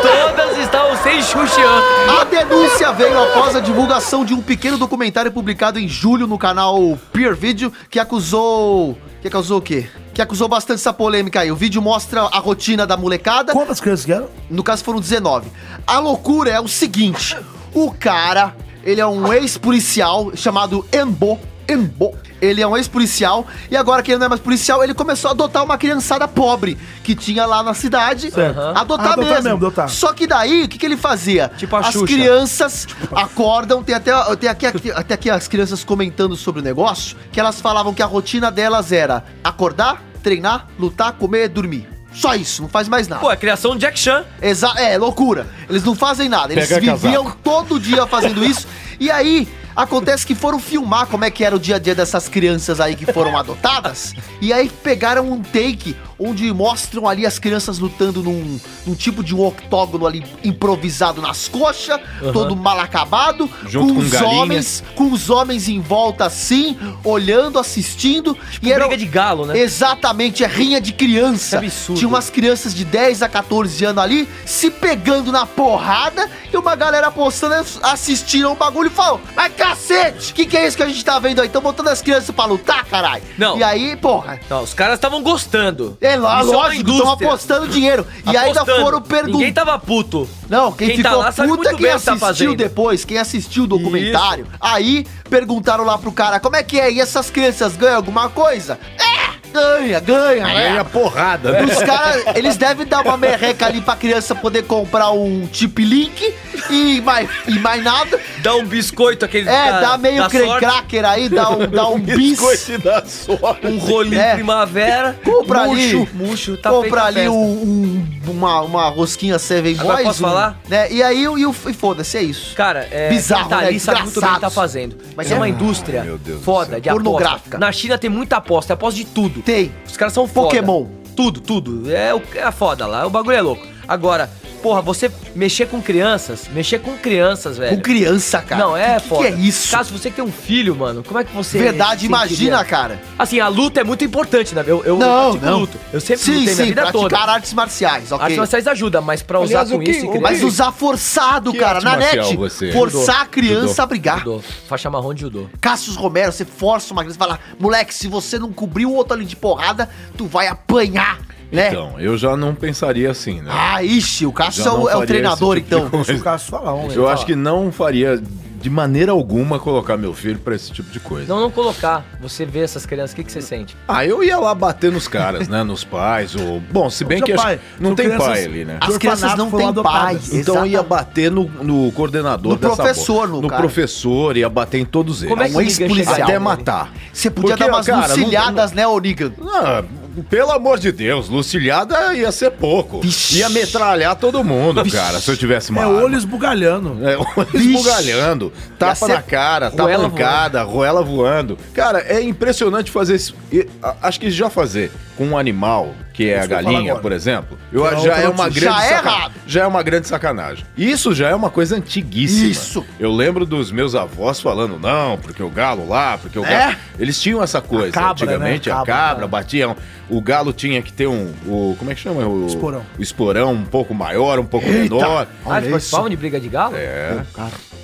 Speaker 2: Todas estavam sem xuxian.
Speaker 11: A denúncia veio após a divulgação de um pequeno documentário publicado em julho no canal Peer Video que acusou que causou o quê? Que acusou bastante essa polêmica aí. O vídeo mostra a rotina da molecada.
Speaker 3: Quantas crianças que eram?
Speaker 11: No caso foram 19. A loucura é o seguinte: o cara, ele é um ex-policial chamado Embo. Embo. Ele é um ex-policial e agora que ele não é mais policial, ele começou a adotar uma criançada pobre que tinha lá na cidade.
Speaker 3: Certo.
Speaker 11: Adotar,
Speaker 3: Adotar
Speaker 11: mesmo.
Speaker 3: mesmo, adotar.
Speaker 11: Só que daí, o que, que ele fazia?
Speaker 2: Tipo a
Speaker 11: As
Speaker 2: Xuxa.
Speaker 11: crianças acordam, tem até, tem aqui, aqui- até aqui as crianças comentando sobre o negócio, que elas falavam que a rotina delas era acordar, treinar, lutar, comer, dormir. Só isso, não faz mais nada.
Speaker 2: Pô, é a criação de Jack Chan.
Speaker 11: Exa é, loucura. Eles não fazem nada. Eles
Speaker 4: Pega
Speaker 11: viviam todo dia fazendo isso. E aí, acontece que foram filmar como é que era o dia a dia dessas crianças aí que foram adotadas. E aí pegaram um take onde mostram ali as crianças lutando num, num tipo de um octógono ali improvisado nas coxas, todo mal acabado,
Speaker 4: Junto com
Speaker 11: os
Speaker 4: galinha.
Speaker 11: homens, com os homens em volta assim, olhando, assistindo.
Speaker 4: Tipo
Speaker 11: e era
Speaker 2: Briga de galo, né?
Speaker 11: Exatamente, é rinha de criança.
Speaker 2: Que absurdo.
Speaker 11: Tinha umas crianças de 10 a 14 anos ali se pegando na porrada e uma galera postando, ass- assistiram o bagulho e falou: Mas cacete, que que é isso que a gente tá vendo aí? Tão botando as crianças pra lutar, caralho?
Speaker 2: Não.
Speaker 11: E aí, porra.
Speaker 2: Não, os caras estavam gostando.
Speaker 11: É lá,
Speaker 2: Isso uma
Speaker 11: lógico, estão
Speaker 2: indústria.
Speaker 11: apostando dinheiro. E ainda
Speaker 2: Apostando.
Speaker 11: foram
Speaker 2: Ninguém
Speaker 11: perguntar.
Speaker 2: tava puto.
Speaker 11: Não, quem,
Speaker 2: Quem tá
Speaker 11: ficou
Speaker 2: lá sabe
Speaker 11: puta é
Speaker 2: muito
Speaker 11: quem
Speaker 2: bem o que tá
Speaker 11: assistiu
Speaker 2: fazendo.
Speaker 11: depois, quem assistiu o documentário. Aí perguntaram lá pro cara, como é que é? E essas crianças ganham alguma coisa? É! Ganha, ganha, é."
Speaker 12: Aí a porrada, né?
Speaker 11: Os caras, eles devem dar uma merreca ali pra criança poder comprar um tip link e mais, e mais nada.
Speaker 2: Dá um biscoito aquele
Speaker 11: É, dá meio cre- cracker aí, dá um, dá um bis.
Speaker 12: Biscoito da sorte.
Speaker 2: Um rolinho
Speaker 11: É.
Speaker 2: primavera.
Speaker 11: Compra ali.
Speaker 2: Murcho, murcho, tá feita
Speaker 11: Compra
Speaker 2: a
Speaker 11: ali
Speaker 2: festa.
Speaker 11: um, um- uma, uma rosquinha Seven
Speaker 2: Agora
Speaker 11: Boys.
Speaker 2: posso
Speaker 11: um-
Speaker 2: falar?
Speaker 11: Né? E aí, e, o- e foda-se, é isso.
Speaker 2: Cara, é,
Speaker 11: Bizarro,
Speaker 2: quem tá
Speaker 11: né?
Speaker 2: ali sabe muito bem o que tá
Speaker 11: Desgraçados.
Speaker 2: fazendo.
Speaker 11: Mas
Speaker 2: Mas é
Speaker 11: é-
Speaker 2: uma indústria
Speaker 4: meu Deus do
Speaker 2: foda de
Speaker 11: Pornográfica.
Speaker 2: aposta. Na China tem muita aposta, é aposta de tudo.
Speaker 11: Tem.
Speaker 2: Os caras são foda.
Speaker 11: Pokémon.
Speaker 2: Tudo, tudo. É, o- é foda lá, o bagulho é louco. Agora, porra, você mexer com crianças, mexer com crianças, velho.
Speaker 11: Com criança, cara.
Speaker 2: Não, é
Speaker 11: que, que
Speaker 2: foda.
Speaker 11: é isso?
Speaker 2: Caso você que tem um filho, mano, como é que você...
Speaker 11: Verdade,
Speaker 2: sentiria?
Speaker 11: imagina, cara.
Speaker 2: Assim, a luta é muito importante, né? Eu, eu
Speaker 11: Não,
Speaker 2: pratico
Speaker 11: não.
Speaker 2: luta. Eu sempre
Speaker 11: sim,
Speaker 2: lutei
Speaker 11: sim,
Speaker 2: minha vida toda.
Speaker 11: praticar artes marciais, ok.
Speaker 2: Artes marciais ajuda, mas pra usar
Speaker 4: Aliás, o
Speaker 2: com
Speaker 4: que-
Speaker 2: isso...
Speaker 4: o
Speaker 2: e criar-
Speaker 11: Mas usar forçado,
Speaker 4: Que
Speaker 11: cara,
Speaker 4: arte
Speaker 11: na
Speaker 4: marcial
Speaker 11: net.
Speaker 4: você-
Speaker 11: Forçar a criança
Speaker 4: Judô.
Speaker 11: a brigar.
Speaker 2: Judô, faixa marrom de judô.
Speaker 11: Cassius Romero, você força uma criança e fala: moleque, se você não cobrir o outro ali de porrada, tu vai apanhar, né?
Speaker 4: Então, eu já não pensaria assim, né?
Speaker 11: Ah, ixi, o Cassius
Speaker 4: Já
Speaker 11: é o,
Speaker 4: não
Speaker 11: é o
Speaker 4: faria
Speaker 11: treinador,
Speaker 4: esse tipo de
Speaker 11: então.
Speaker 4: coisa.
Speaker 3: Deixa o Cássio falar, vamos ver.
Speaker 4: Eu acho que não faria de maneira alguma colocar meu filho pra esse tipo de coisa.
Speaker 2: Não, não colocar. Você vê essas crianças, o que, que você sente?
Speaker 4: Ah, eu ia lá bater nos caras, né? Nos pais, ou. Bom, se bem
Speaker 3: Não
Speaker 4: que
Speaker 3: tinha
Speaker 4: acho-
Speaker 3: pai.
Speaker 4: não
Speaker 3: São
Speaker 4: tem
Speaker 3: crianças-
Speaker 4: pai ali, né?
Speaker 11: As
Speaker 3: Do
Speaker 11: crianças não
Speaker 3: orfanato foram
Speaker 11: têm pai.
Speaker 3: adotadas.
Speaker 4: Então
Speaker 11: exatamente.
Speaker 4: ia bater no, no coordenador
Speaker 11: No
Speaker 4: dessa
Speaker 11: professor,
Speaker 4: bola.
Speaker 11: no
Speaker 4: no
Speaker 11: cara.
Speaker 4: professor, ia bater em todos eles.
Speaker 2: Como é que
Speaker 11: um
Speaker 2: liga chegar
Speaker 11: ex-policial,
Speaker 4: Até
Speaker 11: né?
Speaker 4: matar.
Speaker 11: Você podia
Speaker 4: Porque,
Speaker 11: dar umas
Speaker 4: cara, não-
Speaker 11: lucilhadas, né, Onigan?
Speaker 4: Ah, pelo amor de Deus, Lucilhada ia ser pouco.
Speaker 11: Vixe.
Speaker 4: Ia metralhar todo mundo, cara, se eu tivesse uma
Speaker 3: É
Speaker 4: arma.
Speaker 3: olho esbugalhando.
Speaker 4: É, olho esbugalhando, tapa
Speaker 11: ser
Speaker 4: na cara, tapa
Speaker 2: roela
Speaker 4: pancada, roela voando. Cara, é impressionante fazer isso. E, a- acho que já fazer com um animal, que é a
Speaker 3: que eu ia falar
Speaker 4: galinha,
Speaker 3: agora.
Speaker 4: por exemplo, eu,
Speaker 3: é
Speaker 4: já
Speaker 3: outra
Speaker 4: é uma
Speaker 3: notícia.
Speaker 4: grande
Speaker 11: Já é
Speaker 4: saca-
Speaker 11: errado.
Speaker 4: Já é uma grande sacanagem. Isso já é uma coisa antiguíssima.
Speaker 11: Isso.
Speaker 4: Eu lembro dos meus avós falando, não, porque o galo lá, porque o galo... Eles tinham essa coisa.
Speaker 3: É? cabra,
Speaker 4: Antigamente,
Speaker 3: né? A
Speaker 4: a
Speaker 3: cabra,
Speaker 4: cabra, batiam. O galo tinha que ter um... O, como é que chama? O
Speaker 3: Esporão.
Speaker 4: O esporão um pouco maior, um pouco menor.
Speaker 2: Ah, eles participavam de briga de galo?
Speaker 4: É.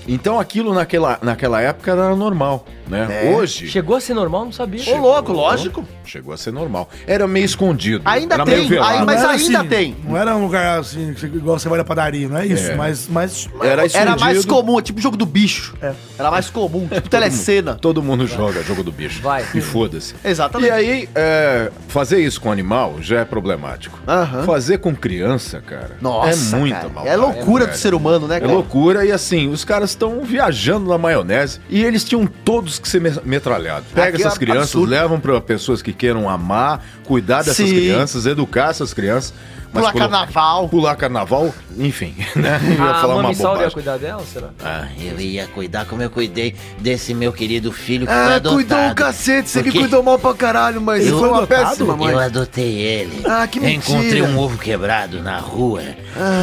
Speaker 4: Então aquilo naquela, naquela época era normal, né? Hoje.
Speaker 2: Chegou a ser normal, não sabia.
Speaker 11: É. Ô, louco, lógico.
Speaker 4: Chegou a ser normal. Era meio escondido.
Speaker 11: Ainda
Speaker 4: era
Speaker 11: tem,
Speaker 4: meio velado.
Speaker 11: aí- mas
Speaker 3: Não era
Speaker 11: ainda
Speaker 3: assim,
Speaker 11: tem.
Speaker 3: Não era um lugar assim, que- igual você vai na padaria, não é isso? Mas, mas, mas
Speaker 4: Era
Speaker 11: Era
Speaker 4: escondido.
Speaker 11: mais comum, é tipo jogo do bicho.
Speaker 3: É.
Speaker 11: Era mais comum, tipo telecena.
Speaker 4: Todo mundo joga jogo do bicho.
Speaker 2: Vai.
Speaker 4: E foda-se.
Speaker 11: Exatamente.
Speaker 4: E aí, é, fazer isso com animal já é problemático.
Speaker 11: Aham.
Speaker 4: Fazer com criança, cara,
Speaker 11: Nossa,
Speaker 4: é muito
Speaker 11: cara,
Speaker 4: mal.
Speaker 11: É loucura do ser humano, né,
Speaker 4: É
Speaker 11: cara?
Speaker 4: loucura e assim, os caras estão viajando na maionese e eles tinham todos que ser me- metralhados. Pega
Speaker 11: Aqui é
Speaker 4: essas crianças,
Speaker 11: absurdo.
Speaker 4: levam pra pessoas que queiram amar, cuidar dessas
Speaker 11: Sim.
Speaker 4: crianças, educar essas crianças.
Speaker 11: Pular
Speaker 4: colo-
Speaker 11: carnaval. Ah,
Speaker 4: Pular carnaval, enfim, né? Eu ia
Speaker 2: Ah, A
Speaker 4: falar uma
Speaker 2: mami Saul ia
Speaker 4: bobagem.
Speaker 2: cuidar dela, será?
Speaker 5: Ah, eu ia cuidar como eu cuidei desse meu querido filho que foi
Speaker 1: Ah,
Speaker 5: adotado.
Speaker 1: cuidou o cacete, você que
Speaker 5: Porque
Speaker 1: cuidou mal pra caralho, mas
Speaker 5: Eu-
Speaker 1: foi uma
Speaker 3: adotado?
Speaker 1: péssima mãe.
Speaker 5: Eu adotei ele.
Speaker 1: Ah, que
Speaker 5: Eu Encontrei
Speaker 1: mentira.
Speaker 5: um ovo quebrado na rua.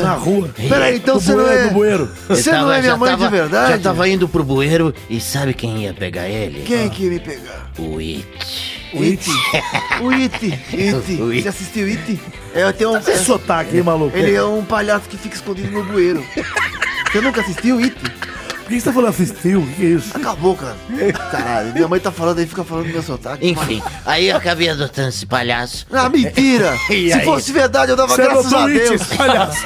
Speaker 3: na rua.
Speaker 1: Peraí, então
Speaker 3: No
Speaker 1: você não
Speaker 3: bueiro,
Speaker 1: é...
Speaker 3: no bueiro.
Speaker 1: Você
Speaker 5: Eu
Speaker 1: não é minha
Speaker 5: já
Speaker 1: mãe de
Speaker 5: tava-
Speaker 1: verdade?
Speaker 5: Já tava indo pro bueiro e sabe quem ia pegar ele?
Speaker 1: Quem que ia me pegar?
Speaker 5: O It.
Speaker 1: O Iti. O Iti. Iti. Você assistiu Iti? É, eu tenho um...
Speaker 3: Esse sotaque, hein, maluco?
Speaker 1: Ele é um palhaço que fica escondido no bueiro. Você nunca assistiu Iti?
Speaker 3: Por que você tá falando assistiu? O que é isso?
Speaker 1: Acabou, cara. Caralho, minha mãe tá falando aí, fica falando do meu sotaque.
Speaker 5: Enfim, aí eu acabei adotando esse palhaço.
Speaker 1: Ah, mentira!
Speaker 5: E
Speaker 1: Se
Speaker 5: aí?
Speaker 1: fosse verdade, eu dava
Speaker 3: Você
Speaker 1: graças
Speaker 3: adotou
Speaker 1: a
Speaker 3: o
Speaker 1: Deus.
Speaker 3: Itis, palhaço.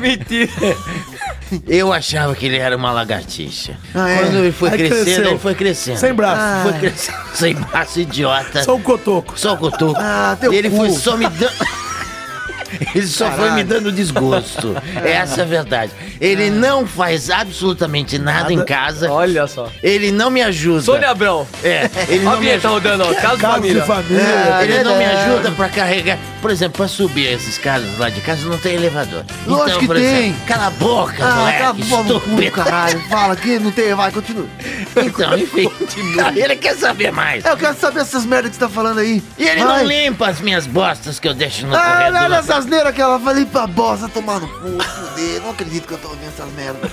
Speaker 2: Mentira.
Speaker 5: Eu achava que ele era uma lagartixa.
Speaker 1: Ah, é?
Speaker 5: Quando ele foi
Speaker 3: Aí
Speaker 5: crescendo,
Speaker 3: cresceu.
Speaker 5: ele foi crescendo.
Speaker 3: Sem braço.
Speaker 5: Foi crescendo. Sem braço, idiota.
Speaker 3: Só um cotoco.
Speaker 5: Só o cotoco.
Speaker 1: Ah, teu
Speaker 5: e ele
Speaker 1: cu.
Speaker 5: foi só me dando. Ele só foi me dando desgosto. Essa é a verdade.
Speaker 1: Ah.
Speaker 5: Ele não faz absolutamente nada, em casa.
Speaker 2: Olha só.
Speaker 5: Ele não me ajuda.
Speaker 2: Sônia então, Abrão.
Speaker 5: É, ele
Speaker 2: Olha a
Speaker 5: não me
Speaker 2: vinheta
Speaker 5: ajuda.
Speaker 2: rodando, ó. Caso de
Speaker 3: Caso de
Speaker 2: família.
Speaker 1: É
Speaker 3: família.
Speaker 5: Ah, Ele não me ajuda pra carregar. Por exemplo, pra subir esses caras lá de casa não tem elevador. Então,
Speaker 1: Lógico que
Speaker 5: por
Speaker 1: tem.
Speaker 5: cala a boca,
Speaker 1: Ah,
Speaker 5: moleque.
Speaker 1: cala a boca no cu,
Speaker 5: estúpido.
Speaker 1: caralho. Fala que não tem, vai, continua.
Speaker 5: Então, enfim. Ele quer saber mais.
Speaker 1: Eu quero saber essas merdas que você tá falando aí.
Speaker 5: E ele
Speaker 1: vai.
Speaker 5: não limpa as minhas bostas que eu deixo no
Speaker 1: Ah,
Speaker 5: corredor.
Speaker 1: olha essa asneira que ela falei pra bosta tomar no cu, fuder. Não acredito que eu tô ouvindo essas merdas.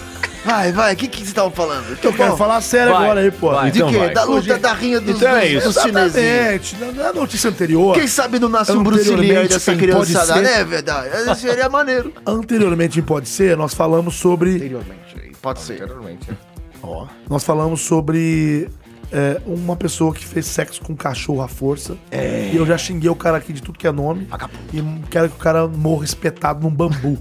Speaker 1: Vai, vai, o que que vocês estavam falando?
Speaker 3: Eu quero
Speaker 1: Bom,
Speaker 3: falar sério
Speaker 2: Vai,
Speaker 3: agora aí, pô.
Speaker 2: vai.
Speaker 1: De
Speaker 4: Então
Speaker 1: quê?
Speaker 4: vai.
Speaker 1: Da luta da rinha dos,
Speaker 4: Então é
Speaker 1: dos-
Speaker 4: isso.
Speaker 1: dos chinesinhos.
Speaker 3: Exatamente. Na, na notícia anterior,
Speaker 1: Quem sabe não nasce um Bruce
Speaker 3: Anteriormente,
Speaker 1: Lee dessa
Speaker 3: quem pode
Speaker 1: criançada,
Speaker 3: ser?
Speaker 1: né, verdade? Isso seria maneiro.
Speaker 3: anteriormente em Pode Ser, nós falamos sobre...
Speaker 1: Anteriormente, pode ser.
Speaker 3: Ó, nós falamos sobre é, uma pessoa que fez sexo com um cachorro à força. E eu já xinguei o cara aqui de tudo que é nome. E quero que o cara morra espetado num bambu.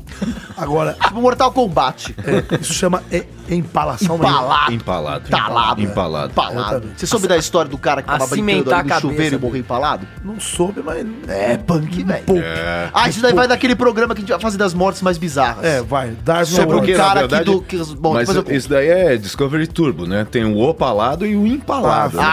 Speaker 3: Agora,
Speaker 11: Tipo Mortal Kombat.
Speaker 3: é, isso chama é, empalação. né?
Speaker 11: Empalado.
Speaker 4: Empalado.
Speaker 11: Talado.
Speaker 4: Empalado.
Speaker 11: Empalado. Você soube da história do cara que tava brincando
Speaker 2: Acimentar
Speaker 11: ali
Speaker 2: a
Speaker 11: no chuveiro
Speaker 2: cabeça,
Speaker 11: e morreu empalado?
Speaker 3: Não soube, mas é punk, velho. Pouco. É.
Speaker 11: Ah, isso daí vai daquele programa que a gente vai fazer das mortes mais bizarras. Ah!
Speaker 3: vai. Tá, Darwin
Speaker 11: Sobre
Speaker 3: Awards.
Speaker 4: é
Speaker 11: o
Speaker 4: Porque,
Speaker 11: que-
Speaker 4: na
Speaker 11: cara
Speaker 4: verdade,
Speaker 11: do- que- bom,
Speaker 4: mas
Speaker 11: depois eu conto.
Speaker 4: isso daí é Discovery Turbo, né? Tem o opalado e o empalado. né?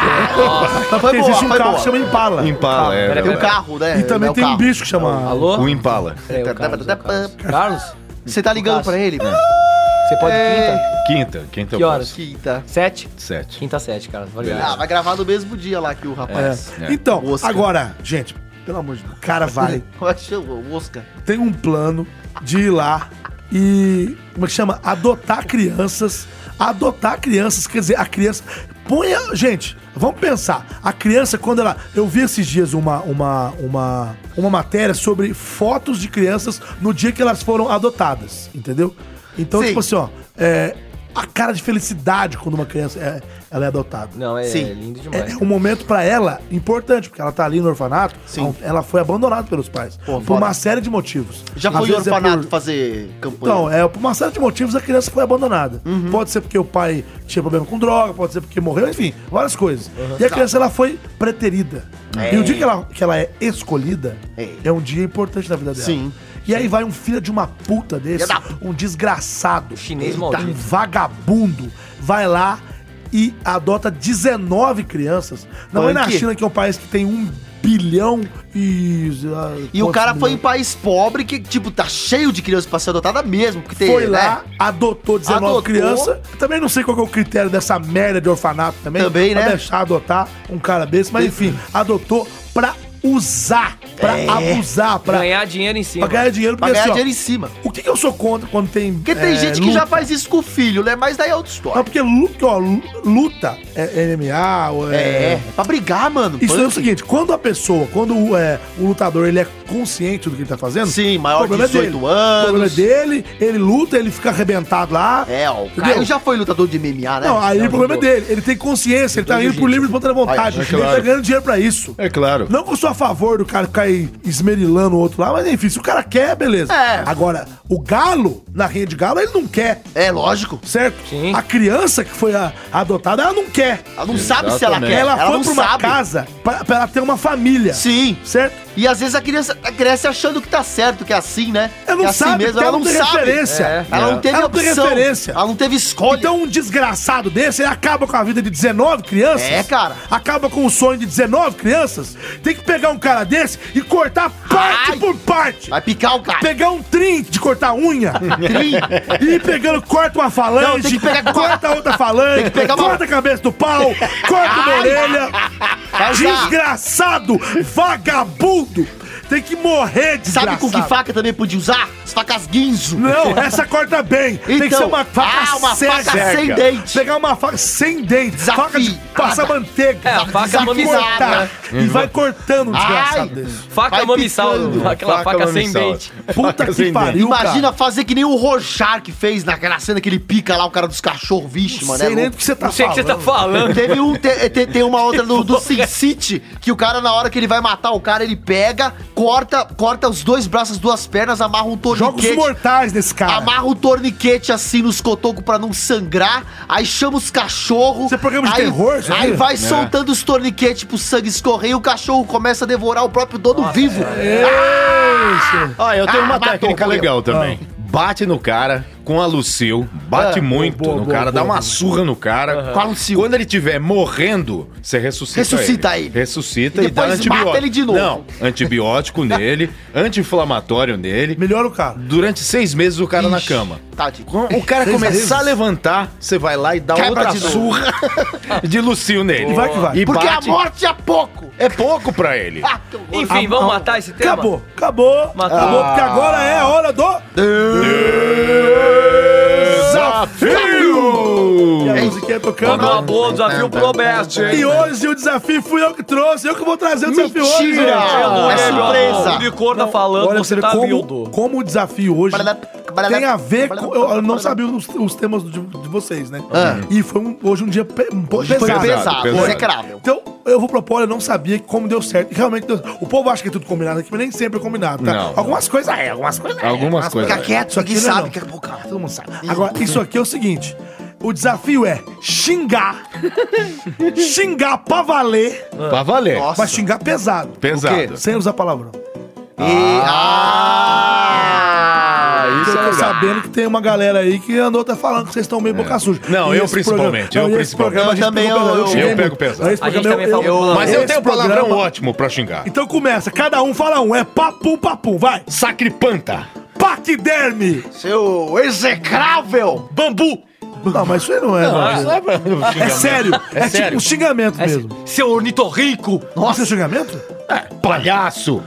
Speaker 11: Mas foi
Speaker 3: Porque
Speaker 11: boa,
Speaker 3: existe um
Speaker 11: foi
Speaker 3: carro
Speaker 11: boa.
Speaker 3: que chama Impala.
Speaker 4: Impala, é.
Speaker 11: Tem um
Speaker 4: verdade.
Speaker 11: carro, né?
Speaker 3: E também
Speaker 11: É o
Speaker 3: tem um
Speaker 11: carro.
Speaker 3: bicho que chama.
Speaker 2: Alô?
Speaker 4: O Impala.
Speaker 2: É, o Carlos, é o Carlos. Carlos,
Speaker 11: Você tá ligando pra ele?
Speaker 2: você pode quinta?
Speaker 4: Quinta. Quinta eu
Speaker 2: Que
Speaker 4: faço.
Speaker 2: horas?
Speaker 11: Quinta.
Speaker 2: Sete?
Speaker 4: Sete.
Speaker 2: Quinta sete, Carlos.
Speaker 11: Ah,
Speaker 2: Obrigado.
Speaker 11: vai gravar no mesmo dia lá que o rapaz.
Speaker 3: É. Então,
Speaker 11: Oscar.
Speaker 3: agora, gente, pelo amor de Deus, o cara vai.
Speaker 11: Como é que chama? O Oscar.
Speaker 3: tem um plano de ir lá e. Como é que chama? Adotar crianças. Adotar crianças, quer dizer, a criança. Põe a. Gente, vamos pensar. A criança, quando ela. Eu vi esses dias uma, uma, uma, uma matéria sobre fotos de crianças no dia que elas foram adotadas, entendeu? Então,
Speaker 11: Sim.
Speaker 3: tipo assim, ó. é, a cara de felicidade quando uma criança é, ela é adotada.
Speaker 2: Não, é
Speaker 11: Sim.
Speaker 2: lindo
Speaker 3: É,
Speaker 2: demais.
Speaker 3: é um momento pra ela importante, porque ela tá ali no orfanato, ela foi abandonada pelos pais. por
Speaker 11: foda.
Speaker 3: uma série de motivos.
Speaker 11: Já
Speaker 3: Às
Speaker 11: foi em
Speaker 3: vezes é
Speaker 11: orfanato
Speaker 3: por-
Speaker 11: fazer campanha?
Speaker 3: Então, é, por uma série de motivos a criança foi abandonada.
Speaker 11: Uhum.
Speaker 3: Pode ser porque o pai tinha problema com droga, pode ser porque morreu, enfim, várias coisas.
Speaker 11: Uhum.
Speaker 3: E a criança ela foi preterida. E o dia que ela, que ela é escolhida
Speaker 11: É.
Speaker 3: é. um dia importante na vida dela.
Speaker 11: Sim.
Speaker 3: E aí vai um filho de uma puta desse,
Speaker 11: Filha
Speaker 3: um desgraçado,
Speaker 2: Chinês
Speaker 3: um
Speaker 2: maldito.
Speaker 3: vagabundo, vai lá e adota 19 crianças. Não é na
Speaker 11: Punk.
Speaker 3: China que é um país que tem um bilhão e... sei lá,
Speaker 11: E o
Speaker 3: quantos
Speaker 11: cara foi em
Speaker 3: milhões.
Speaker 11: país pobre que, tipo, tá cheio de criança pra ser adotada mesmo. Porque tem,
Speaker 3: Foi
Speaker 11: né?
Speaker 3: lá, adotou 19
Speaker 11: Adotou.
Speaker 3: crianças. Também não sei qual que é o critério dessa merda de orfanato também.
Speaker 11: Também,
Speaker 3: pra
Speaker 11: né?
Speaker 3: deixar adotar um cara desse. Mas enfim, adotou pra usar, pra abusar, pra,
Speaker 2: Ganhar dinheiro em cima.
Speaker 3: pra ganhar dinheiro.
Speaker 11: É. Pra
Speaker 3: Porque
Speaker 11: ganhar
Speaker 3: assim, ó,
Speaker 11: dinheiro em cima.
Speaker 3: o que, que eu sou contra quando tem.
Speaker 11: Porque tem
Speaker 3: é,
Speaker 11: gente que já
Speaker 3: luta?
Speaker 11: faz isso com o filho, né? Mas daí é outra história.
Speaker 3: Não, porque luta, ó, luta é MMA, ou
Speaker 11: É,
Speaker 3: é
Speaker 11: é pra brigar, mano.
Speaker 3: Isso
Speaker 11: Punk.
Speaker 3: é o seguinte, quando a pessoa, quando o, é, o lutador, ele é consciente do que ele tá fazendo...
Speaker 11: Sim, maior
Speaker 3: o problema
Speaker 11: de 18
Speaker 3: é dele.
Speaker 11: anos.
Speaker 3: O problema é dele, ele luta, ele fica arrebentado lá.
Speaker 11: É, ó, o
Speaker 3: Entendeu?
Speaker 11: Caio já foi lutador de MMA, né? Então,
Speaker 3: Não, aí o problema é
Speaker 11: jogou.
Speaker 3: dele. Ele tem consciência, ele tá indo por livre e espontânea vontade.
Speaker 4: é
Speaker 3: ele
Speaker 4: claro.
Speaker 3: tá ganhando dinheiro pra isso.
Speaker 4: É claro.
Speaker 3: Não que eu sou a favor do cara ficar aí esmerilando o outro lá, mas enfim, se o cara quer, beleza.
Speaker 11: É.
Speaker 3: Agora, o galo, na rede de galo, ele não quer,
Speaker 11: É, lógico.
Speaker 3: certo?
Speaker 2: Sim.
Speaker 3: A criança que foi a- adotada, ela não quer.
Speaker 11: Ela não sabe se É, ela
Speaker 4: Exatamente.
Speaker 11: quer.
Speaker 3: ela, foi
Speaker 11: não
Speaker 3: pra uma
Speaker 11: sabe.
Speaker 3: casa pra, pra ela ter uma família.
Speaker 11: Sim.
Speaker 3: Certo?
Speaker 11: E às vezes a criança cresce achando que tá certo, que é assim, né?
Speaker 3: Ela
Speaker 11: que é
Speaker 3: não
Speaker 11: assim
Speaker 3: sabe, porque
Speaker 11: ela não
Speaker 3: tem
Speaker 11: sabe.
Speaker 3: referência.
Speaker 2: É.
Speaker 11: Ela não teve
Speaker 3: Ela não tem
Speaker 11: opção.
Speaker 3: referência.
Speaker 11: Ela não teve escolha.
Speaker 3: Então um desgraçado desse, ele acaba com a vida de 19 crianças?
Speaker 11: É, cara.
Speaker 3: Acaba com o sonho de 19 crianças? Tem que pegar um cara desse e cortar parte
Speaker 11: Ai.
Speaker 3: por parte.
Speaker 11: Vai picar o cara.
Speaker 3: Pegar um trim de cortar unha.
Speaker 11: Trim.
Speaker 3: e ir pegando, corta uma falange,
Speaker 11: Não, tem que pegar-
Speaker 3: corta outra falange,
Speaker 11: Tem que pegar uma-
Speaker 3: corta a cabeça do pau, corta uma orelha.
Speaker 11: Vai usar.
Speaker 3: Desgraçado, vagabundo. Tem que morrer, desgraçado.
Speaker 11: Sabe com que faca também podia usar? As facas guinzo.
Speaker 3: Não, essa corta bem. Tem que
Speaker 11: Então,
Speaker 3: ser uma faca,
Speaker 11: ah, uma
Speaker 3: seca.
Speaker 11: faca sem dente.
Speaker 3: Pegar uma faca sem dente. Faca de
Speaker 11: Desafiada.
Speaker 3: passar manteiga.
Speaker 2: É, a faca
Speaker 3: Desafiada.
Speaker 11: harmonizada.
Speaker 3: E vai cortando um desgraçado
Speaker 11: Ai.
Speaker 3: desse.
Speaker 2: Faca
Speaker 11: Vai
Speaker 2: mamissal,
Speaker 11: picando.
Speaker 2: aquela faca, sem
Speaker 4: Faca mamissal.
Speaker 2: dente.
Speaker 3: Puta que
Speaker 4: sem
Speaker 3: pariu,
Speaker 11: Imagina
Speaker 3: cara.
Speaker 11: fazer que nem o Rochar que fez naquela cena que ele pica lá o cara dos cachorros, vixe,
Speaker 3: Não
Speaker 11: mano. é
Speaker 3: sei nem
Speaker 11: louco.
Speaker 3: do que você tá
Speaker 2: Não sei o
Speaker 3: falando.
Speaker 2: que você tá falando.
Speaker 11: Teve um, te- te- tem uma outra do, do Sin City, que o cara, na hora que ele vai matar o cara, ele pega, corta, corta os dois braços, as duas pernas, amarra um
Speaker 3: Jogos
Speaker 11: torniquete.
Speaker 3: mortais nesse cara.
Speaker 11: Amarra o torniquete assim nos cotocos pra não sangrar, aí chama os cachorros.
Speaker 3: Isso é programa de
Speaker 11: aí,
Speaker 3: terror, isso
Speaker 11: Aí
Speaker 3: aí?
Speaker 11: vai soltando os torniquetes pro sangue escorrer e o cachorro começa a devorar o próprio dono vivo.
Speaker 3: é.
Speaker 4: Ah, eu tenho
Speaker 11: Ah,
Speaker 4: uma
Speaker 11: matou,
Speaker 4: técnica
Speaker 11: morreu.
Speaker 4: legal também. Bate no cara com a Lucil, bate muito
Speaker 3: boa,
Speaker 4: no
Speaker 3: boa,
Speaker 4: cara,
Speaker 3: boa,
Speaker 4: dá uma surra no cara.
Speaker 11: Ah, Com a Lucille.
Speaker 4: Quando ele estiver morrendo, você ressuscita,
Speaker 11: Ressuscita ele.
Speaker 4: Ressuscita
Speaker 11: E
Speaker 4: e, dá
Speaker 11: depois mata
Speaker 4: antibiótico.
Speaker 11: ele de novo.
Speaker 4: Não, antibiótico nele, anti-inflamatório nele.
Speaker 3: Melhora o cara.
Speaker 4: Durante seis meses o cara na cama.
Speaker 11: Tadinho.
Speaker 4: Quando o cara
Speaker 3: Seis
Speaker 4: começar
Speaker 3: meses?
Speaker 4: a levantar, você vai lá e dá
Speaker 11: Quebra
Speaker 4: outra
Speaker 11: de novo.
Speaker 4: surra de Lucil nele.
Speaker 3: E vai que vai.
Speaker 4: E
Speaker 11: Porque
Speaker 4: bate.
Speaker 11: a morte é pouco.
Speaker 4: É pouco pra ele.
Speaker 11: Ah, que horror.
Speaker 2: Enfim, vamos matar esse tema?
Speaker 3: Acabou, acabou,
Speaker 2: Matou.
Speaker 3: acabou, porque agora é a hora do...
Speaker 4: Desafio!
Speaker 3: E a musiquinha tocando.
Speaker 2: Acabou, acabou, desafio pro Roberto, hein?
Speaker 3: E hoje o desafio fui eu que trouxe, eu que vou trazer o desafio hoje.
Speaker 11: Mentira!
Speaker 2: Ah,
Speaker 3: gente.
Speaker 11: É
Speaker 2: Olha,
Speaker 11: surpresa.
Speaker 2: O licor tá falando,
Speaker 3: Olha,
Speaker 2: você
Speaker 3: pra
Speaker 2: tá
Speaker 3: como,
Speaker 2: miúdo.
Speaker 3: Como o desafio hoje tem a ver com... Eu, eu não sabia os, os temas de, de vocês, né?
Speaker 11: Ah.
Speaker 3: E foi um- hoje um dia pe- um pouco
Speaker 11: Hoje foi
Speaker 3: pesado.
Speaker 11: pesado,
Speaker 4: pesado.
Speaker 11: execrável.
Speaker 3: Então, eu vou propor, eu não sabia como deu certo. E realmente, deu- o povo acha que é tudo combinado aqui, mas nem sempre é combinado, tá?
Speaker 4: Não.
Speaker 3: Algumas coisas é, algumas coisas é.
Speaker 4: Algumas coisas.
Speaker 11: Fica quieto,
Speaker 3: Isso aqui
Speaker 11: ninguém
Speaker 3: não é
Speaker 11: sabe
Speaker 3: não.
Speaker 11: que é pouco.
Speaker 3: Todo mundo sabe. Agora, isso aqui é o seguinte: o desafio é xingar. xingar pra valer,
Speaker 4: Pra valer.
Speaker 11: Nossa.
Speaker 3: mas xingar pesado.
Speaker 4: Pesado.
Speaker 3: Sem usar palavrão.
Speaker 11: E-
Speaker 3: Ah.
Speaker 11: ah!
Speaker 4: Ah,
Speaker 3: Porque
Speaker 4: isso
Speaker 3: eu
Speaker 4: é
Speaker 3: tô
Speaker 4: legal.
Speaker 3: sabendo que tem uma galera aí que andou até falando que vocês estão meio boca suja.
Speaker 4: É. Não,
Speaker 3: E
Speaker 4: eu
Speaker 3: esse
Speaker 4: principalmente,
Speaker 3: programa-
Speaker 4: eu
Speaker 3: e esse
Speaker 4: principalmente.
Speaker 3: programa a gente
Speaker 11: Eu também,
Speaker 3: pegou
Speaker 11: eu-
Speaker 3: pesado,
Speaker 11: eu-
Speaker 3: xinguei
Speaker 4: eu
Speaker 3: muito.
Speaker 4: pego pesado.
Speaker 3: Esse
Speaker 2: A gente
Speaker 3: programa é
Speaker 2: também fala palavrão.
Speaker 4: Mas eu
Speaker 3: esse
Speaker 4: tenho um palavrão
Speaker 3: programa-
Speaker 4: ótimo pra xingar.
Speaker 3: Então começa, cada um fala um. É papum, papum, vai.
Speaker 4: Sacripanta.
Speaker 3: Paquiderme.
Speaker 11: Seu execrável!
Speaker 3: Bambu. Não, mas isso aí não é. Não,
Speaker 4: Isso é pra-
Speaker 3: É sério. É, tipo
Speaker 4: sério. É
Speaker 3: um xingamento mesmo.
Speaker 2: Seu ornitorrinco!
Speaker 3: Nossa, é xingamento?
Speaker 4: Palhaço.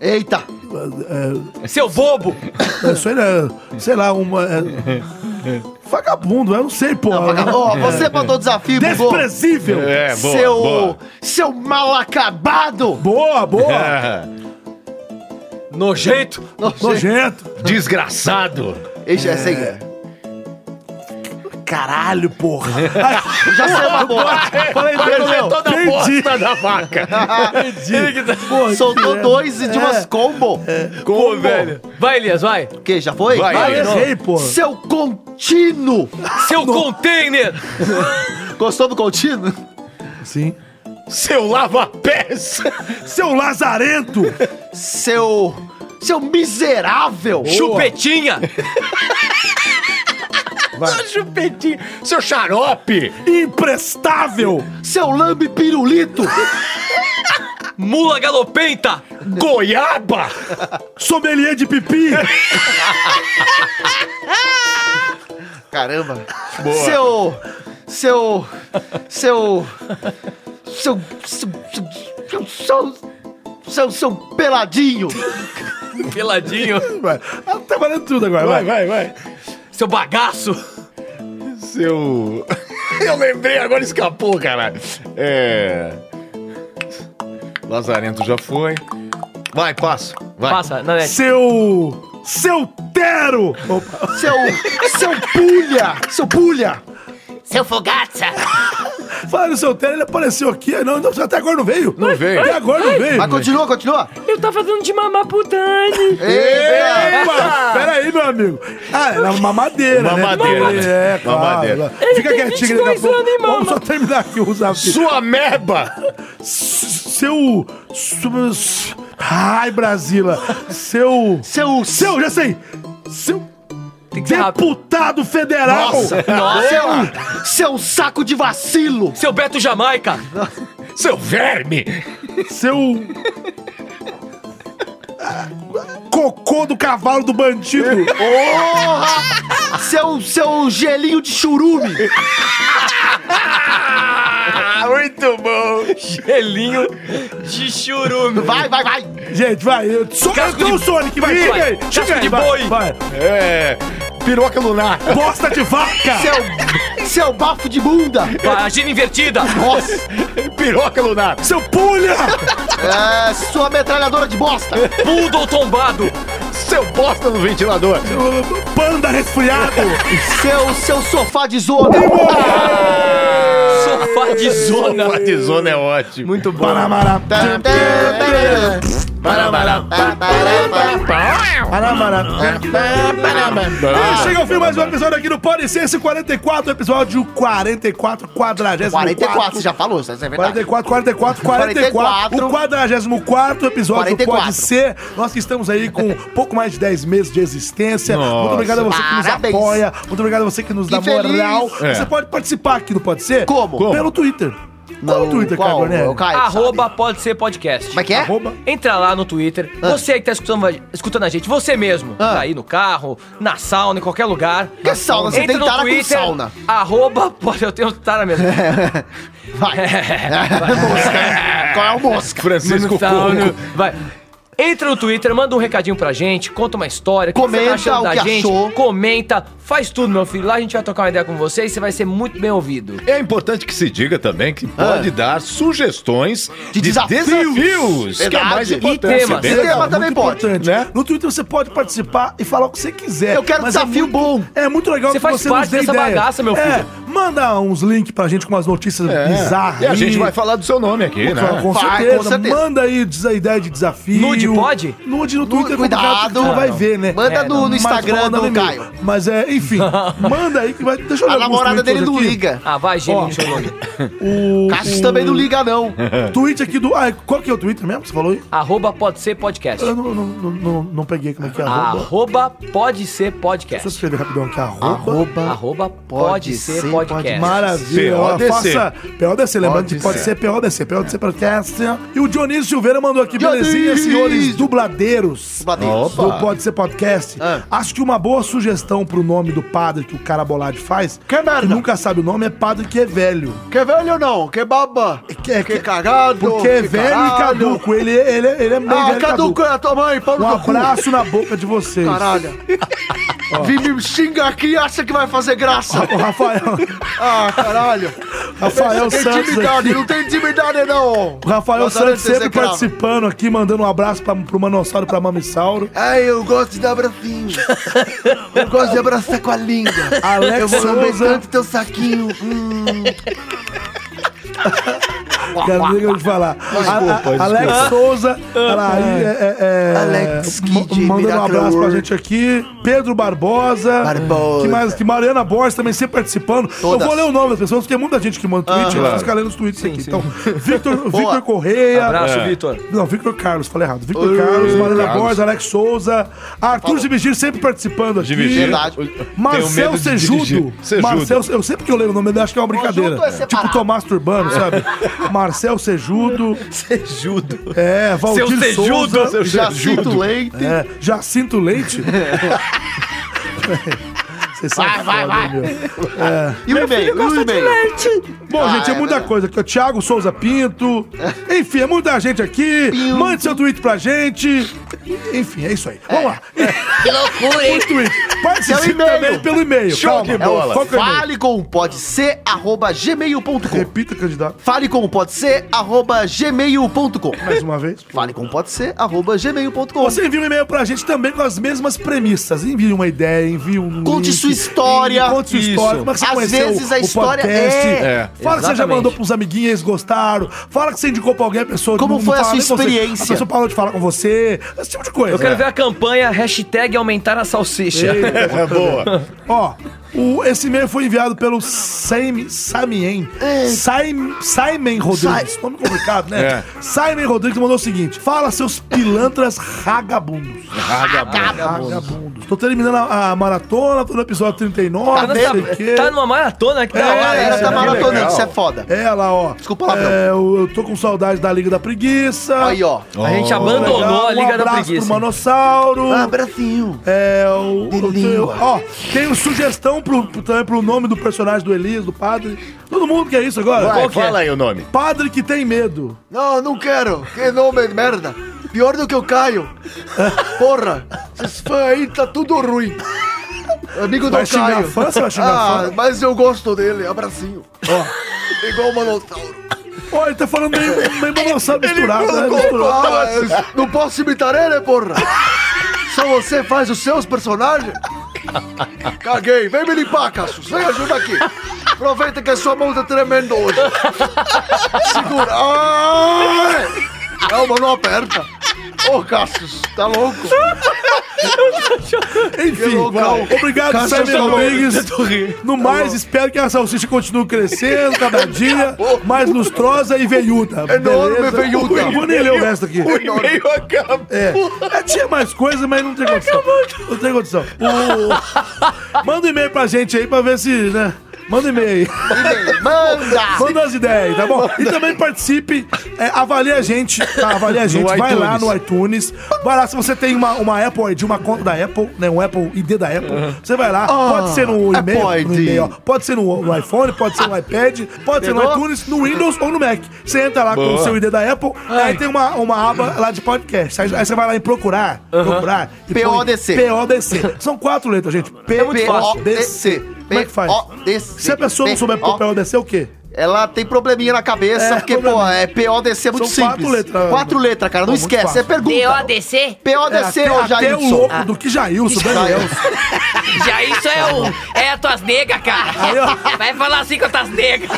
Speaker 11: Eita!
Speaker 2: Seu bobo!
Speaker 3: É, Isso aí é, sei lá, uma. é- Vagabundo, eu não sei, porra.
Speaker 11: Ó, você mandou o desafio, Bubu.
Speaker 3: Desprezível!
Speaker 4: É, boa,
Speaker 11: seu,
Speaker 4: boa.
Speaker 11: seu mal acabado!
Speaker 3: Boa, boa!
Speaker 4: É.
Speaker 2: Nojento!
Speaker 3: Nojento!
Speaker 4: Desgraçado.
Speaker 11: Ixi, é assim, essa aí.
Speaker 3: É. Caralho, porra!
Speaker 11: Já saiu uma boa.
Speaker 3: Falei,
Speaker 4: Perdeu toda a
Speaker 3: Entendi.
Speaker 4: bosta da vaca.
Speaker 3: Porra,
Speaker 11: Soltou
Speaker 3: que
Speaker 11: dois de umas
Speaker 3: É.
Speaker 11: combo.
Speaker 4: Como, velho?
Speaker 2: Vai, Elias, vai!
Speaker 11: O que? Já foi?
Speaker 4: Vai,
Speaker 3: Ah,
Speaker 4: Vai,
Speaker 3: eu errei, porra!
Speaker 11: Seu contínuo!
Speaker 2: Seu container!
Speaker 11: Gostou do contínuo?
Speaker 3: Sim.
Speaker 4: Seu lava-pés.
Speaker 3: Seu lazarento!
Speaker 11: Seu. Seu miserável!
Speaker 2: Chupetinha!
Speaker 4: Seu chupetinho. Seu xarope.
Speaker 3: Imprestável!
Speaker 11: Seu lambe pirulito!
Speaker 2: Mula galopenta!
Speaker 4: Goiaba.
Speaker 3: Sommelier de pipi!
Speaker 11: Caramba! Seu. Seu. Seu. Seu. Seu. Seu. Seu. Seu, seu peladinho!
Speaker 2: Peladinho!
Speaker 3: Vai. Ah, Tá valendo tudo agora, vai!
Speaker 4: vai, vai.
Speaker 2: Seu bagaço!
Speaker 4: Seu... Eu lembrei, agora escapou, caralho. É... Lazarento já foi. Vai, passa. Vai.
Speaker 2: Passa, na net.
Speaker 3: Seu. Seu Tero! Opa.
Speaker 11: Seu. Seu pulha! Seu pulha!
Speaker 10: Seu Fogaça!
Speaker 3: Falaram do seu Tero, ele apareceu aqui. Não, não, até agora não veio.
Speaker 4: Não veio.
Speaker 3: Até agora não veio.
Speaker 11: Mas
Speaker 3: moleque.
Speaker 11: continua, continua!
Speaker 10: Eu tava dando de mamar pro Dani!
Speaker 11: Ei,
Speaker 3: Opa, peraí, meu amigo. Ah, é uma mamadeira, né?
Speaker 4: Mamadeira.
Speaker 3: É, claro.
Speaker 4: Mamadeira.
Speaker 3: Ele Fica
Speaker 10: tem
Speaker 3: quietinho daqui a
Speaker 10: 22 anos, hein,
Speaker 3: pouco.
Speaker 10: mama?
Speaker 3: Vamos só terminar aqui o desafio.
Speaker 4: Sua meba!
Speaker 3: Seu... su- su- Ai, Brasila. Seu...
Speaker 11: Seu. Seu.
Speaker 3: Seu, já sei. Seu
Speaker 2: Tem que ser rápido.
Speaker 3: deputado federal.
Speaker 11: Seu, seu saco de vacilo!
Speaker 2: Seu Beto Jamaica!
Speaker 4: Seu verme!
Speaker 3: Seu... Ah, co- cocô do cavalo do bandido.
Speaker 11: Porra! seu, seu gelinho de churume!
Speaker 4: Ah,
Speaker 12: Muito bom.
Speaker 2: Gelinho de churume.
Speaker 11: Vai, vai, vai!
Speaker 3: Gente, vai. Eu sou
Speaker 2: Casco
Speaker 3: eu
Speaker 2: de-
Speaker 3: sou o Sonic, vai.
Speaker 2: Ih,
Speaker 3: Chega aí,
Speaker 2: vai.
Speaker 3: chega
Speaker 2: Casco
Speaker 3: aí,
Speaker 2: de
Speaker 3: vai,
Speaker 2: boi.
Speaker 3: vai.
Speaker 12: É. Piroca lunar.
Speaker 3: Bosta de vaca.
Speaker 11: Seu, seu bafo de bunda!
Speaker 2: Vagina invertida.
Speaker 11: Nossa!
Speaker 12: Piroca lunar.
Speaker 3: Seu pulha.
Speaker 11: É, sua metralhadora de bosta!
Speaker 2: Poodle tombado.
Speaker 12: Seu bosta no ventilador.
Speaker 3: Panda resfriado.
Speaker 11: Seu, seu sofá de zona!
Speaker 2: Sofá de zona.
Speaker 12: Zona. de zona é ótimo.
Speaker 2: Muito bom.
Speaker 3: Paramará. Ah, chega ao fim mais um episódio aqui no Pode Ser, esse 44, episódio 44, 44,
Speaker 11: 44, você já falou, isso é verdade.
Speaker 3: 44, 44, 44. O 44 episódio
Speaker 11: 44.
Speaker 3: pode ser. Nós que estamos aí com um pouco mais de 10 meses de existência. Muito obrigado a você que nos
Speaker 11: Parabéns.
Speaker 3: apoia. Muito obrigado a você que nos
Speaker 11: Que
Speaker 3: dá
Speaker 11: feliz.
Speaker 3: moral.
Speaker 12: É.
Speaker 3: Você pode participar aqui no Pode Ser?
Speaker 11: Como? Como?
Speaker 3: Pelo Twitter. Qual o Twitter,
Speaker 11: qual?
Speaker 3: Carbonelli?
Speaker 11: O Caio sabe.
Speaker 2: Arroba pode ser podcast.
Speaker 11: Como é que é?
Speaker 3: Arroba.
Speaker 2: Entra lá no Twitter. Você que tá escutando, escutando a gente, você mesmo.
Speaker 11: Ah.
Speaker 2: Tá aí no carro, na sauna, em qualquer lugar.
Speaker 11: Que sauna? Você tem tara com sauna.
Speaker 2: Arroba pode. Eu tenho tara mesmo.
Speaker 11: Vai. É. Mosca. Qual é o mosca?
Speaker 12: Francisco
Speaker 2: Sauna.
Speaker 12: Coco.
Speaker 2: Vai. Entra no Twitter, manda um recadinho pra gente, conta uma história, o que
Speaker 11: Comenta
Speaker 2: você tá achando
Speaker 11: o
Speaker 2: da
Speaker 11: que
Speaker 2: gente,
Speaker 11: achou.
Speaker 2: comenta, faz tudo, meu filho. Lá a gente vai tocar uma ideia com você e você vai ser muito bem ouvido.
Speaker 4: É importante que se diga também que pode dar sugestões de,
Speaker 11: desafios.
Speaker 4: desafios, que é o mais
Speaker 11: Verdade. E
Speaker 4: importante.
Speaker 2: temas.
Speaker 4: Bem
Speaker 11: Esse
Speaker 4: legal.
Speaker 11: tema também
Speaker 3: muito
Speaker 11: pode.
Speaker 3: importante.
Speaker 4: né?
Speaker 3: No Twitter você pode participar e falar o que você quiser.
Speaker 11: Eu quero
Speaker 3: Mas é
Speaker 11: desafio
Speaker 3: muito-
Speaker 11: bom.
Speaker 3: É muito legal
Speaker 2: Você
Speaker 3: que
Speaker 2: faz
Speaker 3: você nos
Speaker 2: parte
Speaker 3: dê
Speaker 2: dessa
Speaker 3: ideia.
Speaker 2: bagaça, meu
Speaker 3: É,
Speaker 2: filho.
Speaker 3: manda uns links pra gente com umas notícias
Speaker 11: É.
Speaker 3: bizarras.
Speaker 4: E a gente
Speaker 3: aí.
Speaker 4: vai falar do seu nome aqui, né?
Speaker 3: Com,
Speaker 11: Vai,
Speaker 3: certeza.
Speaker 11: com certeza.
Speaker 3: Manda aí diz- a ideia de desafio.
Speaker 2: Nude pode?
Speaker 3: Nude no Twitter é complicado,
Speaker 11: Cuidado.
Speaker 3: porque você não vai ver, né?
Speaker 11: Manda
Speaker 2: É,
Speaker 11: no,
Speaker 2: não,
Speaker 11: no
Speaker 3: Mas
Speaker 11: Instagram
Speaker 3: manda
Speaker 11: do
Speaker 3: e-mail.
Speaker 11: Caio.
Speaker 3: Mas é, enfim, manda aí que vai. Deixa eu
Speaker 11: A
Speaker 3: olhar alguns
Speaker 11: namorada
Speaker 3: tweets
Speaker 11: dele não
Speaker 3: aqui.
Speaker 11: liga.
Speaker 2: Ah, vai,
Speaker 3: Ó.
Speaker 2: Gêmeo, deixa eu olhar.
Speaker 3: O
Speaker 11: Cassius também não liga, não.
Speaker 3: tweet aqui do. Ah, qual que é o Twitter mesmo? que Você falou aí?
Speaker 2: Arroba pode ser podcast.
Speaker 3: Eu não, não, não, não, não peguei como é
Speaker 2: Ah.
Speaker 3: que é. Arroba.
Speaker 2: Arroba pode ser
Speaker 3: Deixa eu
Speaker 2: podcast.
Speaker 3: escrever rapidão aqui. Arroba.
Speaker 11: Arroba.
Speaker 2: Arroba pode ser podcast.
Speaker 3: Maravilha, ó,
Speaker 4: PODC.
Speaker 3: faça PODC, lembrando que pode ser PODC, PODC Podcast. E o Dionísio Silveira mandou aqui, belezinha,
Speaker 11: Dionísio!
Speaker 3: senhores dubladeiros.
Speaker 11: Dubladeiros.
Speaker 3: Do Pode Ser Podcast.
Speaker 11: Ah.
Speaker 3: Acho que uma boa sugestão pro nome do padre que o cara bolade faz, que,
Speaker 11: merda.
Speaker 3: nunca sabe o nome, é padre que é velho.
Speaker 11: Que velho ou não? Que baba?
Speaker 3: Que, que-
Speaker 11: cagado?
Speaker 3: porque é velho e
Speaker 11: caralho.
Speaker 3: caduco, ele, ele, ele é meio
Speaker 11: Ah,
Speaker 3: velho e
Speaker 11: caduco é a tua mãe, pau
Speaker 3: Um
Speaker 11: no teu cu.
Speaker 3: abraço na boca de vocês.
Speaker 11: Caralho. Vim me xingar aqui e acha que vai fazer graça.
Speaker 3: O Rafael,
Speaker 11: Ah, caralho.
Speaker 3: Rafael
Speaker 11: Tem
Speaker 3: É Santos aqui.
Speaker 11: intimidade, não tem intimidade não.
Speaker 3: O Rafael
Speaker 11: Gostaria de
Speaker 3: Santos sempre
Speaker 11: dizer que é era-
Speaker 3: participando aqui, mandando um abraço pra, pro Manossauro e pra Mamissauro.
Speaker 1: Ai, eu gosto de dar abracinho. Eu gosto de abraçar com a língua.
Speaker 3: Alex
Speaker 1: Eu vou lamber
Speaker 3: Souza.
Speaker 1: tanto teu saquinho. Hum,
Speaker 3: Quero ver o que eu vou te falar. A- a- Alex Souza, ela aí, é, é, é,
Speaker 1: Alex
Speaker 3: ma-
Speaker 1: Kid,
Speaker 3: mandando um
Speaker 1: Miracle
Speaker 3: abraço pra
Speaker 1: World.
Speaker 3: gente aqui. Pedro Barbosa.
Speaker 1: Barbosa.
Speaker 3: Que mais? Que Mariana Borges também sempre participando. Eu
Speaker 11: Todas.
Speaker 3: vou ler o nome das pessoas, porque é muita gente que manda tweet, eu vou ficar lendo os tweets aqui. Então, Victor, Victor Correia. É.
Speaker 2: Abraço, Vitor.
Speaker 3: Não, Victor Carlos, falei errado. Victor Carlos, Mariana Borges, Alex Souza, Arthur Gibigir sempre participando aqui.
Speaker 4: Dirigir.
Speaker 11: Verdade.
Speaker 4: Tenho
Speaker 3: Marcel
Speaker 4: medo de dirigir.
Speaker 3: Sejudo.
Speaker 4: Sejudo.
Speaker 3: Marcel, eu sempre que eu leio o nome dele, acho que é uma brincadeira.
Speaker 11: Conjunto é separado.
Speaker 3: tipo Tomás Turbano, sabe? Marcel Sejudo.
Speaker 2: Sejudo.
Speaker 3: É, Valdir
Speaker 2: Seu Sejudo,
Speaker 3: Souza.
Speaker 4: Seu
Speaker 11: Já
Speaker 4: Judo.
Speaker 11: sinto leite.
Speaker 3: É, Jacinto Leite. Vocês são vai, vai, vai. É.
Speaker 11: E o e-mail, e o e-mail.
Speaker 3: Bom,
Speaker 11: Ah,
Speaker 3: gente, é
Speaker 11: é
Speaker 3: muita
Speaker 11: verdade.
Speaker 3: coisa aqui. ó. Thiago Souza Pinto. Enfim, é muita gente aqui. Mande seu tweet pra gente. Enfim, é isso aí. Vamos lá.
Speaker 10: Que loucura, hein?
Speaker 3: O tweet. Participe
Speaker 11: Pelo é e-mail.
Speaker 3: também pelo e-mail.
Speaker 4: Show
Speaker 3: Calma.
Speaker 4: de bola.
Speaker 3: É o- Qual que é o e-mail?
Speaker 11: Fale com pode ser arroba gmail.com.
Speaker 3: Repita, candidato,
Speaker 11: Fale com pode ser arroba gmail.com.
Speaker 3: mais uma vez.
Speaker 11: Fale com pode ser arroba gmail.com.
Speaker 3: Você envia um e-mail pra gente também com as mesmas premissas. Envie uma ideia, envie um.
Speaker 11: Conte
Speaker 3: link,
Speaker 11: sua história.
Speaker 3: Conte sua
Speaker 11: Isso.
Speaker 3: história. Como é que você
Speaker 11: Às
Speaker 3: conheceu
Speaker 11: vezes a
Speaker 3: o
Speaker 11: história
Speaker 3: podcast.
Speaker 11: é-
Speaker 4: É,
Speaker 3: Fala que você já
Speaker 2: exatamente.
Speaker 3: mandou pros amiguinhos, eles gostaram. Fala que você indicou pra alguém, a pessoa
Speaker 11: Como
Speaker 3: não- não
Speaker 11: foi a
Speaker 3: fala
Speaker 11: sua
Speaker 3: nem com você.
Speaker 11: experiência?
Speaker 3: A pessoa parou de falar com você. Esse tipo de coisa.
Speaker 2: Eu quero ver a campanha hashtag aumentar a salsicha.
Speaker 3: Ei,
Speaker 4: É boa.
Speaker 3: Ó, O, esse e-mail foi enviado pelo Saim, Samien. Saim, Simon Rodrigues. Nome complicado, né? Simon Rodrigues mandou o seguinte: Fala, seus pilantras ragabundos.
Speaker 11: Ah, tá,
Speaker 3: Ragabundos. Tô terminando a, a maratona, tô no episódio 39.
Speaker 2: Tá,
Speaker 3: não sei o quê.
Speaker 2: nessa- tá numa maratona que
Speaker 11: É,
Speaker 2: da hora.
Speaker 11: ela
Speaker 2: isso,
Speaker 11: tá
Speaker 2: né?
Speaker 11: maratonando,
Speaker 12: legal.
Speaker 11: isso é foda.
Speaker 3: É lá, ó.
Speaker 11: Desculpa o palavrão.
Speaker 3: É, eu, eu tô com saudade da Liga da Preguiça.
Speaker 11: Aí, ó.
Speaker 2: A gente abandonou
Speaker 3: Legal,
Speaker 2: a Liga da
Speaker 3: Um abraço pro
Speaker 2: Preguiça.
Speaker 3: Manossauro.
Speaker 1: Ah, bracinho.
Speaker 3: É, o.
Speaker 1: De
Speaker 3: o-
Speaker 1: língua.
Speaker 3: Ó, tenho sugestão pro, pro- também pro nome do personagem do Elias, do padre. Todo mundo quer isso agora?
Speaker 12: Vai,
Speaker 3: Qual que é?
Speaker 12: fala aí o nome.
Speaker 3: Padre que tem medo.
Speaker 11: Não, não quero. Que nome de merda. Pior do que o Caio. Porra, esses fãs aí tá tudo ruim. Amigo
Speaker 3: Vai
Speaker 11: do
Speaker 3: xingar
Speaker 11: Caio.
Speaker 3: fã, você vai xingar
Speaker 11: ah,
Speaker 3: fã?
Speaker 11: mas eu gosto dele, abracinho. Igual o Manossauro.
Speaker 3: Ó, ele tá falando meio, meio manossauro misturado, né? Misturou.
Speaker 11: Ah, eu não posso imitar ele, porra. Só você faz os seus personagens. Caguei. Vem me limpar, Cassius. Vem, ajuda aqui. Aproveita que a sua mão tá tremendo hoje. Segura. Ai! Calma, não aperta. Ô, Cassius, tá louco? Que
Speaker 3: Enfim,
Speaker 11: local.
Speaker 3: vai. obrigado,
Speaker 11: Cássio
Speaker 3: Samir
Speaker 11: Salomão.
Speaker 3: Rodrigues.
Speaker 11: Tá
Speaker 3: No mais, espero que a salsicha continue crescendo cada dia, mais lustrosa e veiuda.
Speaker 11: É Enorme veiuda.
Speaker 3: Eu vou nem ler o resto aqui.
Speaker 12: O e-mail acaba.
Speaker 3: É. É, tinha mais coisa, mas não tem condição. Não tem condição. O- Manda um e-mail pra gente aí pra ver se, né? Manda um e-mail aí.
Speaker 11: Manda!
Speaker 3: Manda as ideias, tá bom? E também participe, é, avalie a gente, tá? avalie a gente, vai lá no iTunes, vai lá se você tem uma, uma Apple ID, uma conta da Apple, né, um Apple ID da Apple, você vai lá, pode ser no
Speaker 11: Apple
Speaker 3: e-mail, no
Speaker 11: ID.
Speaker 3: e-mail, ó, pode ser no, no iPhone, pode ser no iPad, pode ser no
Speaker 11: Pegou?
Speaker 3: iTunes, no Windows ou no Mac. Você entra lá com o seu ID da Apple, aí tem uma, uma aba lá de podcast, aí, aí você vai lá em procurar, procurar. e põe
Speaker 11: PODC.
Speaker 3: PODC. São quatro letras, gente. PODC. Como é que faz?
Speaker 11: PODC.
Speaker 3: Se a pessoa não souber
Speaker 11: PODC.
Speaker 3: PODC, o quê?
Speaker 11: Ela É tem probleminha na cabeça,
Speaker 3: É,
Speaker 11: porque, pô,
Speaker 3: probleminha.
Speaker 11: é PODC
Speaker 3: São
Speaker 11: muito simples.
Speaker 3: quatro letras. né?
Speaker 11: Quatro letras, cara. Não
Speaker 3: Pô, muito
Speaker 11: esquece. Você
Speaker 3: fácil.
Speaker 11: pergunta.
Speaker 10: DODC?
Speaker 11: PODC
Speaker 3: É, até,
Speaker 11: ou
Speaker 3: até o
Speaker 11: Jailson? Ah.
Speaker 3: louco do que Jailson, Daniel.
Speaker 2: Já isso é o. É a tuas negas, cara. Vai falar assim com as tuas negas.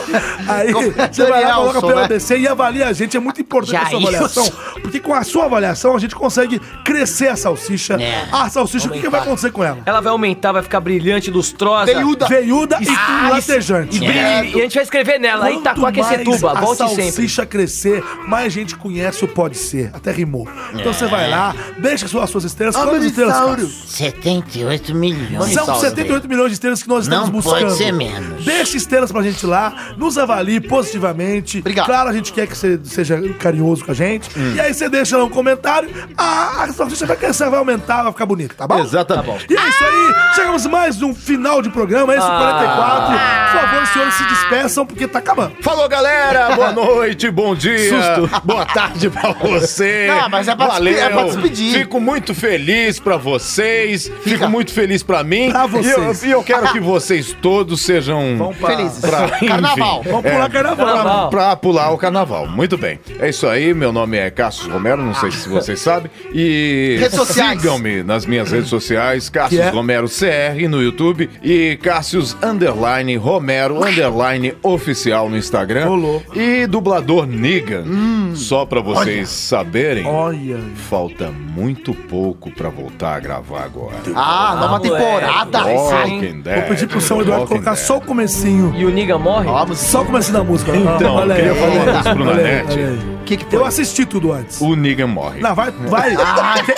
Speaker 3: Aí você vai lá, coloca o PODC e avalia a gente. É muito importante a sua
Speaker 10: Jailson.
Speaker 3: avaliação. Porque com a sua avaliação a gente consegue crescer a salsicha.
Speaker 5: É.
Speaker 3: A salsicha, o que, que vai acontecer com ela?
Speaker 2: Ela vai aumentar, vai ficar brilhante, lustrosa.
Speaker 11: Veiuda.
Speaker 3: Veiuda e
Speaker 2: Ah,
Speaker 3: latejante. É.
Speaker 2: Brilhe- E a gente vai escrever nela.
Speaker 3: Quanto
Speaker 2: Itaquá
Speaker 3: mais
Speaker 2: Quecetuba,
Speaker 3: a
Speaker 2: volte sempre.
Speaker 3: salsicha crescer, mais gente conhece o Pode Ser. Até rimou. Então você vai lá, deixa as suas as suas estrelas. Quantas estrelas,
Speaker 1: Dinossauro.
Speaker 3: Cássio?
Speaker 5: 78 milhões.
Speaker 3: São 78 milhões de estrelas que nós estamos
Speaker 5: Não
Speaker 3: buscando.
Speaker 5: pode ser menos.
Speaker 3: Deixe estrelas pra gente lá, nos avalie positivamente.
Speaker 11: Obrigado.
Speaker 3: Claro, a gente quer que você seja carinhoso com a gente.
Speaker 5: Hum.
Speaker 3: E aí você deixa lá um comentário, Ah, a, a salsicha vai crescer, vai aumentar, vai ficar bonito, tá bom?
Speaker 12: Exatamente.
Speaker 3: E é isso
Speaker 5: Ah!
Speaker 3: aí, chegamos mais um final de programa, esse 44. Por favor, os senhores se despeçam, porque tá acabando.
Speaker 12: Falou, galera! Boa noite, bom dia! Boa tarde pra você!
Speaker 11: Não, mas é pra despe- é pra despedir.
Speaker 12: Fico muito feliz pra vocês, fico muito feliz pra mim.
Speaker 3: Pra tá, vocês.
Speaker 12: E eu, e eu quero que vocês todos sejam...
Speaker 11: Felizes.
Speaker 12: pra- enfim, É.
Speaker 11: Carnaval.
Speaker 3: Vamos
Speaker 4: É.
Speaker 3: pular carnaval.
Speaker 2: Carnaval.
Speaker 12: Pra pular o carnaval. Muito bem. É isso aí. Meu nome é Cassius Romero, não sei se vocês sabem. E
Speaker 11: Redes sociais.
Speaker 12: sigam-me nas minhas redes sociais, Cassius
Speaker 3: Que é?
Speaker 12: Romero CR no YouTube e Cassius Underline Romero Underline Oficial no Instagram.
Speaker 3: Ô, louco. Hum.
Speaker 12: E dublador Nigan. Só pra vocês saberem,
Speaker 3: Olha.
Speaker 12: falta muito pouco pra voltar a gravar agora.
Speaker 11: Ah, nova
Speaker 2: moleque.
Speaker 11: temporada.
Speaker 12: Walking Dead,
Speaker 3: Tá, Vou pedir pro São Eduardo
Speaker 12: Walking
Speaker 3: colocar
Speaker 12: Dead.
Speaker 3: só o comecinho.
Speaker 2: E o Niga morre?
Speaker 3: Só o comecinho da música.
Speaker 12: Então, eu
Speaker 3: Olha aí,
Speaker 12: queria falar
Speaker 3: olha
Speaker 12: uma
Speaker 3: aí,
Speaker 12: coisa pro
Speaker 3: olha aí,
Speaker 12: Nanete.
Speaker 3: olha aí.
Speaker 11: O que que foi?
Speaker 3: Eu assisti tudo antes.
Speaker 12: O Nigan morre.
Speaker 3: Não, vai, vai.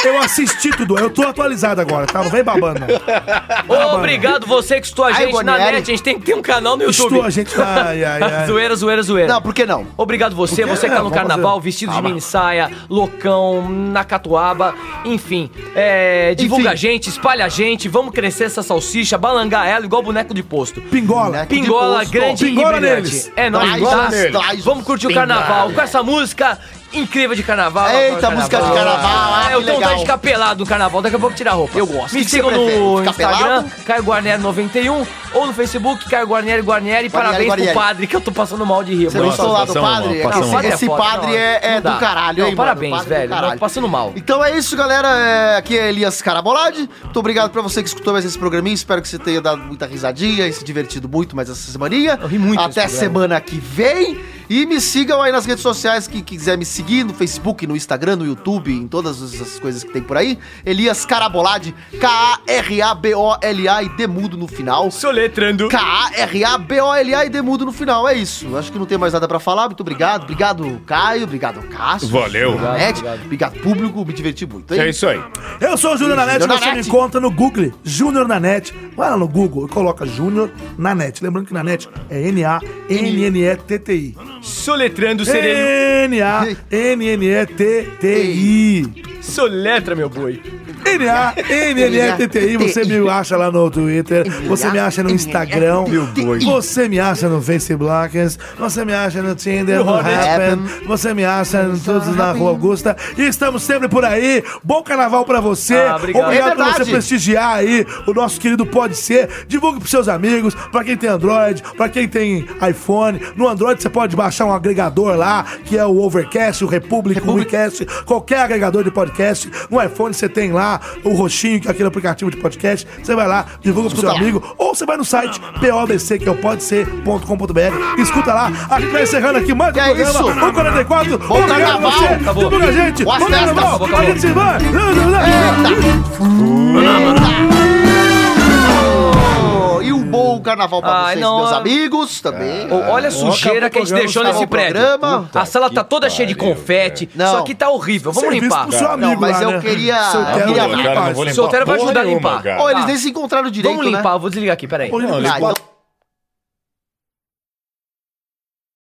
Speaker 3: Eu assisti tudo. Eu tô atualizado agora, tá? Não vem babando. não.
Speaker 2: Obrigado você que estou a
Speaker 11: Ai,
Speaker 2: gente na
Speaker 11: Bonieri.
Speaker 2: net. A gente tem que ter um canal no YouTube.
Speaker 3: Estou a gente. Ai, ai, ai.
Speaker 2: Zoeira, zoeira, zoeira.
Speaker 11: Não, por que não?
Speaker 2: Obrigado você, você que tá no
Speaker 3: vamos
Speaker 2: carnaval, vestido de mini saia, loucão, na catuaba, enfim. É, divulga
Speaker 11: Enfim.
Speaker 2: a gente, espalha a gente, vamos crescer essa salsicha, balangar ela igual boneco de posto.
Speaker 3: Pingola.
Speaker 11: de
Speaker 2: Pingola,
Speaker 11: posto.
Speaker 2: grande
Speaker 3: Pingola
Speaker 2: e brilhante.
Speaker 3: neles.
Speaker 2: É nóis,
Speaker 11: Pingola
Speaker 2: tá?
Speaker 11: neles. Nós
Speaker 2: Vamos curtir o carnaval com essa música incrível de carnaval.
Speaker 11: Eita,
Speaker 2: Adoro
Speaker 11: música de carnaval, ah,
Speaker 2: É, eu
Speaker 11: que
Speaker 2: tenho vontade
Speaker 11: legal.
Speaker 2: de ficar pelado no carnaval, daqui a pouco tirar a roupa. Eu gosto. Me
Speaker 11: O que
Speaker 2: sigam
Speaker 11: você prefere?
Speaker 2: no
Speaker 11: Ficar
Speaker 2: Instagram,
Speaker 11: pelado?
Speaker 2: Caio Guarnieri 91, ou no Facebook, Caio Guarnieri Guarnieri. Parabéns
Speaker 11: Guarnieri.
Speaker 2: pro padre, que eu tô passando mal de rir.
Speaker 11: Você
Speaker 2: mano.
Speaker 11: não sou lá do
Speaker 12: passamos mal,
Speaker 11: padre? É que
Speaker 12: passamos
Speaker 11: esse-
Speaker 12: mal.
Speaker 11: esse
Speaker 2: Foda,
Speaker 11: padre
Speaker 2: não,
Speaker 11: é, é
Speaker 2: não dá.
Speaker 11: do caralho,
Speaker 2: Não,
Speaker 11: hein, mano?
Speaker 2: parabéns,
Speaker 11: O padre é do
Speaker 2: velho,
Speaker 11: caralho.
Speaker 2: não, passando mal.
Speaker 11: Então é isso, galera. É, aqui é Elias Carabolade. Muito obrigado pra você que escutou mais esse programinha. Espero que você tenha dado muita risadinha e se divertido muito mais essa semaninha.
Speaker 2: Eu ri muito
Speaker 11: Até
Speaker 2: nesse programa.
Speaker 11: semana que vem. E me sigam aí nas redes sociais, quem quiser me seguir, no Facebook, no Instagram, no YouTube, em todas essas coisas que tem por aí. Elias Carabolade, K-A-R-A-B-O-L-A e Demudo no final.
Speaker 2: Soletrando.
Speaker 11: K-A-R-A-B-O-L-A e Demudo no final, é isso. Acho que não tem mais nada pra falar. Muito obrigado. Obrigado, Caio. Obrigado, Cássio.
Speaker 4: Valeu.
Speaker 11: Obrigado, Net. Obrigado. público. Me diverti muito.
Speaker 4: É isso aí.
Speaker 3: Eu sou o Júnior Nanete,
Speaker 11: Júnior
Speaker 3: você me
Speaker 11: Nanete.
Speaker 3: encontra no Google, Júnior Nanete. Vai lá no Google e coloca Júnior Nanete. Lembrando que Nanete é N-A-N-N-E-T-T-I.
Speaker 2: Soletrando sereno.
Speaker 3: N-A-N-N-E-T-T-I.
Speaker 2: Soletra, meu boi.
Speaker 3: N-A-N-N-E-T-T-I. Você me acha lá no Twitter, você me acha no Instagram, você me acha no Facebook, você me acha no Tinder, no Happen, você me acha em todos na Rua Augusta. E estamos sempre por aí. Bom carnaval pra você.
Speaker 2: Ah, obrigado.
Speaker 3: por
Speaker 11: É
Speaker 3: você
Speaker 11: verdade.
Speaker 3: prestigiar aí o nosso querido Pode Ser. Divulgue pros seus amigos, pra quem tem Android, pra quem tem iPhone. No Android você pode baixar um agregador lá, que é o Overcast, o Republic, o WeCast, qualquer agregador de podcast. No iPhone você tem lá o roxinho, que é aquele aplicativo de podcast. Você vai lá, divulga pro seu amigo, ou você vai no site PODC, que é o podc.com.br. Escuta lá. A gente vai encerrando aqui mais
Speaker 11: Que
Speaker 3: um
Speaker 11: é
Speaker 3: programa,
Speaker 11: isso?
Speaker 3: 144.
Speaker 11: Bom carnaval.
Speaker 2: Acabou.
Speaker 3: divulga a gente.
Speaker 11: Boas
Speaker 3: Bom
Speaker 11: festas.
Speaker 3: carnaval.
Speaker 11: Acabou,
Speaker 3: A gente se vai. é
Speaker 11: Oh, E um bom carnaval pra
Speaker 2: Ai,
Speaker 11: vocês,
Speaker 2: não,
Speaker 11: meus
Speaker 2: ah,
Speaker 11: amigos também.
Speaker 2: Ô, olha a sujeira que a gente deixou
Speaker 11: acabou
Speaker 2: nesse
Speaker 11: o
Speaker 2: prédio.
Speaker 11: programa.
Speaker 2: A sala tá toda cheia de
Speaker 4: pariu,
Speaker 2: confete.
Speaker 11: cara.
Speaker 2: Isso
Speaker 11: Não.
Speaker 2: aqui tá horrível. Vamos
Speaker 3: Serviço
Speaker 2: limpar.
Speaker 3: pro seu amigo
Speaker 11: Não, mas
Speaker 3: lá,
Speaker 11: eu
Speaker 3: né?
Speaker 11: queria-
Speaker 3: Seu
Speaker 11: eu
Speaker 3: Tero,
Speaker 11: queria-
Speaker 3: rapaz.
Speaker 2: Solteiro vai
Speaker 4: porra
Speaker 2: ajudar a
Speaker 4: nenhuma,
Speaker 2: limpar.
Speaker 4: cara.
Speaker 11: Ó,
Speaker 2: Ah.
Speaker 11: eles nem se encontraram direito,
Speaker 2: Vamos limpar,
Speaker 11: né?
Speaker 2: eu vou desligar aqui, peraí.
Speaker 3: Olha,
Speaker 4: Não,
Speaker 11: Ah,
Speaker 4: ele
Speaker 11: então-